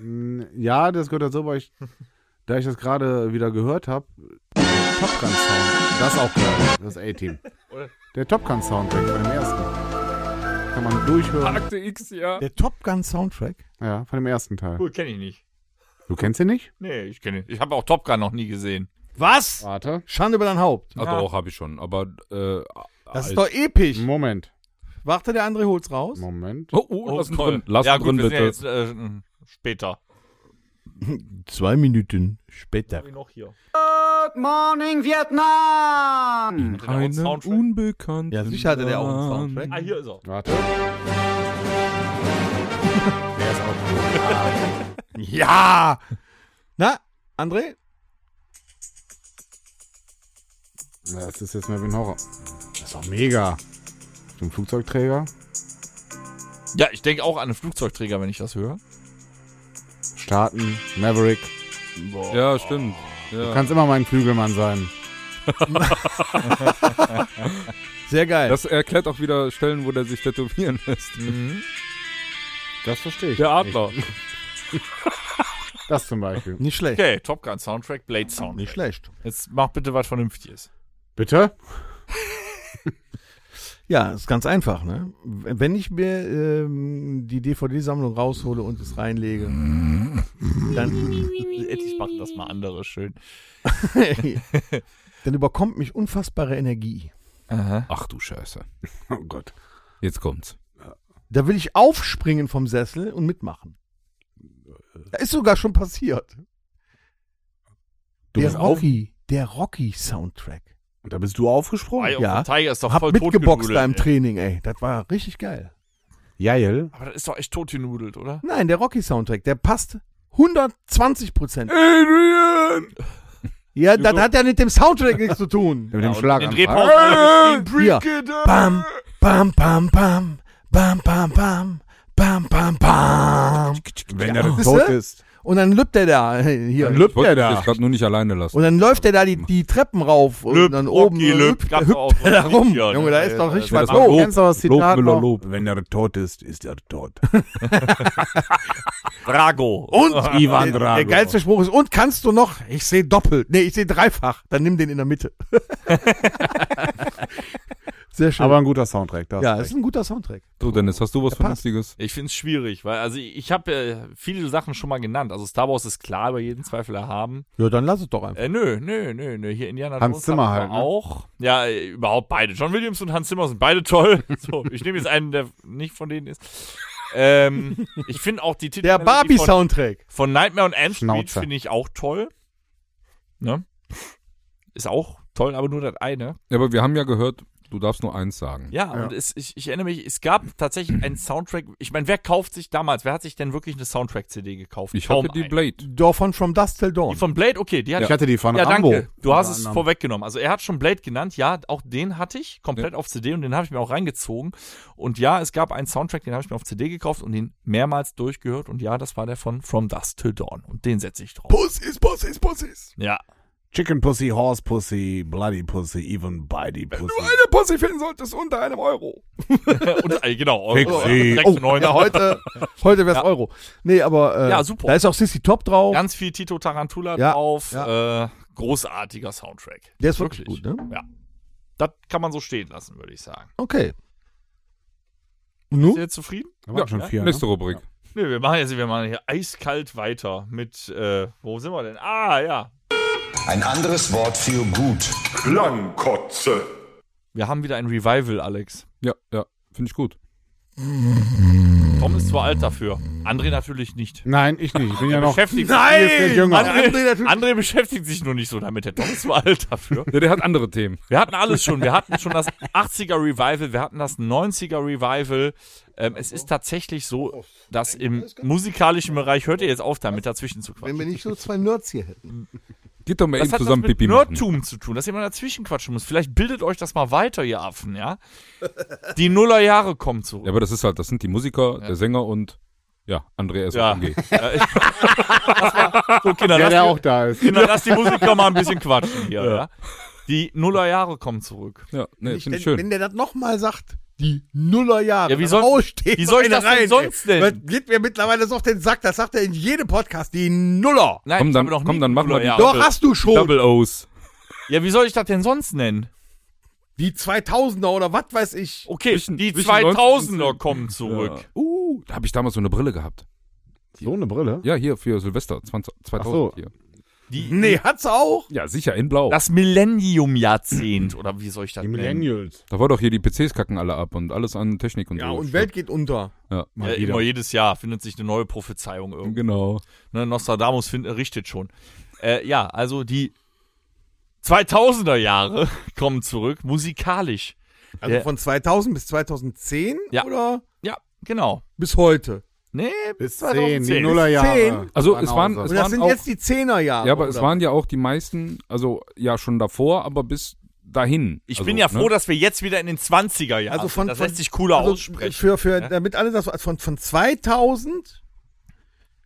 [SPEAKER 5] Mm, Ja, das gehört dazu, weil ich, da ich das gerade wieder gehört habe, Top Gun Sound, das ist auch geil, das A-Team. Der Top Gun Soundtrack von dem ersten. Kann man durchhören.
[SPEAKER 3] Akte X, ja.
[SPEAKER 2] Der Top Gun Soundtrack?
[SPEAKER 5] Ja, von dem ersten Teil.
[SPEAKER 4] Cool, kenne ich nicht.
[SPEAKER 5] Du kennst ihn nicht?
[SPEAKER 4] Nee, ich kenne ihn. Ich habe auch Top Gun noch nie gesehen.
[SPEAKER 2] Was?
[SPEAKER 5] Warte.
[SPEAKER 2] Schande über dein Haupt.
[SPEAKER 3] Ah, doch, habe ich schon. Aber, äh,
[SPEAKER 2] Das ist doch episch.
[SPEAKER 5] Moment.
[SPEAKER 2] Warte, der André holt's raus.
[SPEAKER 5] Moment.
[SPEAKER 3] Oh, oh, lass ihn
[SPEAKER 4] toll.
[SPEAKER 3] drin. Lass
[SPEAKER 4] ja,
[SPEAKER 3] ihn
[SPEAKER 4] gut,
[SPEAKER 3] drin,
[SPEAKER 4] wir sind
[SPEAKER 3] bitte.
[SPEAKER 4] ja jetzt äh, m, später.
[SPEAKER 2] Zwei Minuten später.
[SPEAKER 4] Hab ich noch hier.
[SPEAKER 7] Morning Vietnam!
[SPEAKER 5] Hm,
[SPEAKER 4] Hatte der auch einen Soundtrack?
[SPEAKER 3] unbekannten
[SPEAKER 2] Ja, sicher hatte der auch einen Soundtrack.
[SPEAKER 4] Ah, hier ist er.
[SPEAKER 5] Warte. Der ist auch cool.
[SPEAKER 2] Ja! Na, André?
[SPEAKER 5] Ja, Das ist jetzt Melvin Horror. Das ist doch mega. Auf dem Flugzeugträger.
[SPEAKER 4] Ja, ich denke auch an einen Flugzeugträger, wenn ich das höre.
[SPEAKER 5] Starten. Maverick.
[SPEAKER 3] Ja, stimmt.
[SPEAKER 5] Du
[SPEAKER 3] Ja.
[SPEAKER 5] kannst immer mein Flügelmann sein.
[SPEAKER 2] Sehr geil.
[SPEAKER 3] Das erklärt auch wieder Stellen, wo der sich tätowieren lässt.
[SPEAKER 4] Mhm.
[SPEAKER 5] Das verstehe ich.
[SPEAKER 3] Der Adler.
[SPEAKER 5] Das zum Beispiel.
[SPEAKER 2] nicht schlecht.
[SPEAKER 4] Okay, Top Gun Soundtrack, Blade Sound.
[SPEAKER 2] Nicht schlecht.
[SPEAKER 4] Jetzt mach bitte was Vernünftiges.
[SPEAKER 5] Bitte?
[SPEAKER 2] Ja, ist ganz einfach. Ne? Wenn ich mir ähm, die DVD-Sammlung raushole und es reinlege, dann,
[SPEAKER 4] Ich mache das mal andere schön.
[SPEAKER 2] dann überkommt mich unfassbare Energie.
[SPEAKER 4] Aha.
[SPEAKER 3] Ach du Scheiße.
[SPEAKER 5] Oh Gott.
[SPEAKER 3] Jetzt kommt's.
[SPEAKER 2] Da will ich aufspringen vom Sessel und mitmachen. Da ist sogar schon passiert.
[SPEAKER 5] Du
[SPEAKER 2] der
[SPEAKER 5] bist auf-
[SPEAKER 2] Rocky, der Rocky-Soundtrack.
[SPEAKER 5] Und da bist du aufgesprungen?
[SPEAKER 4] Eye of
[SPEAKER 2] Oh, Ja.
[SPEAKER 4] the Tiger ist doch
[SPEAKER 2] Hab
[SPEAKER 4] voll
[SPEAKER 2] mitgeboxt
[SPEAKER 4] totgenudelt,
[SPEAKER 2] da im
[SPEAKER 4] ey.
[SPEAKER 2] Training, ey. Das war richtig geil.
[SPEAKER 5] Jail.
[SPEAKER 4] Aber das ist doch echt totgenudelt, oder?
[SPEAKER 2] Nein, der Rocky-Soundtrack, der passt 120 Prozent.
[SPEAKER 5] Adrian!
[SPEAKER 2] Ja, das hat ja mit dem Soundtrack nichts zu tun.
[SPEAKER 5] Ja, mit dem
[SPEAKER 4] und
[SPEAKER 5] Schlag.
[SPEAKER 4] in den Drehpausen-
[SPEAKER 2] Hier. Bam, bam, bam, bam, bam, bam, bam, bam, bam, bam.
[SPEAKER 5] Wenn er
[SPEAKER 2] Ja.
[SPEAKER 5] tot
[SPEAKER 2] Siehste?
[SPEAKER 5] ist.
[SPEAKER 2] Und dann lüppt er da äh, hier.
[SPEAKER 5] Dann lüppt
[SPEAKER 3] Ich wollte
[SPEAKER 5] er da.
[SPEAKER 3] dich jetzt gerade nur nicht alleine lassen.
[SPEAKER 2] und dann läuft er da die, die Treppen rauf und
[SPEAKER 4] Lüpp,
[SPEAKER 2] dann
[SPEAKER 4] Rocky,
[SPEAKER 2] oben äh,
[SPEAKER 4] lüpp,
[SPEAKER 2] hüpft,
[SPEAKER 4] ganz
[SPEAKER 2] hüpft
[SPEAKER 4] auf,
[SPEAKER 2] er da
[SPEAKER 4] Rocky,
[SPEAKER 2] rum.
[SPEAKER 4] ja,
[SPEAKER 2] Junge, da ist doch
[SPEAKER 4] äh,
[SPEAKER 2] richtig
[SPEAKER 4] wenn
[SPEAKER 2] was
[SPEAKER 3] das mal
[SPEAKER 2] los.
[SPEAKER 3] Lob.
[SPEAKER 5] Kennst du das
[SPEAKER 3] Lob,
[SPEAKER 5] Zitat
[SPEAKER 3] Müller,
[SPEAKER 5] noch?
[SPEAKER 3] Lob.
[SPEAKER 5] Wenn er tot ist, ist er tot.
[SPEAKER 4] Drago.
[SPEAKER 2] Und
[SPEAKER 5] Ivan
[SPEAKER 2] der,
[SPEAKER 5] Drago.
[SPEAKER 2] der geilste Spruch ist, und kannst du noch? Ich sehe doppelt. Nee, ich sehe dreifach. Dann nimm den in der Mitte. Sehr schön.
[SPEAKER 5] Aber ein guter Soundtrack. Das
[SPEAKER 2] ja, ist ein guter Soundtrack.
[SPEAKER 3] So, Dennis, hast du was
[SPEAKER 2] passt.
[SPEAKER 3] Vernünftiges?
[SPEAKER 4] Ich finde es schwierig, weil also ich, ich habe äh, viele Sachen schon mal genannt. Also Star Wars ist klar über jeden Zweifel erhaben.
[SPEAKER 2] Ja, dann lass es doch einfach.
[SPEAKER 4] Äh, nö, nö, nö, nö. Hier Indiana
[SPEAKER 5] Hans
[SPEAKER 4] haben
[SPEAKER 5] Zimmer
[SPEAKER 4] wir
[SPEAKER 5] halt, ne?
[SPEAKER 4] auch. Ja, äh, überhaupt beide. John Williams und Hans Zimmer sind beide toll. So, ich nehme jetzt einen, der nicht von denen ist. Ähm, ich finde auch die Titel
[SPEAKER 2] Der
[SPEAKER 4] von,
[SPEAKER 2] Barbie-Soundtrack.
[SPEAKER 4] von Nightmare on Elm Street
[SPEAKER 5] Schnauze.
[SPEAKER 4] finde ich auch toll. Ne? Ist auch toll, aber nur das eine.
[SPEAKER 3] Ja, aber wir haben ja gehört, du darfst nur eins sagen.
[SPEAKER 4] Ja, und es, ich, ich erinnere mich, es gab tatsächlich einen Soundtrack. Ich meine, wer kauft sich damals, wer hat sich denn wirklich eine Soundtrack-CD gekauft?
[SPEAKER 3] Ich
[SPEAKER 4] Kaum
[SPEAKER 3] hatte die
[SPEAKER 4] ein.
[SPEAKER 3] Blade.
[SPEAKER 2] Doch von From Dust Till Dawn.
[SPEAKER 4] Die von Blade, okay, die hatte
[SPEAKER 5] Ich hatte die von
[SPEAKER 4] ja,
[SPEAKER 5] Rambo.
[SPEAKER 4] danke. Du hast
[SPEAKER 5] Unter
[SPEAKER 4] es
[SPEAKER 5] anderem.
[SPEAKER 4] vorweggenommen. Also er hat schon Blade genannt. Ja, auch den hatte ich komplett auf CD und den habe ich mir auch reingezogen. Und ja, es gab einen Soundtrack, den habe ich mir auf CD gekauft und den mehrmals durchgehört. Und ja, das war der von From Dusk Till Dawn. Und den setze ich drauf.
[SPEAKER 2] Pussies, Pussies, Pussies.
[SPEAKER 4] Ja.
[SPEAKER 5] Chicken Pussy, Horse Pussy, Bloody Pussy, Even Body Pussy.
[SPEAKER 2] Pussy finden solltest unter einem Euro.
[SPEAKER 4] und, äh, genau.
[SPEAKER 5] Pixie.
[SPEAKER 4] Oh, oh,
[SPEAKER 2] Ja, heute, heute wär's Euro. Nee, aber äh,
[SPEAKER 4] Ja, super.
[SPEAKER 2] da ist auch Sissy Top drauf.
[SPEAKER 4] Ganz viel Tito Tarantula
[SPEAKER 2] Ja,
[SPEAKER 4] drauf. Äh, großartiger Soundtrack.
[SPEAKER 2] Der ist wirklich gut, ne?
[SPEAKER 4] Ja. Das kann man so stehen lassen, würde ich sagen.
[SPEAKER 2] Okay. Und nun?
[SPEAKER 4] Seid ihr zufrieden?
[SPEAKER 5] Da waren schon vier.
[SPEAKER 3] Nächste
[SPEAKER 5] Ne?
[SPEAKER 3] Rubrik.
[SPEAKER 4] Nee, wir machen jetzt, wir machen hier eiskalt weiter mit, äh, wo sind wir denn? Ah, ja.
[SPEAKER 6] Ein anderes Wort für gut.
[SPEAKER 1] Klangkotze.
[SPEAKER 4] Wir haben wieder ein Revival, Alex.
[SPEAKER 3] Ja, ja, finde ich gut.
[SPEAKER 4] Tom ist zwar alt dafür. André natürlich nicht.
[SPEAKER 5] Nein, ich nicht. Ich bin ja noch.
[SPEAKER 4] Beschäftigt
[SPEAKER 5] Nein! Hier ist der Jünger.
[SPEAKER 4] André,
[SPEAKER 2] André natürlich-
[SPEAKER 4] André beschäftigt sich nur nicht so damit. Der Tom ist zwar alt dafür.
[SPEAKER 3] Ja, der hat andere Themen.
[SPEAKER 4] Wir hatten alles schon. Wir hatten schon das 80er Revival, wir hatten das 90er Revival. Ähm, es ist tatsächlich so, dass im musikalischen Bereich, hört ihr jetzt auf damit, dazwischen zu quatschen.
[SPEAKER 2] wir nicht so zwei Nerds hier hätten.
[SPEAKER 3] Geht doch mal
[SPEAKER 4] Das
[SPEAKER 3] eben
[SPEAKER 4] hat
[SPEAKER 3] zusammen
[SPEAKER 4] was mit
[SPEAKER 3] Pipi machen.
[SPEAKER 4] Nerdtum zu tun, dass jemand dazwischen quatschen muss. Vielleicht bildet euch das mal weiter, ihr Affen, ja? Die Nullerjahre kommen
[SPEAKER 3] Ja,
[SPEAKER 4] zurück.
[SPEAKER 3] aber das ist halt, das sind die Musiker, der Sänger und ja, André S.
[SPEAKER 4] Ja.
[SPEAKER 3] und G.
[SPEAKER 4] So, Kinder,
[SPEAKER 5] Der,
[SPEAKER 4] lasst,
[SPEAKER 5] der
[SPEAKER 4] die-
[SPEAKER 5] auch da ist.
[SPEAKER 3] Genau.
[SPEAKER 4] Kinder, lasst die Musiker mal ein bisschen quatschen hier, ja? Die Nullerjahre kommen zurück.
[SPEAKER 3] Ja, nee, finde ich
[SPEAKER 2] wenn,
[SPEAKER 3] schön.
[SPEAKER 2] der das nochmal sagt, die Nullerjahre.
[SPEAKER 4] Ja, wie
[SPEAKER 2] dann
[SPEAKER 4] soll-
[SPEAKER 2] hau ich dem
[SPEAKER 4] wie soll ich
[SPEAKER 2] eine
[SPEAKER 4] das denn
[SPEAKER 2] ey.
[SPEAKER 4] sonst denn?
[SPEAKER 2] Das geht mir mittlerweile so auf den Sack, das sagt er in jedem Podcast, die Nuller.
[SPEAKER 4] Nein,
[SPEAKER 3] Komm,
[SPEAKER 4] ich
[SPEAKER 3] dann-
[SPEAKER 4] habe noch
[SPEAKER 3] komm,
[SPEAKER 4] nie
[SPEAKER 3] dann machen wir die
[SPEAKER 4] Nullerjahre.
[SPEAKER 2] Doch, hast du schon.
[SPEAKER 3] Double O's.
[SPEAKER 4] Ja, wie soll ich das denn sonst nennen?
[SPEAKER 2] Die 2000er oder was weiß ich.
[SPEAKER 4] Okay,
[SPEAKER 3] Zwischen-
[SPEAKER 4] die
[SPEAKER 3] zwischen
[SPEAKER 4] 2000er
[SPEAKER 3] 19.
[SPEAKER 4] kommen zurück.
[SPEAKER 3] Ja. Uh, da habe ich damals so eine Brille gehabt.
[SPEAKER 5] So eine Brille.
[SPEAKER 3] Ja, hier für Silvester 20, 2000.
[SPEAKER 5] so.
[SPEAKER 3] Hier.
[SPEAKER 2] Nee, hat's auch.
[SPEAKER 3] Ja, sicher, in Blau.
[SPEAKER 4] Das Millennium-Jahrzehnt, oder wie soll ich das
[SPEAKER 5] Die
[SPEAKER 4] nennen?
[SPEAKER 5] Millennials.
[SPEAKER 3] da war doch hier, die PCs kacken alle ab und alles an Technik und
[SPEAKER 2] Ja,
[SPEAKER 3] so.
[SPEAKER 2] und
[SPEAKER 4] ne?
[SPEAKER 2] Welt geht unter.
[SPEAKER 3] Ja.
[SPEAKER 4] Ja, immer jedes Jahr findet sich eine neue Prophezeiung irgendwo.
[SPEAKER 3] Genau.
[SPEAKER 4] Ne, Nostradamus find, richtet schon. Äh, ja, also die 2000er Jahre kommen zurück, musikalisch.
[SPEAKER 2] Also
[SPEAKER 4] Ja.
[SPEAKER 2] von 2000 bis 2010
[SPEAKER 4] Ja.
[SPEAKER 2] oder
[SPEAKER 4] Ja, genau.
[SPEAKER 2] bis heute.
[SPEAKER 4] Nee,
[SPEAKER 5] Bis
[SPEAKER 4] 2010.
[SPEAKER 5] 10, die Nullerjahre.
[SPEAKER 2] Zehn.
[SPEAKER 3] Also,
[SPEAKER 5] Waren
[SPEAKER 3] es waren-
[SPEAKER 5] auch so.
[SPEAKER 3] es
[SPEAKER 2] Und das
[SPEAKER 3] waren
[SPEAKER 2] sind
[SPEAKER 3] auch-
[SPEAKER 2] jetzt die 10er Jahre.
[SPEAKER 3] Ja, aber es waren ja auch die meisten, also ja schon davor, aber bis dahin.
[SPEAKER 4] ich
[SPEAKER 3] also,
[SPEAKER 4] bin ja froh,
[SPEAKER 3] ne?
[SPEAKER 4] dass wir jetzt wieder in den 20er Jahren
[SPEAKER 2] Also von,
[SPEAKER 4] sind. Das
[SPEAKER 2] von,
[SPEAKER 4] lässt sich cooler
[SPEAKER 2] also
[SPEAKER 4] aussprechen. ne?
[SPEAKER 2] Für, für, Damit alle das also von, von 2000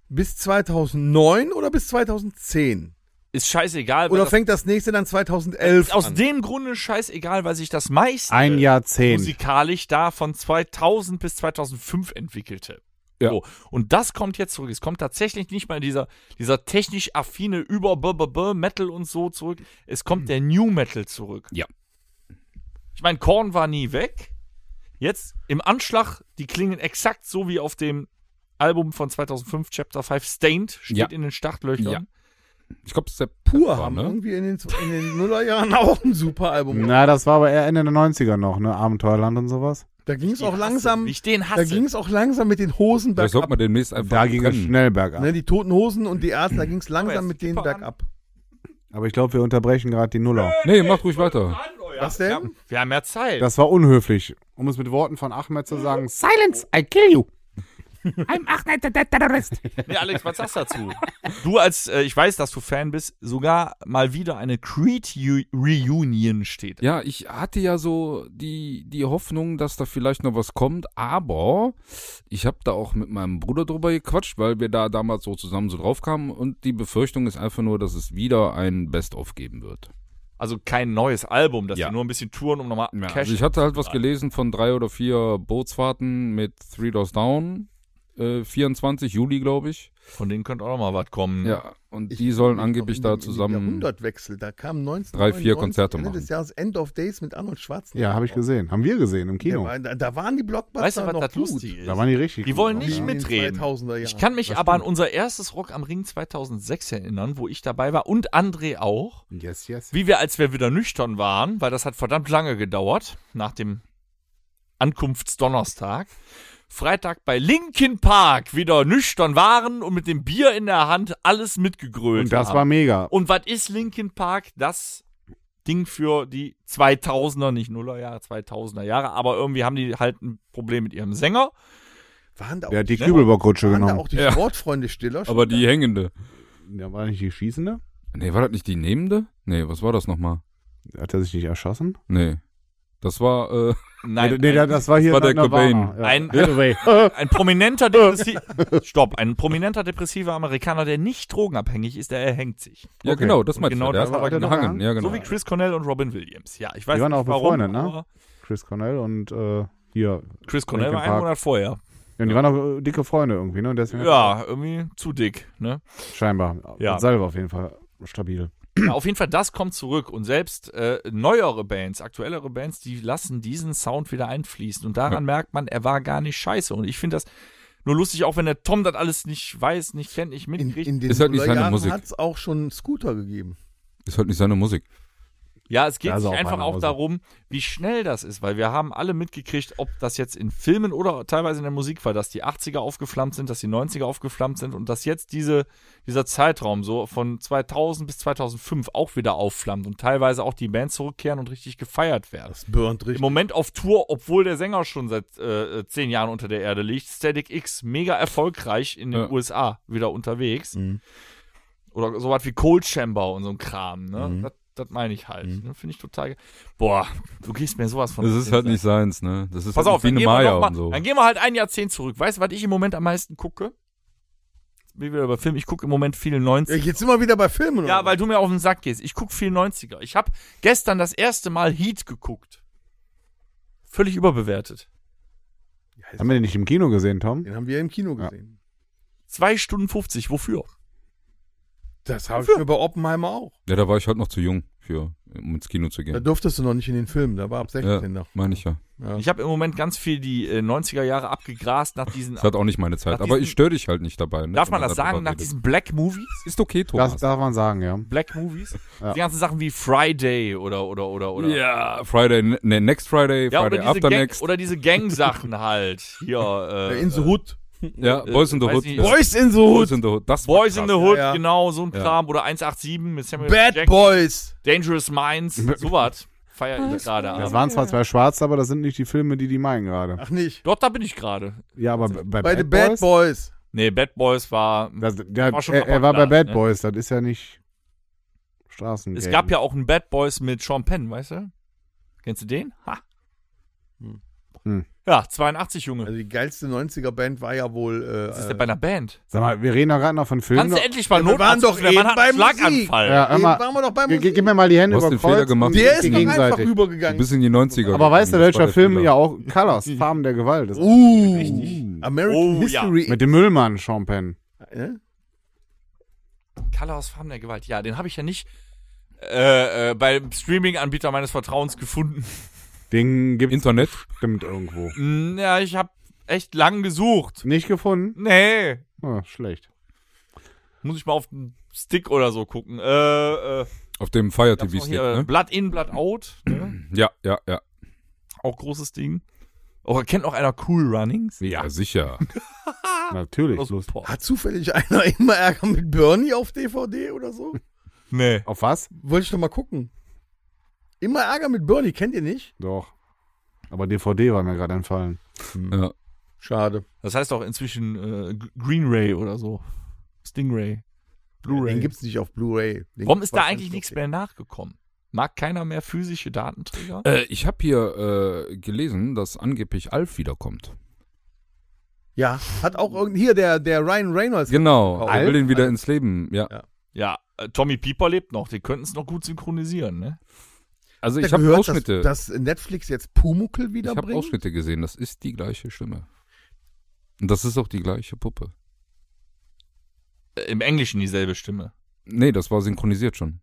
[SPEAKER 2] bis 2009 oder bis 2010?
[SPEAKER 4] ist scheißegal. weil
[SPEAKER 2] Oder
[SPEAKER 4] das
[SPEAKER 2] fängt das nächste dann 2011
[SPEAKER 4] aus
[SPEAKER 2] an?
[SPEAKER 4] dem Grunde scheißegal, weil sich das äh, meiste
[SPEAKER 5] Ein Jahrzehnt.
[SPEAKER 4] musikalisch da von 2000 bis 2005 entwickelte.
[SPEAKER 3] Ja.
[SPEAKER 4] So. Und das kommt jetzt zurück. Es kommt tatsächlich nicht mal dieser, dieser technisch affine über B -B -B Metal und so zurück. Es kommt der New Metal zurück.
[SPEAKER 3] Hm. Ja.
[SPEAKER 4] Ich meine, Korn war nie weg. Jetzt im Anschlag, die klingen exakt so wie auf dem Album von 2005, Chapter 5, Stained, steht
[SPEAKER 3] Ja.
[SPEAKER 4] in den Startlöchern.
[SPEAKER 3] Ja. Ich glaube, das ist der
[SPEAKER 2] Pur
[SPEAKER 3] war,
[SPEAKER 2] haben
[SPEAKER 3] ne?
[SPEAKER 2] irgendwie in den, in den Nullerjahren auch ein super Album.
[SPEAKER 5] Na, das war aber eher Ende der 90er noch, ne? Abenteuerland und sowas.
[SPEAKER 2] Da ging es
[SPEAKER 4] Den
[SPEAKER 2] auch
[SPEAKER 4] hasse
[SPEAKER 2] langsam,
[SPEAKER 4] Ich den
[SPEAKER 2] da
[SPEAKER 4] hasse.
[SPEAKER 2] ging es auch langsam mit den Hosen
[SPEAKER 3] Vielleicht sollte
[SPEAKER 2] bergab.
[SPEAKER 3] man demnächst einfach
[SPEAKER 5] Da ging es
[SPEAKER 3] trennen.
[SPEAKER 5] schnell bergab.
[SPEAKER 2] Ne, die toten Hosen und die Ärzte, da ging es
[SPEAKER 4] Aber
[SPEAKER 2] langsam
[SPEAKER 4] jetzt
[SPEAKER 2] mit denen
[SPEAKER 4] Kipper an.
[SPEAKER 2] bergab.
[SPEAKER 5] Aber ich glaube, wir unterbrechen gerade die Nuller.
[SPEAKER 3] Nee, macht ruhig weiter.
[SPEAKER 2] Was denn?
[SPEAKER 4] Wir haben ja Zeit.
[SPEAKER 5] Das war unhöflich. Um es mit Worten von Ahmed zu sagen, Silence, I kill you. I'm Ahmed, the terrorist.
[SPEAKER 4] Nee, Alex, was sagst du dazu? Du als, äh, ich weiß, dass du Fan bist, sogar mal wieder eine Creed-Reunion steht.
[SPEAKER 3] Ja, ich hatte ja so die, die Hoffnung, dass da vielleicht noch was kommt, aber ich habe da auch mit meinem Bruder drüber gequatscht, weil wir da damals so zusammen so drauf kamen und die Befürchtung ist einfach nur, dass es wieder ein Best-of geben wird.
[SPEAKER 4] Also kein neues Album, dass
[SPEAKER 3] Ja.
[SPEAKER 4] wir nur ein bisschen touren, um nochmal
[SPEAKER 3] Ja,
[SPEAKER 4] Cash
[SPEAKER 3] also ich hatte halt was gelesen von drei oder vier Bootsfahrten mit Three Doors Down, äh, 24 Juli, glaube ich.
[SPEAKER 4] Von denen könnte auch nochmal was
[SPEAKER 2] Mhm.
[SPEAKER 4] kommen.
[SPEAKER 3] Ja, und die sollen
[SPEAKER 2] Noch
[SPEAKER 3] angeblich
[SPEAKER 2] in
[SPEAKER 3] da
[SPEAKER 2] dem- in dem
[SPEAKER 3] zusammen.
[SPEAKER 2] Jahrhundertwechsel, da kamen 19
[SPEAKER 3] Drei, vier Konzerte
[SPEAKER 2] Ende
[SPEAKER 3] machen.
[SPEAKER 2] des Jahres End of Days mit Arnold Schwarzenegger.
[SPEAKER 5] Ja, habe ich gesehen. Haben wir gesehen
[SPEAKER 2] Der
[SPEAKER 5] im Kino.
[SPEAKER 2] war- Da, da waren die Blockbuster
[SPEAKER 4] Weißt du, was
[SPEAKER 2] noch
[SPEAKER 4] das
[SPEAKER 2] gut.
[SPEAKER 4] lustig ist?
[SPEAKER 5] Da waren die richtig.
[SPEAKER 4] Die
[SPEAKER 5] gut
[SPEAKER 4] wollen
[SPEAKER 3] ne?
[SPEAKER 5] drauf,
[SPEAKER 4] nicht
[SPEAKER 5] ja.
[SPEAKER 4] mit- mitreden.
[SPEAKER 2] 2000er Jahren.
[SPEAKER 4] Ich kann mich aber an unser erstes Rock am Ring 2006 erinnern, wo ich dabei war und André auch.
[SPEAKER 5] Yes, yes.
[SPEAKER 4] Wie wir, als wir wieder nüchtern waren, weil das hat verdammt lange gedauert, nach dem Ankunftsdonnerstag. Freitag bei Linkin Park wieder nüchtern waren und mit dem Bier in der Hand alles mitgegrölt
[SPEAKER 5] Und das
[SPEAKER 4] haben.
[SPEAKER 5] war mega.
[SPEAKER 4] Und was ist Linkin Park? Das Ding für die 2000er, nicht Nullerjahre, 2000er Jahre, aber irgendwie haben die halt ein Problem mit ihrem Sänger.
[SPEAKER 2] Waren da auch,
[SPEAKER 5] Der hat die
[SPEAKER 2] ne?
[SPEAKER 5] Kübelbockrutsche
[SPEAKER 2] waren da
[SPEAKER 5] genommen.
[SPEAKER 2] auch die
[SPEAKER 3] Ja.
[SPEAKER 2] Sportfreunde Stiller? schon
[SPEAKER 3] Aber
[SPEAKER 2] da?
[SPEAKER 3] die hängende.
[SPEAKER 5] Ja, war nicht die Schießende?
[SPEAKER 3] Nee, war das nicht die nehmende? Nee, was war das nochmal?
[SPEAKER 5] Hat er sich nicht erschossen?
[SPEAKER 3] Nee. Das war, äh,
[SPEAKER 4] Nein,
[SPEAKER 5] Also, nee, da- das war hier
[SPEAKER 3] war der
[SPEAKER 5] Nirvana.
[SPEAKER 3] Cobain.
[SPEAKER 5] Ja.
[SPEAKER 4] Ein-
[SPEAKER 5] Hathaway.
[SPEAKER 4] ein prominenter Depressi Stopp, ein prominenter depressiver Amerikaner, der nicht drogenabhängig ist, der erhängt sich.
[SPEAKER 3] ja
[SPEAKER 5] Okay.
[SPEAKER 3] genau, das
[SPEAKER 4] Und
[SPEAKER 3] meinte
[SPEAKER 4] genau
[SPEAKER 3] ich. Der
[SPEAKER 4] das
[SPEAKER 3] hat
[SPEAKER 5] war der
[SPEAKER 3] gehangen,
[SPEAKER 5] Nirvana.
[SPEAKER 3] ja genau.
[SPEAKER 4] So wie Chris Cornell und Robin Williams. Ja, ich weiß
[SPEAKER 5] Die waren
[SPEAKER 4] nicht
[SPEAKER 5] auch
[SPEAKER 4] warum,
[SPEAKER 5] befreundet, ne?
[SPEAKER 4] aber
[SPEAKER 5] Chris Cornell und äh, hier.
[SPEAKER 4] Chris Cornell war
[SPEAKER 5] Linkin
[SPEAKER 4] einen
[SPEAKER 5] Park.
[SPEAKER 4] Monat vorher.
[SPEAKER 5] Ja, und die waren auch äh, dicke Freunde irgendwie, ne? Und deswegen
[SPEAKER 4] Ja, irgendwie zu dick, ne?
[SPEAKER 5] Scheinbar.
[SPEAKER 4] Ja.
[SPEAKER 5] Ja. Salve auf jeden Fall stabil.
[SPEAKER 4] Ja, auf jeden Fall, das kommt zurück. Und selbst äh, neuere Bands, aktuellere Bands, die lassen diesen Sound wieder einfließen. Und daran merkt man, er war gar nicht scheiße. Und ich finde das nur lustig, auch wenn der Tom das alles nicht weiß, nicht kennt, nicht
[SPEAKER 2] in,
[SPEAKER 4] mitkriegt.
[SPEAKER 2] in den
[SPEAKER 3] Ist halt nicht seine Musik.
[SPEAKER 2] hat es auch schon Scooter gegeben.
[SPEAKER 3] Ist halt nicht seine Musik.
[SPEAKER 4] ja, es geht
[SPEAKER 5] Da ist
[SPEAKER 4] sich
[SPEAKER 5] auch
[SPEAKER 4] einfach
[SPEAKER 5] einer
[SPEAKER 4] auch
[SPEAKER 5] raus.
[SPEAKER 4] darum, wie schnell das ist. Weil wir haben alle mitgekriegt, ob das jetzt in Filmen oder teilweise in der Musik war, dass die 80er aufgeflammt sind, dass die 90er aufgeflammt sind und dass jetzt diese, dieser Zeitraum so von 2000 bis 2005 auch wieder aufflammt und teilweise auch die Bands zurückkehren und richtig gefeiert werden.
[SPEAKER 2] Das burnt
[SPEAKER 4] im
[SPEAKER 2] richtig.
[SPEAKER 4] Moment auf Tour, obwohl der Sänger schon seit äh, äh, zehn Jahren unter der Erde liegt. Static X, mega erfolgreich in den
[SPEAKER 3] Ja. Mhm.
[SPEAKER 4] USA wieder unterwegs. Oder sowas wie Cold Chamber und so ein Kram. Ne?
[SPEAKER 3] Mhm.
[SPEAKER 4] Das, das meine ich halt. Ne? Finde ich total. ge- Boah, du gehst mir sowas von.
[SPEAKER 3] Das ist halt nicht seins, ne? Das ist
[SPEAKER 4] Pass
[SPEAKER 3] halt
[SPEAKER 4] auf,
[SPEAKER 3] nicht
[SPEAKER 4] dann
[SPEAKER 3] Biene
[SPEAKER 4] gehen, wir
[SPEAKER 3] Maya
[SPEAKER 4] noch mal,
[SPEAKER 3] und so.
[SPEAKER 4] dann gehen wir halt ein Jahrzehnt zurück. Weißt du, was ich im Moment am meisten gucke? Wie wir über Film, ich gucke im Moment viel
[SPEAKER 2] Ja,
[SPEAKER 4] 90er.
[SPEAKER 2] jetzt immer wieder bei Filmen.
[SPEAKER 4] Ja, weil du mir auf den Sack gehst. Ich guck viel 90er. Ich habe gestern das erste Mal Heat geguckt. Völlig überbewertet.
[SPEAKER 5] Haben wir den nicht im Kino gesehen, Tom?
[SPEAKER 2] den haben wir im Kino
[SPEAKER 5] Ja.
[SPEAKER 2] gesehen.
[SPEAKER 4] 2 Stunden 50, wofür?
[SPEAKER 2] Das habe ich mir bei Oppenheimer auch.
[SPEAKER 3] Ja, da war ich halt noch zu jung für, um ins Kino zu
[SPEAKER 2] Da
[SPEAKER 3] gehen.
[SPEAKER 2] durftest du noch nicht in den Film, da war ab 16
[SPEAKER 3] Ja,
[SPEAKER 2] noch.
[SPEAKER 3] meine ich ja.
[SPEAKER 2] Ja.
[SPEAKER 4] Ich habe im Moment ganz viel die äh, 90er Jahre abgegrast nach diesen.
[SPEAKER 3] Ist halt auch nicht meine Zeit.
[SPEAKER 4] Nach
[SPEAKER 3] Aber
[SPEAKER 4] diesem-
[SPEAKER 3] ich störe dich halt nicht dabei. Ne?
[SPEAKER 4] darf
[SPEAKER 3] Wenn
[SPEAKER 4] man das
[SPEAKER 3] darüber
[SPEAKER 4] sagen? Nach
[SPEAKER 3] redet.
[SPEAKER 4] diesen Black Movies?
[SPEAKER 3] Ist okay,
[SPEAKER 5] Das
[SPEAKER 3] Thomas.
[SPEAKER 5] darf man sagen, ja.
[SPEAKER 4] Black Movies?
[SPEAKER 5] Ja.
[SPEAKER 4] Die ganzen Sachen wie Friday oder oder oder oder.
[SPEAKER 3] Ja, Friday, ne, Next Friday,
[SPEAKER 4] Ja,
[SPEAKER 3] Friday
[SPEAKER 4] oder diese,
[SPEAKER 3] After
[SPEAKER 4] Gang,
[SPEAKER 3] Next.
[SPEAKER 4] oder diese Gang-Sachen halt. Hier,
[SPEAKER 2] Äh,
[SPEAKER 4] äh,
[SPEAKER 2] in the Hood.
[SPEAKER 3] ja, Boys in the
[SPEAKER 4] weiß
[SPEAKER 3] Hood.
[SPEAKER 4] nicht,
[SPEAKER 3] ja.
[SPEAKER 2] Boys in the
[SPEAKER 3] Boys
[SPEAKER 2] Hood.
[SPEAKER 3] in the Hood. Das war
[SPEAKER 4] Boys in the
[SPEAKER 3] krass.
[SPEAKER 4] Hood,
[SPEAKER 2] Ja, ja.
[SPEAKER 4] genau, so ein
[SPEAKER 3] Ja.
[SPEAKER 4] Kram. Oder 187 mit Samuel
[SPEAKER 2] Bad
[SPEAKER 4] Jackson,
[SPEAKER 2] Boys.
[SPEAKER 4] Dangerous Minds, sowas. Feier ich gerade
[SPEAKER 5] Das
[SPEAKER 4] ab.
[SPEAKER 5] waren zwar zwei Schwarze, aber das sind nicht die Filme, die die meinen gerade.
[SPEAKER 2] Ach nicht.
[SPEAKER 4] Dort, da bin ich gerade.
[SPEAKER 5] Ja, aber bei,
[SPEAKER 2] Bei The Bad Boys.
[SPEAKER 4] Nee, Bad Boys war.
[SPEAKER 5] Das, der,
[SPEAKER 4] War schon
[SPEAKER 5] er, er war bei
[SPEAKER 4] Upper Class,
[SPEAKER 5] Bad
[SPEAKER 4] ne?
[SPEAKER 5] Boys, das ist ja nicht Straßen.
[SPEAKER 4] Es gab ja auch einen Bad Boys mit Sean Penn, weißt du? Kennst du den? Ha.
[SPEAKER 5] Hm.
[SPEAKER 4] Ja, 82, Junge.
[SPEAKER 2] Also die geilste 90er-Band war ja wohl. Äh,
[SPEAKER 4] Was ist denn bei einer Band?
[SPEAKER 5] Sag mal, wir reden ja gerade noch von Filmen.
[SPEAKER 4] Kannst du endlich mal
[SPEAKER 2] Wir waren
[SPEAKER 4] Notarzt
[SPEAKER 2] doch
[SPEAKER 4] rufen, der Mann
[SPEAKER 2] eben
[SPEAKER 4] hat einen
[SPEAKER 2] bei Musik.
[SPEAKER 4] Schlaganfall.
[SPEAKER 5] ja, hör
[SPEAKER 2] Eben
[SPEAKER 5] mal,
[SPEAKER 2] waren wir doch bei
[SPEAKER 5] ge- ge-
[SPEAKER 2] Musik.
[SPEAKER 5] gib mir mal die Hände
[SPEAKER 3] Du hast
[SPEAKER 5] über
[SPEAKER 3] den
[SPEAKER 5] Kreuz.
[SPEAKER 3] Fehler gemacht.
[SPEAKER 5] und
[SPEAKER 2] der ist
[SPEAKER 5] die
[SPEAKER 2] doch einfach
[SPEAKER 5] gegenseitig.
[SPEAKER 3] Du
[SPEAKER 2] rübergegangen.
[SPEAKER 3] bist in die 90er.
[SPEAKER 5] Aber
[SPEAKER 3] gegangen, das
[SPEAKER 5] weißt du,
[SPEAKER 3] war
[SPEAKER 5] welcher
[SPEAKER 3] der
[SPEAKER 5] Film
[SPEAKER 3] Fehler.
[SPEAKER 5] ja auch Colors, Farben der Gewalt ist?
[SPEAKER 2] Uh, American
[SPEAKER 4] Oh, ja.
[SPEAKER 2] History.
[SPEAKER 5] Mit dem Müllmann, Sean Penn.
[SPEAKER 2] Äh?
[SPEAKER 4] Color aus Farben der Gewalt. Ja, den habe ich ja nicht äh, äh, beim Streaming-Anbieter meines Vertrauens gefunden.
[SPEAKER 5] Den gibt's
[SPEAKER 3] Internet.
[SPEAKER 5] bestimmt irgendwo.
[SPEAKER 4] Mm, Ja, ich habe echt lang gesucht.
[SPEAKER 5] Nicht gefunden?
[SPEAKER 4] Nee.
[SPEAKER 5] Ah, schlecht.
[SPEAKER 4] Muss ich mal auf den Stick oder so gucken. Äh, äh,
[SPEAKER 3] Auf dem Fire
[SPEAKER 4] gab's noch
[SPEAKER 3] TV-Stick,
[SPEAKER 4] hier,
[SPEAKER 3] ne?
[SPEAKER 4] Blood in, Blood out. Ne?
[SPEAKER 3] Ja, ja, ja.
[SPEAKER 4] Auch großes Ding. Oh, kennt noch einer Cool Runnings? Also,
[SPEAKER 3] Ja, sicher.
[SPEAKER 5] Natürlich. Los.
[SPEAKER 4] Porn.
[SPEAKER 2] Hat zufällig einer immer Ärger mit Bernie auf DVD oder so?
[SPEAKER 4] Nee.
[SPEAKER 5] Auf was?
[SPEAKER 2] Wollte ich doch mal gucken. Immer Ärger mit Bernie, kennt ihr nicht?
[SPEAKER 5] Doch. Aber DVD war mir gerade entfallen.
[SPEAKER 4] Mhm.
[SPEAKER 3] ja.
[SPEAKER 2] Schade.
[SPEAKER 4] Das heißt auch inzwischen äh, G- Green Ray oder so. Stingray. Blu-ray.
[SPEAKER 2] Den gibt's nicht auf Blu-ray. Den
[SPEAKER 4] Warum
[SPEAKER 2] gibt's
[SPEAKER 4] ist da
[SPEAKER 2] wahrscheinlich
[SPEAKER 4] eigentlich
[SPEAKER 2] auf
[SPEAKER 4] nichts
[SPEAKER 2] dem-
[SPEAKER 4] mehr nachgekommen? Mag keiner mehr physische Datenträger?
[SPEAKER 3] Äh, ich habe hier äh, gelesen, dass angeblich Alf wiederkommt.
[SPEAKER 2] Ja, hat auch irgend hier der, der Ryan Reynolds.
[SPEAKER 3] Genau,
[SPEAKER 2] Alf?
[SPEAKER 3] er will ihn wieder ins Leben. Ja.
[SPEAKER 2] Ja.
[SPEAKER 4] Oh. Ja, äh, Tommy Pieper lebt noch. Die könnten es noch gut synchronisieren, ne?
[SPEAKER 3] Also
[SPEAKER 2] Habt ihr
[SPEAKER 3] ich habe
[SPEAKER 2] gehört,
[SPEAKER 3] Ausschnitte.
[SPEAKER 2] Dass, dass Netflix jetzt Pumuckel
[SPEAKER 3] ich habe
[SPEAKER 2] wiederbringt.
[SPEAKER 3] Ausschnitte gesehen. Das ist die gleiche Stimme. Und das ist auch die gleiche Puppe.
[SPEAKER 4] Äh, Im Englischen dieselbe Stimme.
[SPEAKER 3] Nee, das war synchronisiert schon.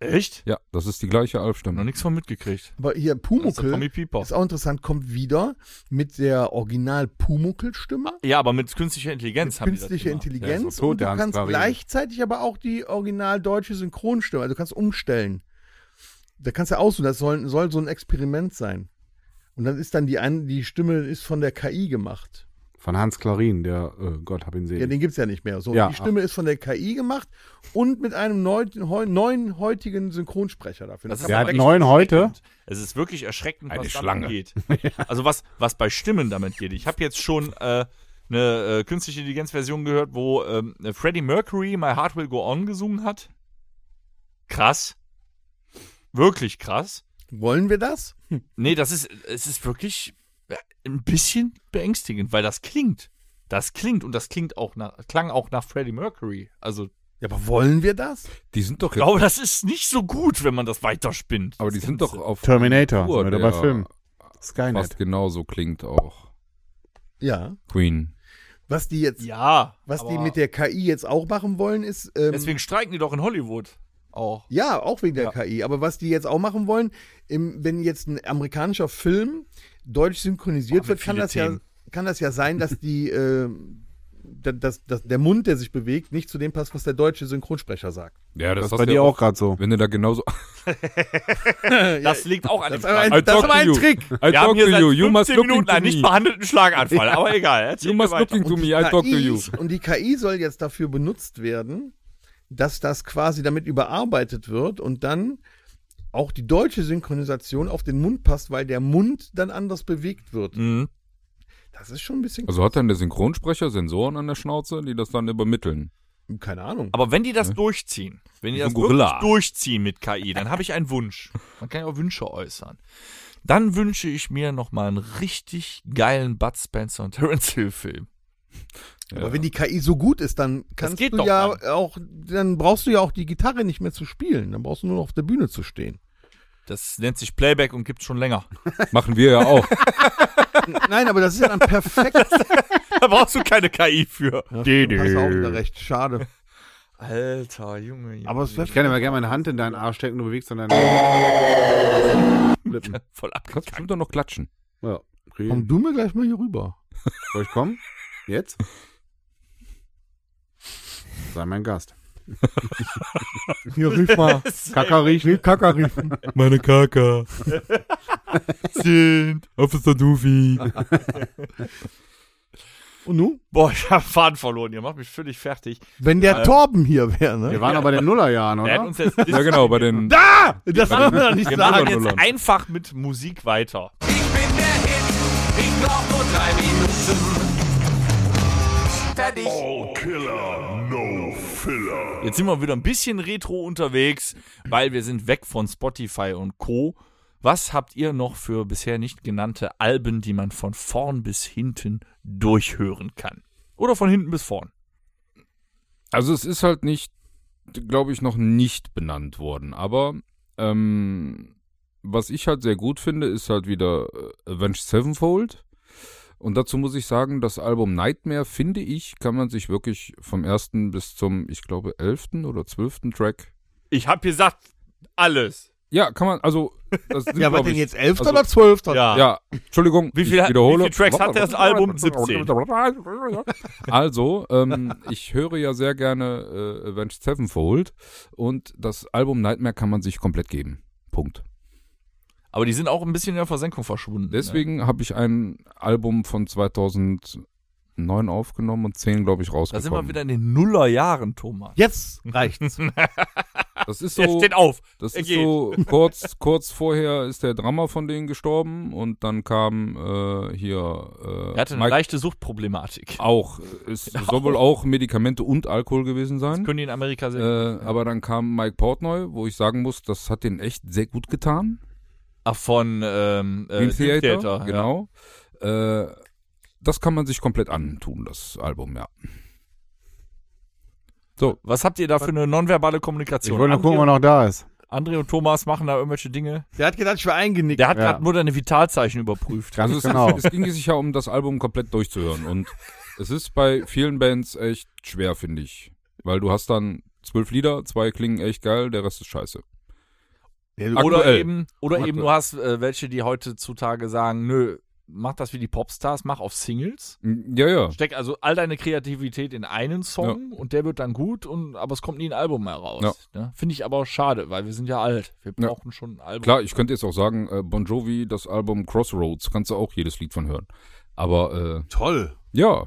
[SPEAKER 4] Echt?
[SPEAKER 3] Ja, das ist die gleiche
[SPEAKER 4] Noch
[SPEAKER 3] Alf-Stimme.
[SPEAKER 4] nichts von mitgekriegt.
[SPEAKER 2] Aber hier
[SPEAKER 4] Das ist der Tommy
[SPEAKER 2] Pumuckel
[SPEAKER 4] Pieper.
[SPEAKER 2] ist auch interessant, kommt wieder mit der Original Pumuckel-Stimme.
[SPEAKER 4] Ja, aber mit künstlicher Intelligenz haben die das
[SPEAKER 2] künstliche
[SPEAKER 4] gemacht.
[SPEAKER 5] Der ist
[SPEAKER 2] Intelligenz
[SPEAKER 5] doch tot,
[SPEAKER 2] und du
[SPEAKER 5] der Hans
[SPEAKER 2] kannst
[SPEAKER 5] Clarine.
[SPEAKER 2] gleichzeitig aber auch die original deutsche Synchronstimme, also du kannst umstellen. Da kannst du aussuchen, das soll, soll so ein Experiment sein. Und dann ist dann die ein, die Stimme ist von der KI gemacht.
[SPEAKER 5] Von Hans Klarin, der, äh, Gott hab ihn sehen.
[SPEAKER 2] Ja, den gibt's ja nicht mehr. So,
[SPEAKER 5] Ja.
[SPEAKER 2] die Stimme ist von der KI gemacht und mit einem neu, heu, neuen heutigen Synchronsprecher dafür.
[SPEAKER 4] Das
[SPEAKER 2] Das
[SPEAKER 4] ist
[SPEAKER 2] kann
[SPEAKER 5] der
[SPEAKER 2] man
[SPEAKER 4] aber
[SPEAKER 5] hat
[SPEAKER 4] echt
[SPEAKER 5] neun heute.
[SPEAKER 4] erschreckend. Es ist wirklich erschreckend,
[SPEAKER 3] Eine
[SPEAKER 4] was
[SPEAKER 3] Schlange.
[SPEAKER 4] damit geht. Also was, was bei Stimmen damit geht. Ich habe jetzt schon äh, eine äh, künstliche Intelligenz-Version gehört, wo ähm, Freddie Mercury My Heart Will Go On gesungen hat. Krass. Wirklich krass.
[SPEAKER 2] Wollen wir das?
[SPEAKER 4] Nee, das ist, es ist wirklich äh, ein bisschen beängstigend, weil das klingt. Das klingt und das klingt auch nach, klang auch nach Freddie Mercury. Also
[SPEAKER 2] Ja, aber wollen wir das?
[SPEAKER 3] Die sind doch
[SPEAKER 4] Ich glaube, das ist nicht so gut, wenn man das weiterspinnt.
[SPEAKER 3] aber die sind doch auf
[SPEAKER 5] Terminator,
[SPEAKER 3] Tour,
[SPEAKER 5] sind wir
[SPEAKER 3] der
[SPEAKER 5] dabei Film.
[SPEAKER 3] fast
[SPEAKER 5] Skynet.
[SPEAKER 3] genauso klingt auch
[SPEAKER 2] Ja.
[SPEAKER 3] Queen.
[SPEAKER 2] Was die jetzt,
[SPEAKER 4] Ja.
[SPEAKER 2] was die
[SPEAKER 4] aber
[SPEAKER 2] mit der KI jetzt auch machen wollen, ist. Ähm,
[SPEAKER 4] Deswegen streiken die doch in Hollywood auch.
[SPEAKER 2] Ja, auch wegen der KI. Aber was die jetzt auch machen wollen, im, wenn jetzt ein amerikanischer Film deutsch synchronisiert
[SPEAKER 4] Boah,
[SPEAKER 2] wird,
[SPEAKER 4] wie
[SPEAKER 2] kann
[SPEAKER 4] viele
[SPEAKER 2] das, ja,
[SPEAKER 4] Themen.
[SPEAKER 2] kann das ja sein, dass die, äh, da- dass, dass der Mund, der sich bewegt, nicht zu dem passt, was der deutsche Synchronsprecher sagt.
[SPEAKER 3] Ja,
[SPEAKER 5] Das
[SPEAKER 3] das,
[SPEAKER 5] ist
[SPEAKER 3] hast
[SPEAKER 5] bei
[SPEAKER 3] du
[SPEAKER 5] dir
[SPEAKER 3] ja
[SPEAKER 5] auch gerade so.
[SPEAKER 3] wenn du da genauso
[SPEAKER 4] Das liegt auch an
[SPEAKER 2] Das ist
[SPEAKER 4] dem
[SPEAKER 2] aber ein,
[SPEAKER 4] Schlaganfall.
[SPEAKER 3] I
[SPEAKER 2] das ist
[SPEAKER 3] talk
[SPEAKER 2] aber ein
[SPEAKER 3] to you.
[SPEAKER 2] Trick.
[SPEAKER 3] I
[SPEAKER 4] Wir haben
[SPEAKER 3] talk
[SPEAKER 4] hier
[SPEAKER 3] to
[SPEAKER 4] seit
[SPEAKER 3] you, you must
[SPEAKER 4] 15
[SPEAKER 3] look
[SPEAKER 4] Minuten einen
[SPEAKER 3] into
[SPEAKER 4] nicht
[SPEAKER 3] me.
[SPEAKER 4] behandelten Schlaganfall, aber egal. erzähl
[SPEAKER 3] You must
[SPEAKER 4] mir
[SPEAKER 3] look
[SPEAKER 4] weiter.
[SPEAKER 3] into me, I talk to you.
[SPEAKER 2] KI und die KI soll jetzt dafür benutzt werden, dass das quasi damit überarbeitet wird und dann auch die deutsche Synchronisation auf den Mund passt, weil der Mund dann anders bewegt wird.
[SPEAKER 4] Mhm.
[SPEAKER 2] Das ist schon ein bisschen,
[SPEAKER 3] Also hat dann der Synchronsprecher Sensoren an der Schnauze, die das dann übermitteln.
[SPEAKER 2] keine Ahnung.
[SPEAKER 4] Aber wenn die das durchziehen, wenn die
[SPEAKER 3] So
[SPEAKER 4] das
[SPEAKER 3] ein Gorilla.
[SPEAKER 4] wirklich durchziehen mit KI, dann habe ich einen Wunsch. Man kann ja auch Wünsche äußern. Dann wünsche ich mir nochmal einen richtig geilen Bud Spencer und Terence Hill Film.
[SPEAKER 2] Aber wenn die KI so gut ist, dann kannst
[SPEAKER 4] geht
[SPEAKER 2] du
[SPEAKER 4] doch
[SPEAKER 2] ja auch, dann brauchst du ja auch die Gitarre nicht mehr zu spielen. Dann brauchst du nur noch auf der Bühne zu stehen.
[SPEAKER 4] Das nennt sich Playback und gibt's schon länger.
[SPEAKER 3] Machen wir ja auch.
[SPEAKER 2] Nein, aber das ist ja dann perfekt.
[SPEAKER 4] Da brauchst du keine KI für.
[SPEAKER 2] Ja, stimmt, hast du auch wieder recht. Schade.
[SPEAKER 4] Alter, Junge. Junge.
[SPEAKER 2] Aber es
[SPEAKER 5] Ich
[SPEAKER 2] wäre
[SPEAKER 5] kann dir mal gerne meine Hand in deinen Arsch stecken, du bewegst dann deine.
[SPEAKER 4] voll ab.
[SPEAKER 3] Kannst bestimmt doch noch klatschen.
[SPEAKER 5] Ja.
[SPEAKER 2] Komm du mir gleich mal hier rüber.
[SPEAKER 5] Soll ich kommen? Jetzt? Sei mein Gast.
[SPEAKER 2] Hier rief mal.
[SPEAKER 5] Kackerich.
[SPEAKER 2] Kacker riefen.
[SPEAKER 3] Meine Kaka. Sind Officer Doofy.
[SPEAKER 2] Und nun?
[SPEAKER 4] Boah, ich hab Faden verloren. Ihr macht mich völlig fertig.
[SPEAKER 2] Wenn der Torben hier wäre,
[SPEAKER 5] Wir
[SPEAKER 2] ne?
[SPEAKER 5] waren aber in den Nullerjahren,
[SPEAKER 4] Er hat
[SPEAKER 5] oder?
[SPEAKER 4] uns jetzt
[SPEAKER 3] Ja genau, bei den
[SPEAKER 2] Das darf man doch nicht
[SPEAKER 4] Wir
[SPEAKER 2] sagen.
[SPEAKER 4] machen jetzt einfach mit Musik weiter.
[SPEAKER 8] Ich bin der Hit, ich brauch nur drei Minuten. Fertig.
[SPEAKER 1] All killer, no filler.
[SPEAKER 4] Jetzt sind wir wieder ein bisschen retro unterwegs, weil wir sind weg von Spotify und Co. Was habt ihr noch für bisher nicht genannte Alben, die man von vorn bis hinten durchhören kann? Oder von hinten bis vorn?
[SPEAKER 3] Also es ist halt nicht, glaube ich, noch nicht benannt worden. Aber ähm, was ich halt sehr gut finde, ist halt wieder äh, Avenged Sevenfold. Und dazu muss ich sagen, das Album Nightmare, finde ich, kann man sich wirklich vom ersten bis zum, ich glaube, elften oder zwölften Track.
[SPEAKER 4] Ich hab gesagt, alles.
[SPEAKER 3] Ja, kann man, also, das sind,
[SPEAKER 2] Ja, was
[SPEAKER 3] glaub
[SPEAKER 2] denn
[SPEAKER 3] ich-
[SPEAKER 2] jetzt 11.
[SPEAKER 3] also-
[SPEAKER 2] oder 12.
[SPEAKER 4] Ja.
[SPEAKER 3] Ja, Entschuldigung,
[SPEAKER 4] Wie viel
[SPEAKER 3] ich
[SPEAKER 4] hat-
[SPEAKER 3] wiederhole.
[SPEAKER 4] wie viele Tracks hat das Album? 17.
[SPEAKER 3] Also, ähm, ich höre ja sehr gerne äh, Avenged Sevenfold und das Album Nightmare kann man sich komplett geben. Punkt.
[SPEAKER 4] Aber die sind auch ein bisschen in der Versenkung verschwunden. ne?
[SPEAKER 3] Deswegen habe ich ein Album von 2009 aufgenommen und 10, glaube ich,
[SPEAKER 4] Ne? Da
[SPEAKER 3] rausgekommen.
[SPEAKER 4] sind wir wieder in den Nullerjahren, Thomas.
[SPEAKER 2] Jetzt reicht's.
[SPEAKER 3] Das ist
[SPEAKER 4] Jetzt
[SPEAKER 3] so,
[SPEAKER 4] steht auf.
[SPEAKER 3] das
[SPEAKER 4] er
[SPEAKER 3] ist
[SPEAKER 4] geht.
[SPEAKER 3] so kurz, kurz vorher ist der Drummer von denen gestorben und dann kam äh, hier äh,
[SPEAKER 4] Er hatte eine
[SPEAKER 3] Mike
[SPEAKER 4] leichte Suchtproblematik.
[SPEAKER 3] Auch. Es
[SPEAKER 4] Genau.
[SPEAKER 3] soll wohl auch Medikamente und Alkohol gewesen sein.
[SPEAKER 4] Können die in Amerika
[SPEAKER 3] Äh,
[SPEAKER 4] sehen.
[SPEAKER 3] aber dann kam Mike Portnoy, wo ich sagen muss, das hat den echt sehr gut getan.
[SPEAKER 4] Äh, Ach, von ähm, äh,
[SPEAKER 3] Dream Theater,
[SPEAKER 4] ja.
[SPEAKER 3] genau. Äh, das kann man sich komplett antun, das Album, ja.
[SPEAKER 4] Was habt ihr da für eine nonverbale
[SPEAKER 5] Ich
[SPEAKER 4] Kommunikation?
[SPEAKER 5] wollte nur gucken, ob
[SPEAKER 4] André,
[SPEAKER 5] er noch da ist.
[SPEAKER 4] André und Thomas machen da irgendwelche Dinge.
[SPEAKER 2] Der hat gedacht, ich war eingenickt.
[SPEAKER 4] Der hat
[SPEAKER 5] Ja.
[SPEAKER 4] gerade nur deine Vitalzeichen überprüft.
[SPEAKER 5] Ganz
[SPEAKER 3] Also es,
[SPEAKER 5] genau.
[SPEAKER 3] es ging sich ja um das Album komplett durchzuhören und es ist bei vielen Bands echt schwer, finde ich. Weil du hast dann zwölf Lieder, zwei klingen echt geil, der Rest ist scheiße.
[SPEAKER 4] Oder
[SPEAKER 3] Aktuell.
[SPEAKER 4] eben, oder
[SPEAKER 3] Aktuell.
[SPEAKER 4] eben du hast äh, welche, die heutzutage sagen, nö, mach das wie die Popstars, mach auf Singles.
[SPEAKER 3] Hm, Ja, ja.
[SPEAKER 4] Steck also all deine Kreativität in einen Song und der wird dann gut, und, aber es kommt nie ein Album mehr raus.
[SPEAKER 3] Ja.
[SPEAKER 4] Ne? Finde ich aber auch schade, weil wir sind ja alt. Wir
[SPEAKER 3] Ja.
[SPEAKER 4] brauchen schon ein Album.
[SPEAKER 3] Klar, ich könnte jetzt auch sagen, äh, Bon Jovi, das Album Crossroads, kannst du auch jedes Lied von hören. Aber äh,
[SPEAKER 2] Toll.
[SPEAKER 3] ja,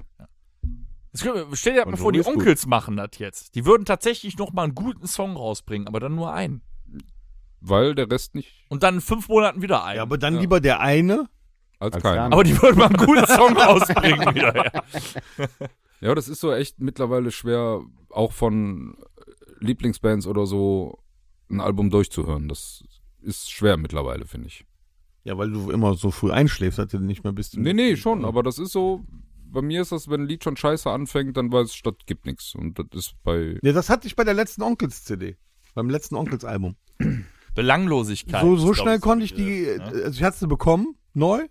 [SPEAKER 4] Jetzt können wir, stell dir mal
[SPEAKER 5] Und
[SPEAKER 4] vor, die
[SPEAKER 5] Jovi ist gut.
[SPEAKER 4] Onkels machen das jetzt. Die würden tatsächlich noch mal einen guten Song rausbringen, aber dann nur einen.
[SPEAKER 3] weil der Rest nicht
[SPEAKER 4] Und dann in fünf Monaten wieder einen.
[SPEAKER 2] Ja, aber dann lieber der eine.
[SPEAKER 3] als,
[SPEAKER 5] Als
[SPEAKER 3] keiner.
[SPEAKER 5] gar nicht.
[SPEAKER 4] Aber die würden mal einen guten Song rausbringen wieder. Ja.
[SPEAKER 3] Ja, das ist so echt mittlerweile schwer, auch von äh, Lieblingsbands oder so ein Album durchzuhören. Das ist schwer mittlerweile, finde ich.
[SPEAKER 2] Ja, weil du immer so früh einschläfst, hat er nicht mehr bist.
[SPEAKER 3] Nee, nee, schon, aber das ist so. Bei mir ist das, wenn ein Lied schon scheiße anfängt, dann weiß ich, das gibt nichts. Und das ist bei.
[SPEAKER 2] Ja, das hatte ich bei der letzten Onkels-CD. Beim letzten Onkels-Album.
[SPEAKER 4] Belanglosigkeit.
[SPEAKER 2] So,
[SPEAKER 4] ist,
[SPEAKER 2] so
[SPEAKER 4] glaub
[SPEAKER 2] schnell
[SPEAKER 4] ich,
[SPEAKER 2] konnte ich die,
[SPEAKER 4] äh, ne?
[SPEAKER 2] also ich hatte sie bekommen, neu,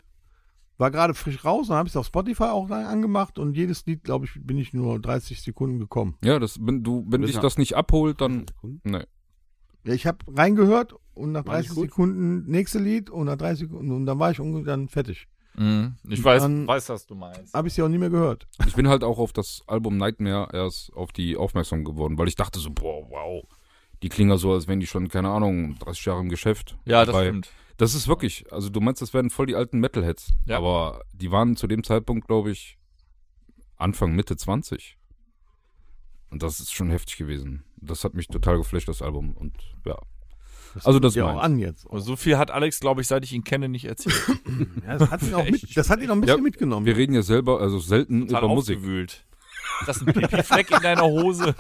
[SPEAKER 2] war gerade frisch raus, dann habe ich es auf Spotify auch lang angemacht und jedes Lied, glaube ich, bin ich nur 30 Sekunden gekommen.
[SPEAKER 3] Ja, das, wenn, du, wenn
[SPEAKER 5] Bist
[SPEAKER 3] dich
[SPEAKER 5] du-
[SPEAKER 3] das nicht abholt, dann.
[SPEAKER 5] Sekunden?
[SPEAKER 3] Nee.
[SPEAKER 2] Ja, ich habe reingehört und nach
[SPEAKER 5] War nicht
[SPEAKER 2] 30
[SPEAKER 5] gut?
[SPEAKER 2] Sekunden nächste Lied und nach 30 Sekunden und dann war ich unge- dann fertig.
[SPEAKER 4] Mhm. Ich weiß,
[SPEAKER 2] Dann-
[SPEAKER 4] weiß, was du meinst.
[SPEAKER 2] Habe ich sie auch nie mehr gehört.
[SPEAKER 3] Ich bin halt auch auf das Album Nightmare erst auf die aufmerksam geworden, weil ich dachte so, boah, wow. Die klingen ja so, als wären die schon, keine Ahnung, 30 Jahre im Geschäft.
[SPEAKER 4] Ja, das
[SPEAKER 3] Dabei-
[SPEAKER 4] stimmt.
[SPEAKER 3] Das ist wirklich, also du meinst, das werden voll die alten Metalheads.
[SPEAKER 4] Ja.
[SPEAKER 3] Aber die waren zu dem Zeitpunkt, glaube ich, Anfang, Mitte 20. Und das ist schon heftig gewesen. Das hat mich total geflasht, das Album. Und ja. also das
[SPEAKER 2] ja auch
[SPEAKER 3] ja,
[SPEAKER 2] an jetzt.
[SPEAKER 4] Aber so viel hat Alex, glaube ich, seit ich ihn kenne, nicht erzählt.
[SPEAKER 2] Ja, das hat ihn auch mit, das hat ihn auch ein bisschen
[SPEAKER 3] Ja.
[SPEAKER 2] mitgenommen.
[SPEAKER 3] Wir reden ja selber, also selten
[SPEAKER 4] Total
[SPEAKER 3] über Musik.
[SPEAKER 4] aufgewühlt. Ist das ein Pipi-Fleck in deiner Hose?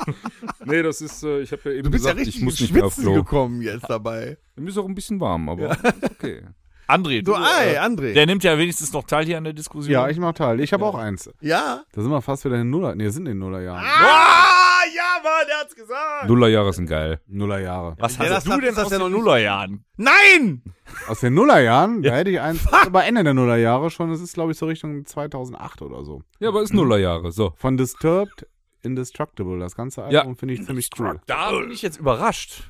[SPEAKER 3] Nee, das ist, äh, ich habe ja eben
[SPEAKER 2] du bist ja
[SPEAKER 3] gesagt,
[SPEAKER 2] richtig
[SPEAKER 3] ich muss
[SPEAKER 2] ins
[SPEAKER 3] nicht mehr auf
[SPEAKER 2] Schwitzen
[SPEAKER 3] Klo.
[SPEAKER 2] gekommen jetzt dabei.
[SPEAKER 3] Mir ist auch ein bisschen warm, aber ist okay.
[SPEAKER 4] André,
[SPEAKER 2] Du,
[SPEAKER 4] du,
[SPEAKER 2] ey,
[SPEAKER 4] äh,
[SPEAKER 2] André.
[SPEAKER 4] der nimmt ja wenigstens noch teil hier an der Diskussion.
[SPEAKER 5] Ja, ich mach teil. Ich habe auch eins.
[SPEAKER 2] ja,
[SPEAKER 5] Da sind wir fast wieder in den Nuller. Nee, sind in den Nullerjahren.
[SPEAKER 4] Ah, ja, Mann, er hat's gesagt.
[SPEAKER 3] Nullerjahre sind geil.
[SPEAKER 5] Nullerjahre.
[SPEAKER 4] Was
[SPEAKER 2] Ja, das
[SPEAKER 4] hast du
[SPEAKER 2] sagt-
[SPEAKER 4] denn
[SPEAKER 2] das sagt
[SPEAKER 4] aus
[SPEAKER 2] er
[SPEAKER 4] den
[SPEAKER 2] noch nicht.
[SPEAKER 4] Nullerjahren?
[SPEAKER 2] nein!
[SPEAKER 5] Aus den Nullerjahren, da hätte ich eins. Aber Ende der Nullerjahre schon. Das ist, glaube ich, so Richtung 2008 oder so.
[SPEAKER 3] Ja, aber ist Nullerjahre, so.
[SPEAKER 5] Von Disturbed Indestructible. Das ganze
[SPEAKER 3] Ja.
[SPEAKER 5] Album finde ich ziemlich cool.
[SPEAKER 4] Da bin ich jetzt überrascht.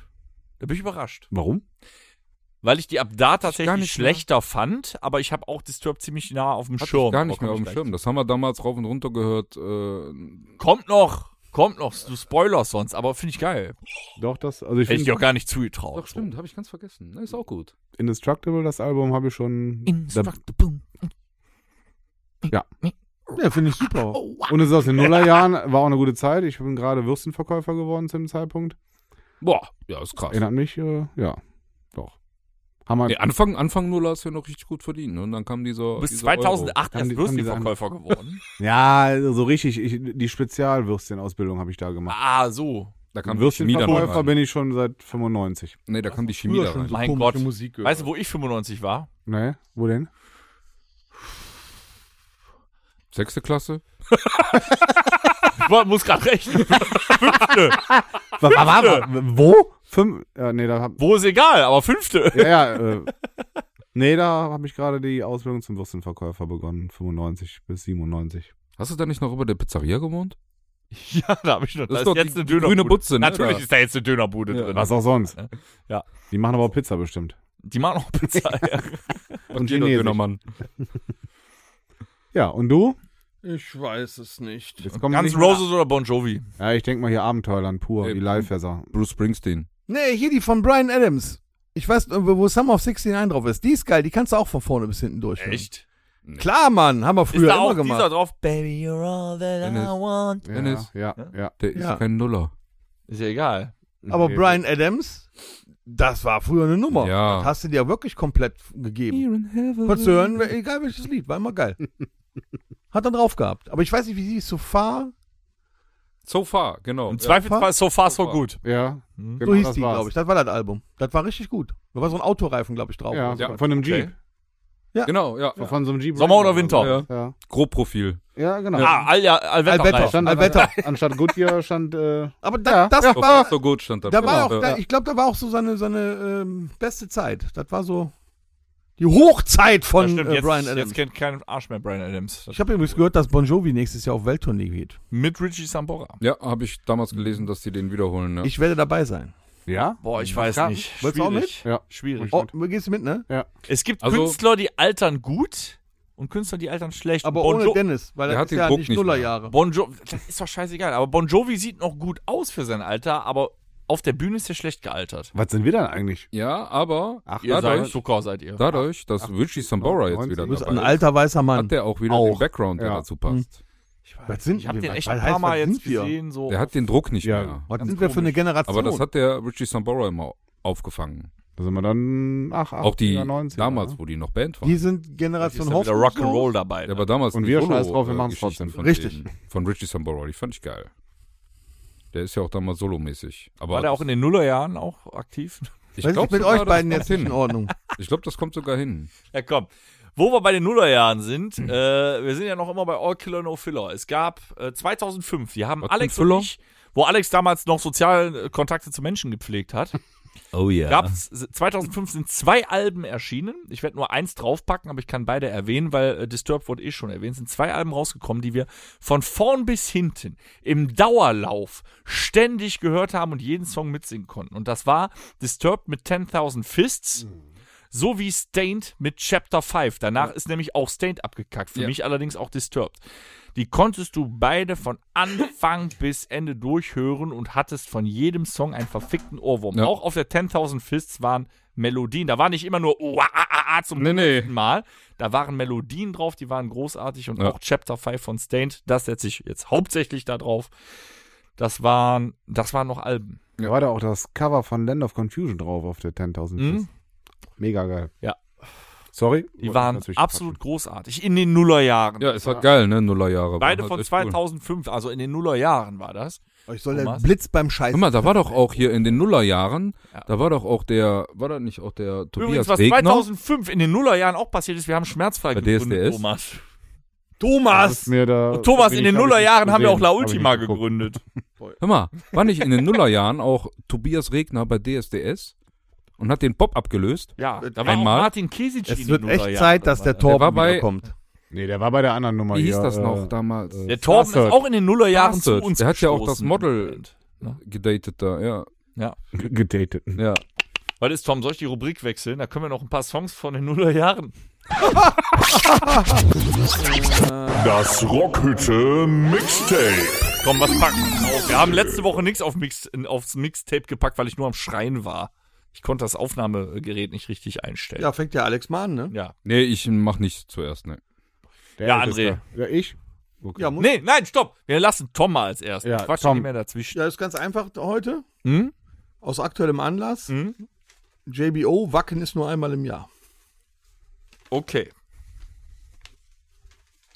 [SPEAKER 4] Da bin ich überrascht.
[SPEAKER 5] Warum?
[SPEAKER 4] Weil ich die ab da
[SPEAKER 3] gar
[SPEAKER 4] tatsächlich
[SPEAKER 3] nicht mehr.
[SPEAKER 4] schlechter fand, aber ich habe auch Disturbed ziemlich nah auf dem
[SPEAKER 3] Hatte
[SPEAKER 4] Schirm.
[SPEAKER 3] ich gar nicht mehr
[SPEAKER 4] Aber
[SPEAKER 3] auf dem
[SPEAKER 4] komm
[SPEAKER 3] Schirm. Das haben wir damals rauf und runter gehört. Äh,
[SPEAKER 4] gleich. Kommt noch, kommt noch, du spoilerst sonst, aber finde ich geil.
[SPEAKER 5] Doch, das. Also ich
[SPEAKER 4] Hätte ich dir
[SPEAKER 5] finde
[SPEAKER 4] auch gar nicht zugetraut.
[SPEAKER 3] doch, stimmt, habe ich ganz vergessen. Na, ist auch gut.
[SPEAKER 5] Indestructible, das Album habe ich schon. Da,
[SPEAKER 4] Instructaboom.
[SPEAKER 2] Ja, finde ich super.
[SPEAKER 5] und es ist aus den Nullerjahren. War auch eine gute Zeit. Ich bin gerade Würstenverkäufer geworden zu dem Zeitpunkt.
[SPEAKER 3] Boah, ja, ist krass.
[SPEAKER 5] Erinnert mich, äh, ja. Doch. Hammer.
[SPEAKER 3] Nee, Anfang, Anfang Nuller hast du ja noch richtig gut verdient. ne? Und dann kam dieser.
[SPEAKER 4] Du bist
[SPEAKER 3] dieser Euro.
[SPEAKER 4] 2008
[SPEAKER 5] Haben
[SPEAKER 4] erst
[SPEAKER 5] die- haben die
[SPEAKER 4] Würstchenverkäufer geworden.
[SPEAKER 5] Ja, also so richtig. Ich, die Spezialwürstchen-Ausbildung habe ich da gemacht.
[SPEAKER 4] ah, so.
[SPEAKER 3] Da kam die Chemie dann
[SPEAKER 5] Würstchenverkäufer
[SPEAKER 3] rein.
[SPEAKER 5] bin ich schon seit 95.
[SPEAKER 3] Nee, da kam die Chemie da rein.
[SPEAKER 4] Mein
[SPEAKER 2] komische
[SPEAKER 4] Gott.
[SPEAKER 2] Musik gehört.
[SPEAKER 4] Weißt du, wo ich 95 war?
[SPEAKER 5] Ne? Wo denn?
[SPEAKER 3] Sechste Klasse?
[SPEAKER 4] Ich war- muss gerade rechnen.
[SPEAKER 5] Wa- wa- wa- wa- wo? Fünf. Äh, nee, da hab,
[SPEAKER 4] Wo ist egal, aber fünfte.
[SPEAKER 5] ja, ja, äh, nee, da habe ich gerade die Ausbildung zum Würstchenverkäufer begonnen, 95 bis 97.
[SPEAKER 3] Hast du da nicht noch über der Pizzeria gewohnt?
[SPEAKER 4] Ja, da habe ich noch.
[SPEAKER 3] Das ist doch die grüne Butze, ne?
[SPEAKER 4] Natürlich
[SPEAKER 3] Da.
[SPEAKER 4] ist da jetzt eine Dönerbude
[SPEAKER 3] Ja.
[SPEAKER 4] drin.
[SPEAKER 5] Was auch sonst.
[SPEAKER 4] Ja.
[SPEAKER 5] Die machen aber auch Pizza bestimmt.
[SPEAKER 4] Die machen auch Pizza. ja.
[SPEAKER 5] Und
[SPEAKER 3] Jeder
[SPEAKER 5] Chinesisch.
[SPEAKER 3] Dönermann.
[SPEAKER 5] Ja, und du?
[SPEAKER 2] Ich weiß es nicht.
[SPEAKER 5] Jetzt kommen
[SPEAKER 4] Guns
[SPEAKER 5] nicht mehr-
[SPEAKER 4] Roses oder Bon Jovi?
[SPEAKER 5] Ja, ich denke mal hier Abenteuerland pur,
[SPEAKER 3] Ey,
[SPEAKER 5] die Live-Versagen.
[SPEAKER 3] Bruce Springsteen.
[SPEAKER 2] Nee, hier die von Brian Adams. Ich weiß, äh, wo Summer of 69 drauf ist. Die ist geil, die kannst du auch von vorne bis hinten durch.
[SPEAKER 4] Echt?
[SPEAKER 2] Klar, Mann, haben wir
[SPEAKER 4] Ist
[SPEAKER 2] früher
[SPEAKER 4] da
[SPEAKER 2] immer
[SPEAKER 4] auch
[SPEAKER 2] gemacht.
[SPEAKER 4] dieser drauf? Baby, you're all that I
[SPEAKER 3] Dennis.
[SPEAKER 4] want.
[SPEAKER 5] Ja,
[SPEAKER 3] Dennis.
[SPEAKER 5] ja, ja.
[SPEAKER 3] Der ist
[SPEAKER 2] Ja.
[SPEAKER 3] kein Nuller.
[SPEAKER 4] Ist ja egal.
[SPEAKER 2] Aber
[SPEAKER 5] Okay.
[SPEAKER 2] Brian Adams, das war früher eine Nummer.
[SPEAKER 3] Ja.
[SPEAKER 2] Das hast du dir wirklich komplett gegeben.
[SPEAKER 3] in heaven.
[SPEAKER 2] Konntest du hören, we- egal welches Lied, war immer geil. Hat dann drauf gehabt. Aber ich weiß nicht, wie sie ist, so far.
[SPEAKER 3] So far, genau.
[SPEAKER 4] Im
[SPEAKER 3] Ja.
[SPEAKER 4] Zweifelsfall so far, so
[SPEAKER 3] So far.
[SPEAKER 4] gut.
[SPEAKER 5] Ja, genau,
[SPEAKER 2] so hieß
[SPEAKER 5] das
[SPEAKER 2] die,
[SPEAKER 5] war's.
[SPEAKER 2] glaube ich. Das war das Album. Das war richtig gut. Da war so ein Autoreifen, glaube ich, drauf.
[SPEAKER 5] Ja,
[SPEAKER 3] Ja.
[SPEAKER 5] von einem Jeep.
[SPEAKER 4] Okay.
[SPEAKER 3] Genau, ja.
[SPEAKER 5] Von- Von so einem Jeep.
[SPEAKER 4] Sommer
[SPEAKER 5] Wrangler
[SPEAKER 4] oder Winter?
[SPEAKER 5] so. Ja,
[SPEAKER 3] Grobprofil.
[SPEAKER 5] ja genau.
[SPEAKER 4] Ah, all, ja, Allwetter.
[SPEAKER 2] Allwetter.
[SPEAKER 4] Ralf.
[SPEAKER 5] stand
[SPEAKER 2] Alberta.
[SPEAKER 5] Alberta. Anstatt Goodyear stand. Äh,
[SPEAKER 2] Aber da,
[SPEAKER 5] Ja.
[SPEAKER 2] das
[SPEAKER 3] So
[SPEAKER 2] war.
[SPEAKER 3] far, so gut stand da.
[SPEAKER 2] Da war
[SPEAKER 3] Genau, Ja.
[SPEAKER 2] auch, da, ich glaube, da war auch so seine, seine ähm, beste Zeit. Das war so die Hochzeit
[SPEAKER 4] Ja,
[SPEAKER 2] von
[SPEAKER 4] stimmt,
[SPEAKER 2] äh,
[SPEAKER 4] jetzt,
[SPEAKER 2] Brian Adams.
[SPEAKER 4] jetzt kennt kein Arsch mehr Brian Adams.
[SPEAKER 2] Ich habe übrigens gehört, dass Bon Jovi nächstes Jahr auf Welttournee geht.
[SPEAKER 4] Mit Richie Sambora.
[SPEAKER 3] Ja, habe ich damals gelesen, dass die den wiederholen. ne? Ja.
[SPEAKER 2] Ich werde dabei sein.
[SPEAKER 5] ja?
[SPEAKER 4] Boah, ich
[SPEAKER 5] weiß
[SPEAKER 4] weiß
[SPEAKER 5] Klar.
[SPEAKER 4] nicht.
[SPEAKER 2] Wolltest du auch mit?
[SPEAKER 5] Ja.
[SPEAKER 4] Schwierig.
[SPEAKER 2] Oh, gehst du mit, ne?
[SPEAKER 4] Es gibt
[SPEAKER 3] Also-
[SPEAKER 4] Künstler, die altern gut und Künstler, die altern schlecht.
[SPEAKER 2] Aber
[SPEAKER 4] bon
[SPEAKER 2] ohne
[SPEAKER 4] Jo-
[SPEAKER 2] Dennis, weil
[SPEAKER 3] Der
[SPEAKER 2] das
[SPEAKER 3] hat
[SPEAKER 2] ist
[SPEAKER 3] den
[SPEAKER 2] ja
[SPEAKER 3] Druck
[SPEAKER 2] nicht
[SPEAKER 3] nicht mehr.
[SPEAKER 2] Nullerjahre.
[SPEAKER 4] Bon Jovi, das ist doch scheißegal. Aber Bon Jovi sieht noch gut aus für sein Alter, aber auf der Bühne ist er schlecht gealtert.
[SPEAKER 5] Was sind wir denn eigentlich?
[SPEAKER 3] ja, aber
[SPEAKER 5] Ach,
[SPEAKER 4] Ihr seid
[SPEAKER 3] dadurch,
[SPEAKER 4] Zucker, seid ihr.
[SPEAKER 3] dadurch, dass Richie Sambora jetzt
[SPEAKER 5] 90.
[SPEAKER 3] wieder
[SPEAKER 5] Du
[SPEAKER 2] Du bist
[SPEAKER 3] dabei
[SPEAKER 2] ein
[SPEAKER 3] ist,
[SPEAKER 2] alter Mhm. weißer Mann.
[SPEAKER 3] hat der auch wieder den
[SPEAKER 5] Auch.
[SPEAKER 3] Background, der
[SPEAKER 5] Ja.
[SPEAKER 3] dazu passt.
[SPEAKER 2] Was sind
[SPEAKER 4] Ich hab
[SPEAKER 2] wir?
[SPEAKER 4] den echt
[SPEAKER 2] Was
[SPEAKER 4] ein paar
[SPEAKER 2] heißt,
[SPEAKER 4] Mal
[SPEAKER 2] was
[SPEAKER 4] jetzt
[SPEAKER 2] sind wir?
[SPEAKER 4] gesehen. So.
[SPEAKER 3] Der hat den Druck nicht
[SPEAKER 5] Ja.
[SPEAKER 3] mehr.
[SPEAKER 2] Was
[SPEAKER 4] Ganz
[SPEAKER 2] sind wir für eine
[SPEAKER 4] komisch.
[SPEAKER 2] Generation?
[SPEAKER 3] Aber das hat der Richie Sambora immer aufgefangen.
[SPEAKER 5] Da sind wir dann. Ach, ach
[SPEAKER 3] Auch die
[SPEAKER 5] 90er,
[SPEAKER 3] damals,
[SPEAKER 5] ne?
[SPEAKER 3] wo die noch Band waren.
[SPEAKER 2] die sind
[SPEAKER 4] Jetzt ist
[SPEAKER 2] Generation
[SPEAKER 4] da wieder Rock'n'Roll
[SPEAKER 2] Hoffnung.
[SPEAKER 4] dabei. ne?
[SPEAKER 3] Der war damals
[SPEAKER 5] Und
[SPEAKER 3] die
[SPEAKER 5] wir
[SPEAKER 3] Solo-
[SPEAKER 5] scheiß drauf, wir
[SPEAKER 3] äh,
[SPEAKER 5] machen's
[SPEAKER 3] Geschichten
[SPEAKER 5] trotzdem.
[SPEAKER 3] Von
[SPEAKER 2] Richtig.
[SPEAKER 3] denen- von Richie Sambora, die fand ich geil. Der ist ja auch damals solomäßig. Aber
[SPEAKER 4] War der auch in den Nullerjahren auch aktiv?
[SPEAKER 3] ich
[SPEAKER 2] Was ist
[SPEAKER 3] glaub
[SPEAKER 2] mit
[SPEAKER 3] sogar,
[SPEAKER 2] euch
[SPEAKER 3] das
[SPEAKER 2] beiden
[SPEAKER 3] kommt
[SPEAKER 2] jetzt nicht in
[SPEAKER 3] hin.
[SPEAKER 2] Ordnung?
[SPEAKER 3] Ich glaube, das kommt sogar hin.
[SPEAKER 4] Ja, komm. Wo wir bei den Nullerjahren sind, äh, wir sind ja noch immer bei All Killer No Filler. Es gab äh, 2005, die haben
[SPEAKER 3] Was
[SPEAKER 4] Alex
[SPEAKER 3] für Filler?
[SPEAKER 4] und ich, wo Alex damals noch soziale äh, Kontakte zu Menschen gepflegt hat,
[SPEAKER 3] Oh ja.
[SPEAKER 4] gab's 2005 sind zwei Alben erschienen. Ich werde nur eins draufpacken, aber ich kann beide erwähnen, weil äh, Disturbed wurde eh schon erwähnt. Es sind zwei Alben rausgekommen, die wir von vorn bis hinten im Dauerlauf ständig gehört haben und jeden Song mitsingen konnten. Und das war Disturbed mit 10.000 Fists. So wie Stained mit Chapter 5. Danach ist nämlich auch Stained abgekackt. Für
[SPEAKER 3] Ja.
[SPEAKER 4] mich allerdings auch Disturbed. Die konntest du beide von Anfang bis Ende durchhören und hattest von jedem Song einen verfickten Ohrwurm.
[SPEAKER 3] Ja.
[SPEAKER 4] Auch auf der 10.000 Fists waren Melodien. Da war nicht immer nur "Uah, ah, ah, ah" zum
[SPEAKER 3] Nee, nee.
[SPEAKER 4] Mal. Da waren Melodien drauf, die waren großartig und
[SPEAKER 3] Ja.
[SPEAKER 4] auch Chapter 5 von Stained. Das setze ich jetzt hauptsächlich da drauf. Das waren, das waren noch Alben.
[SPEAKER 5] Da war da auch das Cover von Land of Confusion drauf auf der 10.000
[SPEAKER 4] Mhm.
[SPEAKER 5] Fest. Mega geil.
[SPEAKER 4] Ja.
[SPEAKER 5] Sorry.
[SPEAKER 4] Die waren
[SPEAKER 5] Dazwischen
[SPEAKER 4] absolut großartig. In den Nullerjahren.
[SPEAKER 3] Ja, ist halt geil, ne? Nullerjahre.
[SPEAKER 4] Beide
[SPEAKER 3] Waren
[SPEAKER 4] von
[SPEAKER 3] halt echt cool.
[SPEAKER 4] 2005, also in den Nullerjahren war das.
[SPEAKER 2] Euch soll der
[SPEAKER 4] Thomas?
[SPEAKER 2] Blitz beim Scheiß.
[SPEAKER 3] Hör mal, da war doch auch hier in den Nullerjahren,
[SPEAKER 4] Ja.
[SPEAKER 3] da war doch auch der, war da nicht auch der Tobias
[SPEAKER 4] Übrigens, was
[SPEAKER 3] Regner?
[SPEAKER 4] 2005 in den Nullerjahren auch passiert ist, wir haben schmerzfrei
[SPEAKER 3] Bei
[SPEAKER 4] gegründet,
[SPEAKER 3] DSDS?
[SPEAKER 4] Thomas.
[SPEAKER 5] Das ist
[SPEAKER 4] Thomas!
[SPEAKER 5] mir da,
[SPEAKER 4] Und Thomas, in den Nullerjahren haben wir auch La Ultima
[SPEAKER 5] gegründet.
[SPEAKER 4] gegründet.
[SPEAKER 3] Hör mal, war nicht in den Nullerjahren auch Tobias Regner bei DSDS und hat den Pop abgelöst?
[SPEAKER 4] Ja, da war auch
[SPEAKER 3] Einmal.
[SPEAKER 4] Martin Kesic in
[SPEAKER 2] Es
[SPEAKER 4] den
[SPEAKER 2] wird echt
[SPEAKER 4] Nullerjahren.
[SPEAKER 2] Zeit, dass der
[SPEAKER 3] war
[SPEAKER 2] Torben
[SPEAKER 3] bei-
[SPEAKER 2] wiederkommt.
[SPEAKER 5] Nee, der war bei der anderen Nummer
[SPEAKER 3] Wie hieß
[SPEAKER 5] hier,
[SPEAKER 3] das
[SPEAKER 5] äh,
[SPEAKER 3] noch damals?
[SPEAKER 4] Der Torben ist
[SPEAKER 5] Bastard.
[SPEAKER 4] auch in den Nullerjahren zu
[SPEAKER 3] Bastard.
[SPEAKER 4] uns
[SPEAKER 3] Der hat ja auch das
[SPEAKER 4] gestoßen.
[SPEAKER 3] Model- Gedatet da, ja.
[SPEAKER 5] G- Gedatet.
[SPEAKER 3] Ja.
[SPEAKER 4] Was ist, Tom, soll ich die Rubrik wechseln? Da können wir noch ein paar Songs von den Nullerjahren.
[SPEAKER 1] Das Rockhütte Mixtape.
[SPEAKER 4] Komm, was packen wir auf? Wir haben letzte Woche nichts auf Mix, aufs Mixtape gepackt, weil ich nur am Schreien war. Ich konnte das Aufnahmegerät nicht richtig einstellen.
[SPEAKER 2] Ja, fängt ja Alex mal an, ne?
[SPEAKER 4] ja.
[SPEAKER 3] Nee, ich mach nicht zuerst, ne.
[SPEAKER 5] Der
[SPEAKER 4] Ja,
[SPEAKER 5] Älteste.
[SPEAKER 4] André.
[SPEAKER 5] Ja, ich? Okay.
[SPEAKER 2] Ja, muss,
[SPEAKER 4] Nee, nein, stopp. Wir lassen Tom mal als erstes.
[SPEAKER 5] Ja,
[SPEAKER 4] Ich Quatsch
[SPEAKER 5] Tom.
[SPEAKER 4] nicht mehr dazwischen.
[SPEAKER 2] ja, ist ganz einfach heute.
[SPEAKER 4] Hm?
[SPEAKER 2] Aus aktuellem Anlass.
[SPEAKER 4] Mhm.
[SPEAKER 2] JBO, Wacken ist nur einmal im Jahr.
[SPEAKER 4] Okay.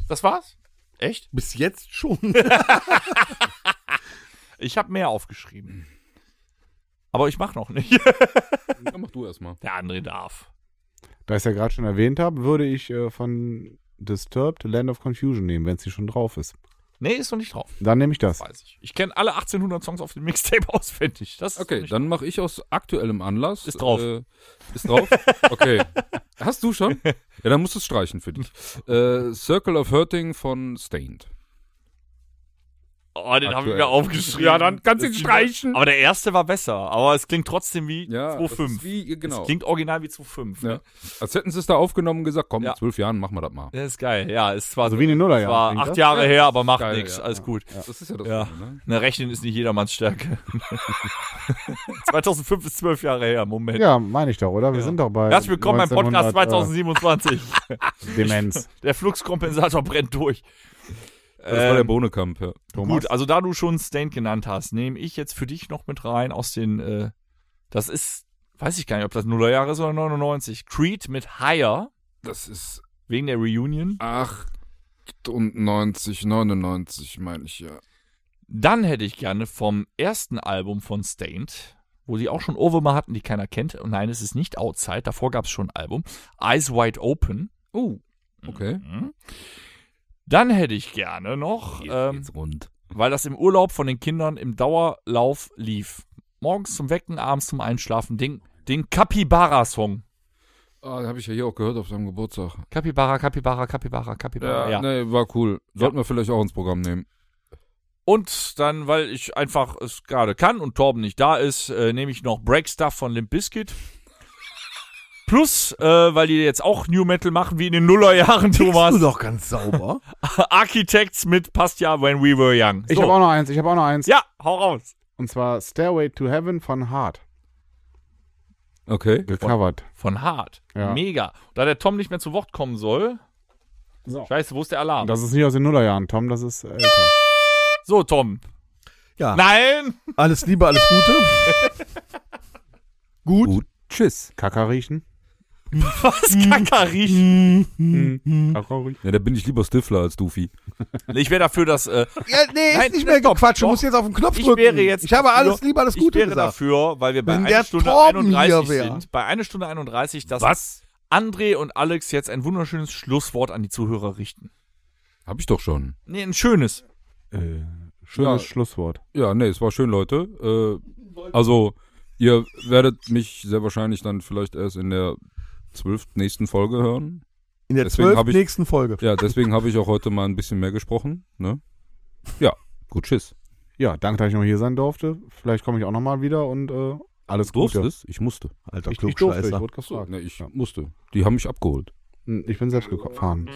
[SPEAKER 4] Das war's? Echt?
[SPEAKER 2] Bis jetzt schon.
[SPEAKER 4] Ich habe mehr aufgeschrieben. Aber ich mach noch nicht.
[SPEAKER 3] Dann mach du erstmal.
[SPEAKER 4] Der André darf.
[SPEAKER 5] Da ich es ja gerade schon erwähnt habe, würde ich äh, von Disturbed Land of Confusion nehmen, wenn sie schon drauf ist.
[SPEAKER 4] Nee, ist noch nicht drauf.
[SPEAKER 5] Dann nehme ich das.
[SPEAKER 4] Weiß ich. Ich kenne alle 1800 Songs auf dem Mixtape auswendig. Das ist noch
[SPEAKER 3] Okay,
[SPEAKER 4] nicht
[SPEAKER 3] dann mache ich aus aktuellem Anlass.
[SPEAKER 4] Ist drauf.
[SPEAKER 3] Äh, ist drauf? Okay. Hast du schon? Ja, dann musst du es streichen für dich. Äh, Circle of Hurting von Stained.
[SPEAKER 4] Oh, den habe ich
[SPEAKER 3] Aktuell.
[SPEAKER 4] mir aufgeschrieben.
[SPEAKER 3] Ja, dann kannst du ihn
[SPEAKER 4] Das-
[SPEAKER 3] streichen.
[SPEAKER 4] Aber der erste war besser. Aber es klingt trotzdem wie
[SPEAKER 3] Ja, das
[SPEAKER 4] 2,5.
[SPEAKER 3] ist wie- genau.
[SPEAKER 4] Es klingt original wie 2,5.
[SPEAKER 3] Ja.
[SPEAKER 4] ne?
[SPEAKER 3] Als hätten sie es da aufgenommen und gesagt, komm,
[SPEAKER 4] Ja.
[SPEAKER 3] in zwölf Jahren machen wir das mal.
[SPEAKER 4] Das ist geil. Ja, es war
[SPEAKER 5] Also wie in den
[SPEAKER 4] es war
[SPEAKER 5] Nullerjahren. klingt
[SPEAKER 4] acht
[SPEAKER 5] das?
[SPEAKER 4] Jahre her, aber macht
[SPEAKER 3] Geil,
[SPEAKER 4] nichts.
[SPEAKER 3] ja.
[SPEAKER 4] Alles gut.
[SPEAKER 3] Das ist ja das
[SPEAKER 4] Ja.
[SPEAKER 3] Ding, ne?
[SPEAKER 4] Na, rechnen ist nicht jedermanns Stärke. 2005 ist zwölf Jahre her. Moment.
[SPEAKER 5] Ja, meine ich doch, oder? Wir
[SPEAKER 4] Ja.
[SPEAKER 5] sind doch bei.
[SPEAKER 4] Herzlich willkommen beim Podcast
[SPEAKER 5] 1900,
[SPEAKER 4] 2027.
[SPEAKER 5] äh, Demenz.
[SPEAKER 4] Der Fluxkompensator brennt durch.
[SPEAKER 3] Das war der
[SPEAKER 4] Ähm,
[SPEAKER 3] Bohnekamp. Ja.
[SPEAKER 5] Thomas.
[SPEAKER 4] Gut, also da du schon Stain genannt hast, nehme ich jetzt für dich noch mit rein aus den, äh, das ist, weiß ich gar nicht, ob das Nullerjahre ist oder 99. Creed mit Higher,
[SPEAKER 3] Das ist
[SPEAKER 4] wegen der Reunion.
[SPEAKER 3] 98, 99, meine ich ja.
[SPEAKER 4] Dann hätte ich gerne vom ersten Album von Stained, wo sie auch schon Ohrwürmer hatten, die keiner kennt. Und nein, es ist nicht Outside, davor gab es schon ein Album. Eyes Wide Open.
[SPEAKER 3] Oh, okay.
[SPEAKER 4] Mhm. Dann hätte ich gerne noch, ähm,
[SPEAKER 3] rund.
[SPEAKER 4] weil das im Urlaub von den Kindern im Dauerlauf lief. Morgens zum Wecken, abends zum Einschlafen. Den, den Capybara-Song.
[SPEAKER 3] Ah, den habe ich ja hier auch gehört auf seinem Geburtstag.
[SPEAKER 4] Capybara, Capybara, Capybara, Capybara. Ja.
[SPEAKER 3] nee, war cool. Sollten wir vielleicht auch ins Programm nehmen.
[SPEAKER 4] Und dann, weil ich einfach es gerade kann und Torben nicht da ist, äh, nehme ich noch Break Stuff von Limp Bizkit. Plus, äh, weil die jetzt auch New Metal machen, wie in den Nullerjahren,
[SPEAKER 2] Du
[SPEAKER 4] Thomas.
[SPEAKER 2] doch ganz sauber.
[SPEAKER 4] Architects mit passt ja When We Were Young.
[SPEAKER 5] Ich
[SPEAKER 4] So.
[SPEAKER 5] habe auch noch eins, ich habe auch noch eins.
[SPEAKER 4] ja, hau raus.
[SPEAKER 5] Und zwar Stairway to Heaven von Hart.
[SPEAKER 3] Okay.
[SPEAKER 5] Gecovert.
[SPEAKER 4] Von Hart.
[SPEAKER 5] Ja.
[SPEAKER 4] Mega. Da der Tom nicht mehr zu Wort kommen soll.
[SPEAKER 5] So.
[SPEAKER 4] Scheiße, wo ist der Alarm?
[SPEAKER 5] Das ist nicht aus den Nullerjahren, Tom, das ist äh, älter.
[SPEAKER 4] so, Tom.
[SPEAKER 2] Ja,
[SPEAKER 4] Nein!
[SPEAKER 2] alles Liebe, alles Gute. Gut.
[SPEAKER 3] Tschüss.
[SPEAKER 5] Kacker riechen?
[SPEAKER 4] Was Kacker riechen.
[SPEAKER 5] Kacker riechen?
[SPEAKER 3] Ja, da bin ich lieber Stifler als Dufi.
[SPEAKER 4] Ich wäre dafür, dass. Äh,
[SPEAKER 2] Ja, nee,
[SPEAKER 4] Nein,
[SPEAKER 2] ist nicht mehr
[SPEAKER 4] stopp,
[SPEAKER 2] gequatscht. Du
[SPEAKER 4] doch.
[SPEAKER 2] musst jetzt auf den Knopf
[SPEAKER 4] Ich
[SPEAKER 2] drücken.
[SPEAKER 4] wäre jetzt
[SPEAKER 2] ich habe alles
[SPEAKER 4] dafür-
[SPEAKER 2] Liebe, alles
[SPEAKER 4] ich
[SPEAKER 2] Gute
[SPEAKER 4] wäre
[SPEAKER 2] gesagt.
[SPEAKER 4] dafür, weil wir bei
[SPEAKER 2] Wenn
[SPEAKER 4] einer
[SPEAKER 2] der
[SPEAKER 4] Stunde
[SPEAKER 2] Torben hier
[SPEAKER 4] 31
[SPEAKER 2] wär.
[SPEAKER 4] sind, bei einer Stunde 31, dass
[SPEAKER 3] Was?
[SPEAKER 4] André und Alex jetzt ein wunderschönes Schlusswort an die Zuhörer richten.
[SPEAKER 3] Hab ich doch schon.
[SPEAKER 4] Nee, ein schönes.
[SPEAKER 5] Äh,
[SPEAKER 3] Ja.
[SPEAKER 5] schönes Schlusswort.
[SPEAKER 3] Ja, nee, es war schön, Leute. Äh, also, ihr werdet mich sehr wahrscheinlich dann vielleicht erst in der zwölften nächsten Folge hören.
[SPEAKER 2] In der
[SPEAKER 3] Deswegen
[SPEAKER 2] zwölf
[SPEAKER 3] habe ich-
[SPEAKER 2] nächsten Folge.
[SPEAKER 3] Ja, deswegen habe ich auch heute mal ein bisschen mehr gesprochen. Ne? Ja, gut, tschüss.
[SPEAKER 5] Ja, danke, dass ich noch hier sein durfte. Vielleicht komme ich auch nochmal wieder und äh, alles Gute.
[SPEAKER 3] Durftest? Ich musste.
[SPEAKER 2] Alter
[SPEAKER 5] Ich, ich durfte, ich
[SPEAKER 2] Klugscheißer.
[SPEAKER 5] wurde
[SPEAKER 3] Achso,
[SPEAKER 5] gefragt.
[SPEAKER 3] nee, ich musste. Die haben mich abgeholt.
[SPEAKER 5] Hm, Ich bin selbst gefahren.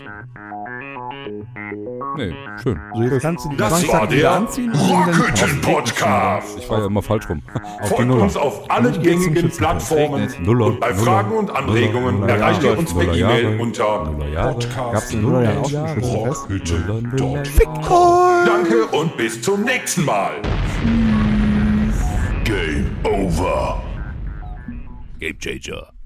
[SPEAKER 3] Nee, schön.
[SPEAKER 2] So, jetzt kannst du die
[SPEAKER 1] Das war
[SPEAKER 2] Zwangsjacke wieder
[SPEAKER 1] der
[SPEAKER 2] anziehen. und dann-
[SPEAKER 1] Rockhütten Podcast.
[SPEAKER 3] Ich war ja immer falsch rum.
[SPEAKER 5] Auf die
[SPEAKER 1] Folgt
[SPEAKER 5] Nuller.
[SPEAKER 1] uns auf allen gängigen Plattformen.
[SPEAKER 3] Nuller,
[SPEAKER 1] Und bei
[SPEAKER 3] Nuller,
[SPEAKER 1] Fragen und Anregungen
[SPEAKER 5] Nuller
[SPEAKER 1] erreicht ihr
[SPEAKER 5] Jahre,
[SPEAKER 1] uns per
[SPEAKER 3] Nuller Jahre,
[SPEAKER 1] E-Mail unter
[SPEAKER 3] Nuller Jahre.
[SPEAKER 5] Gab's
[SPEAKER 1] podcast.
[SPEAKER 5] in den Nullerjahren auch schon ein Schützenfest?
[SPEAKER 1] Rockhütte.com. Danke und bis zum nächsten Mal. Game over.
[SPEAKER 3] Game Changer.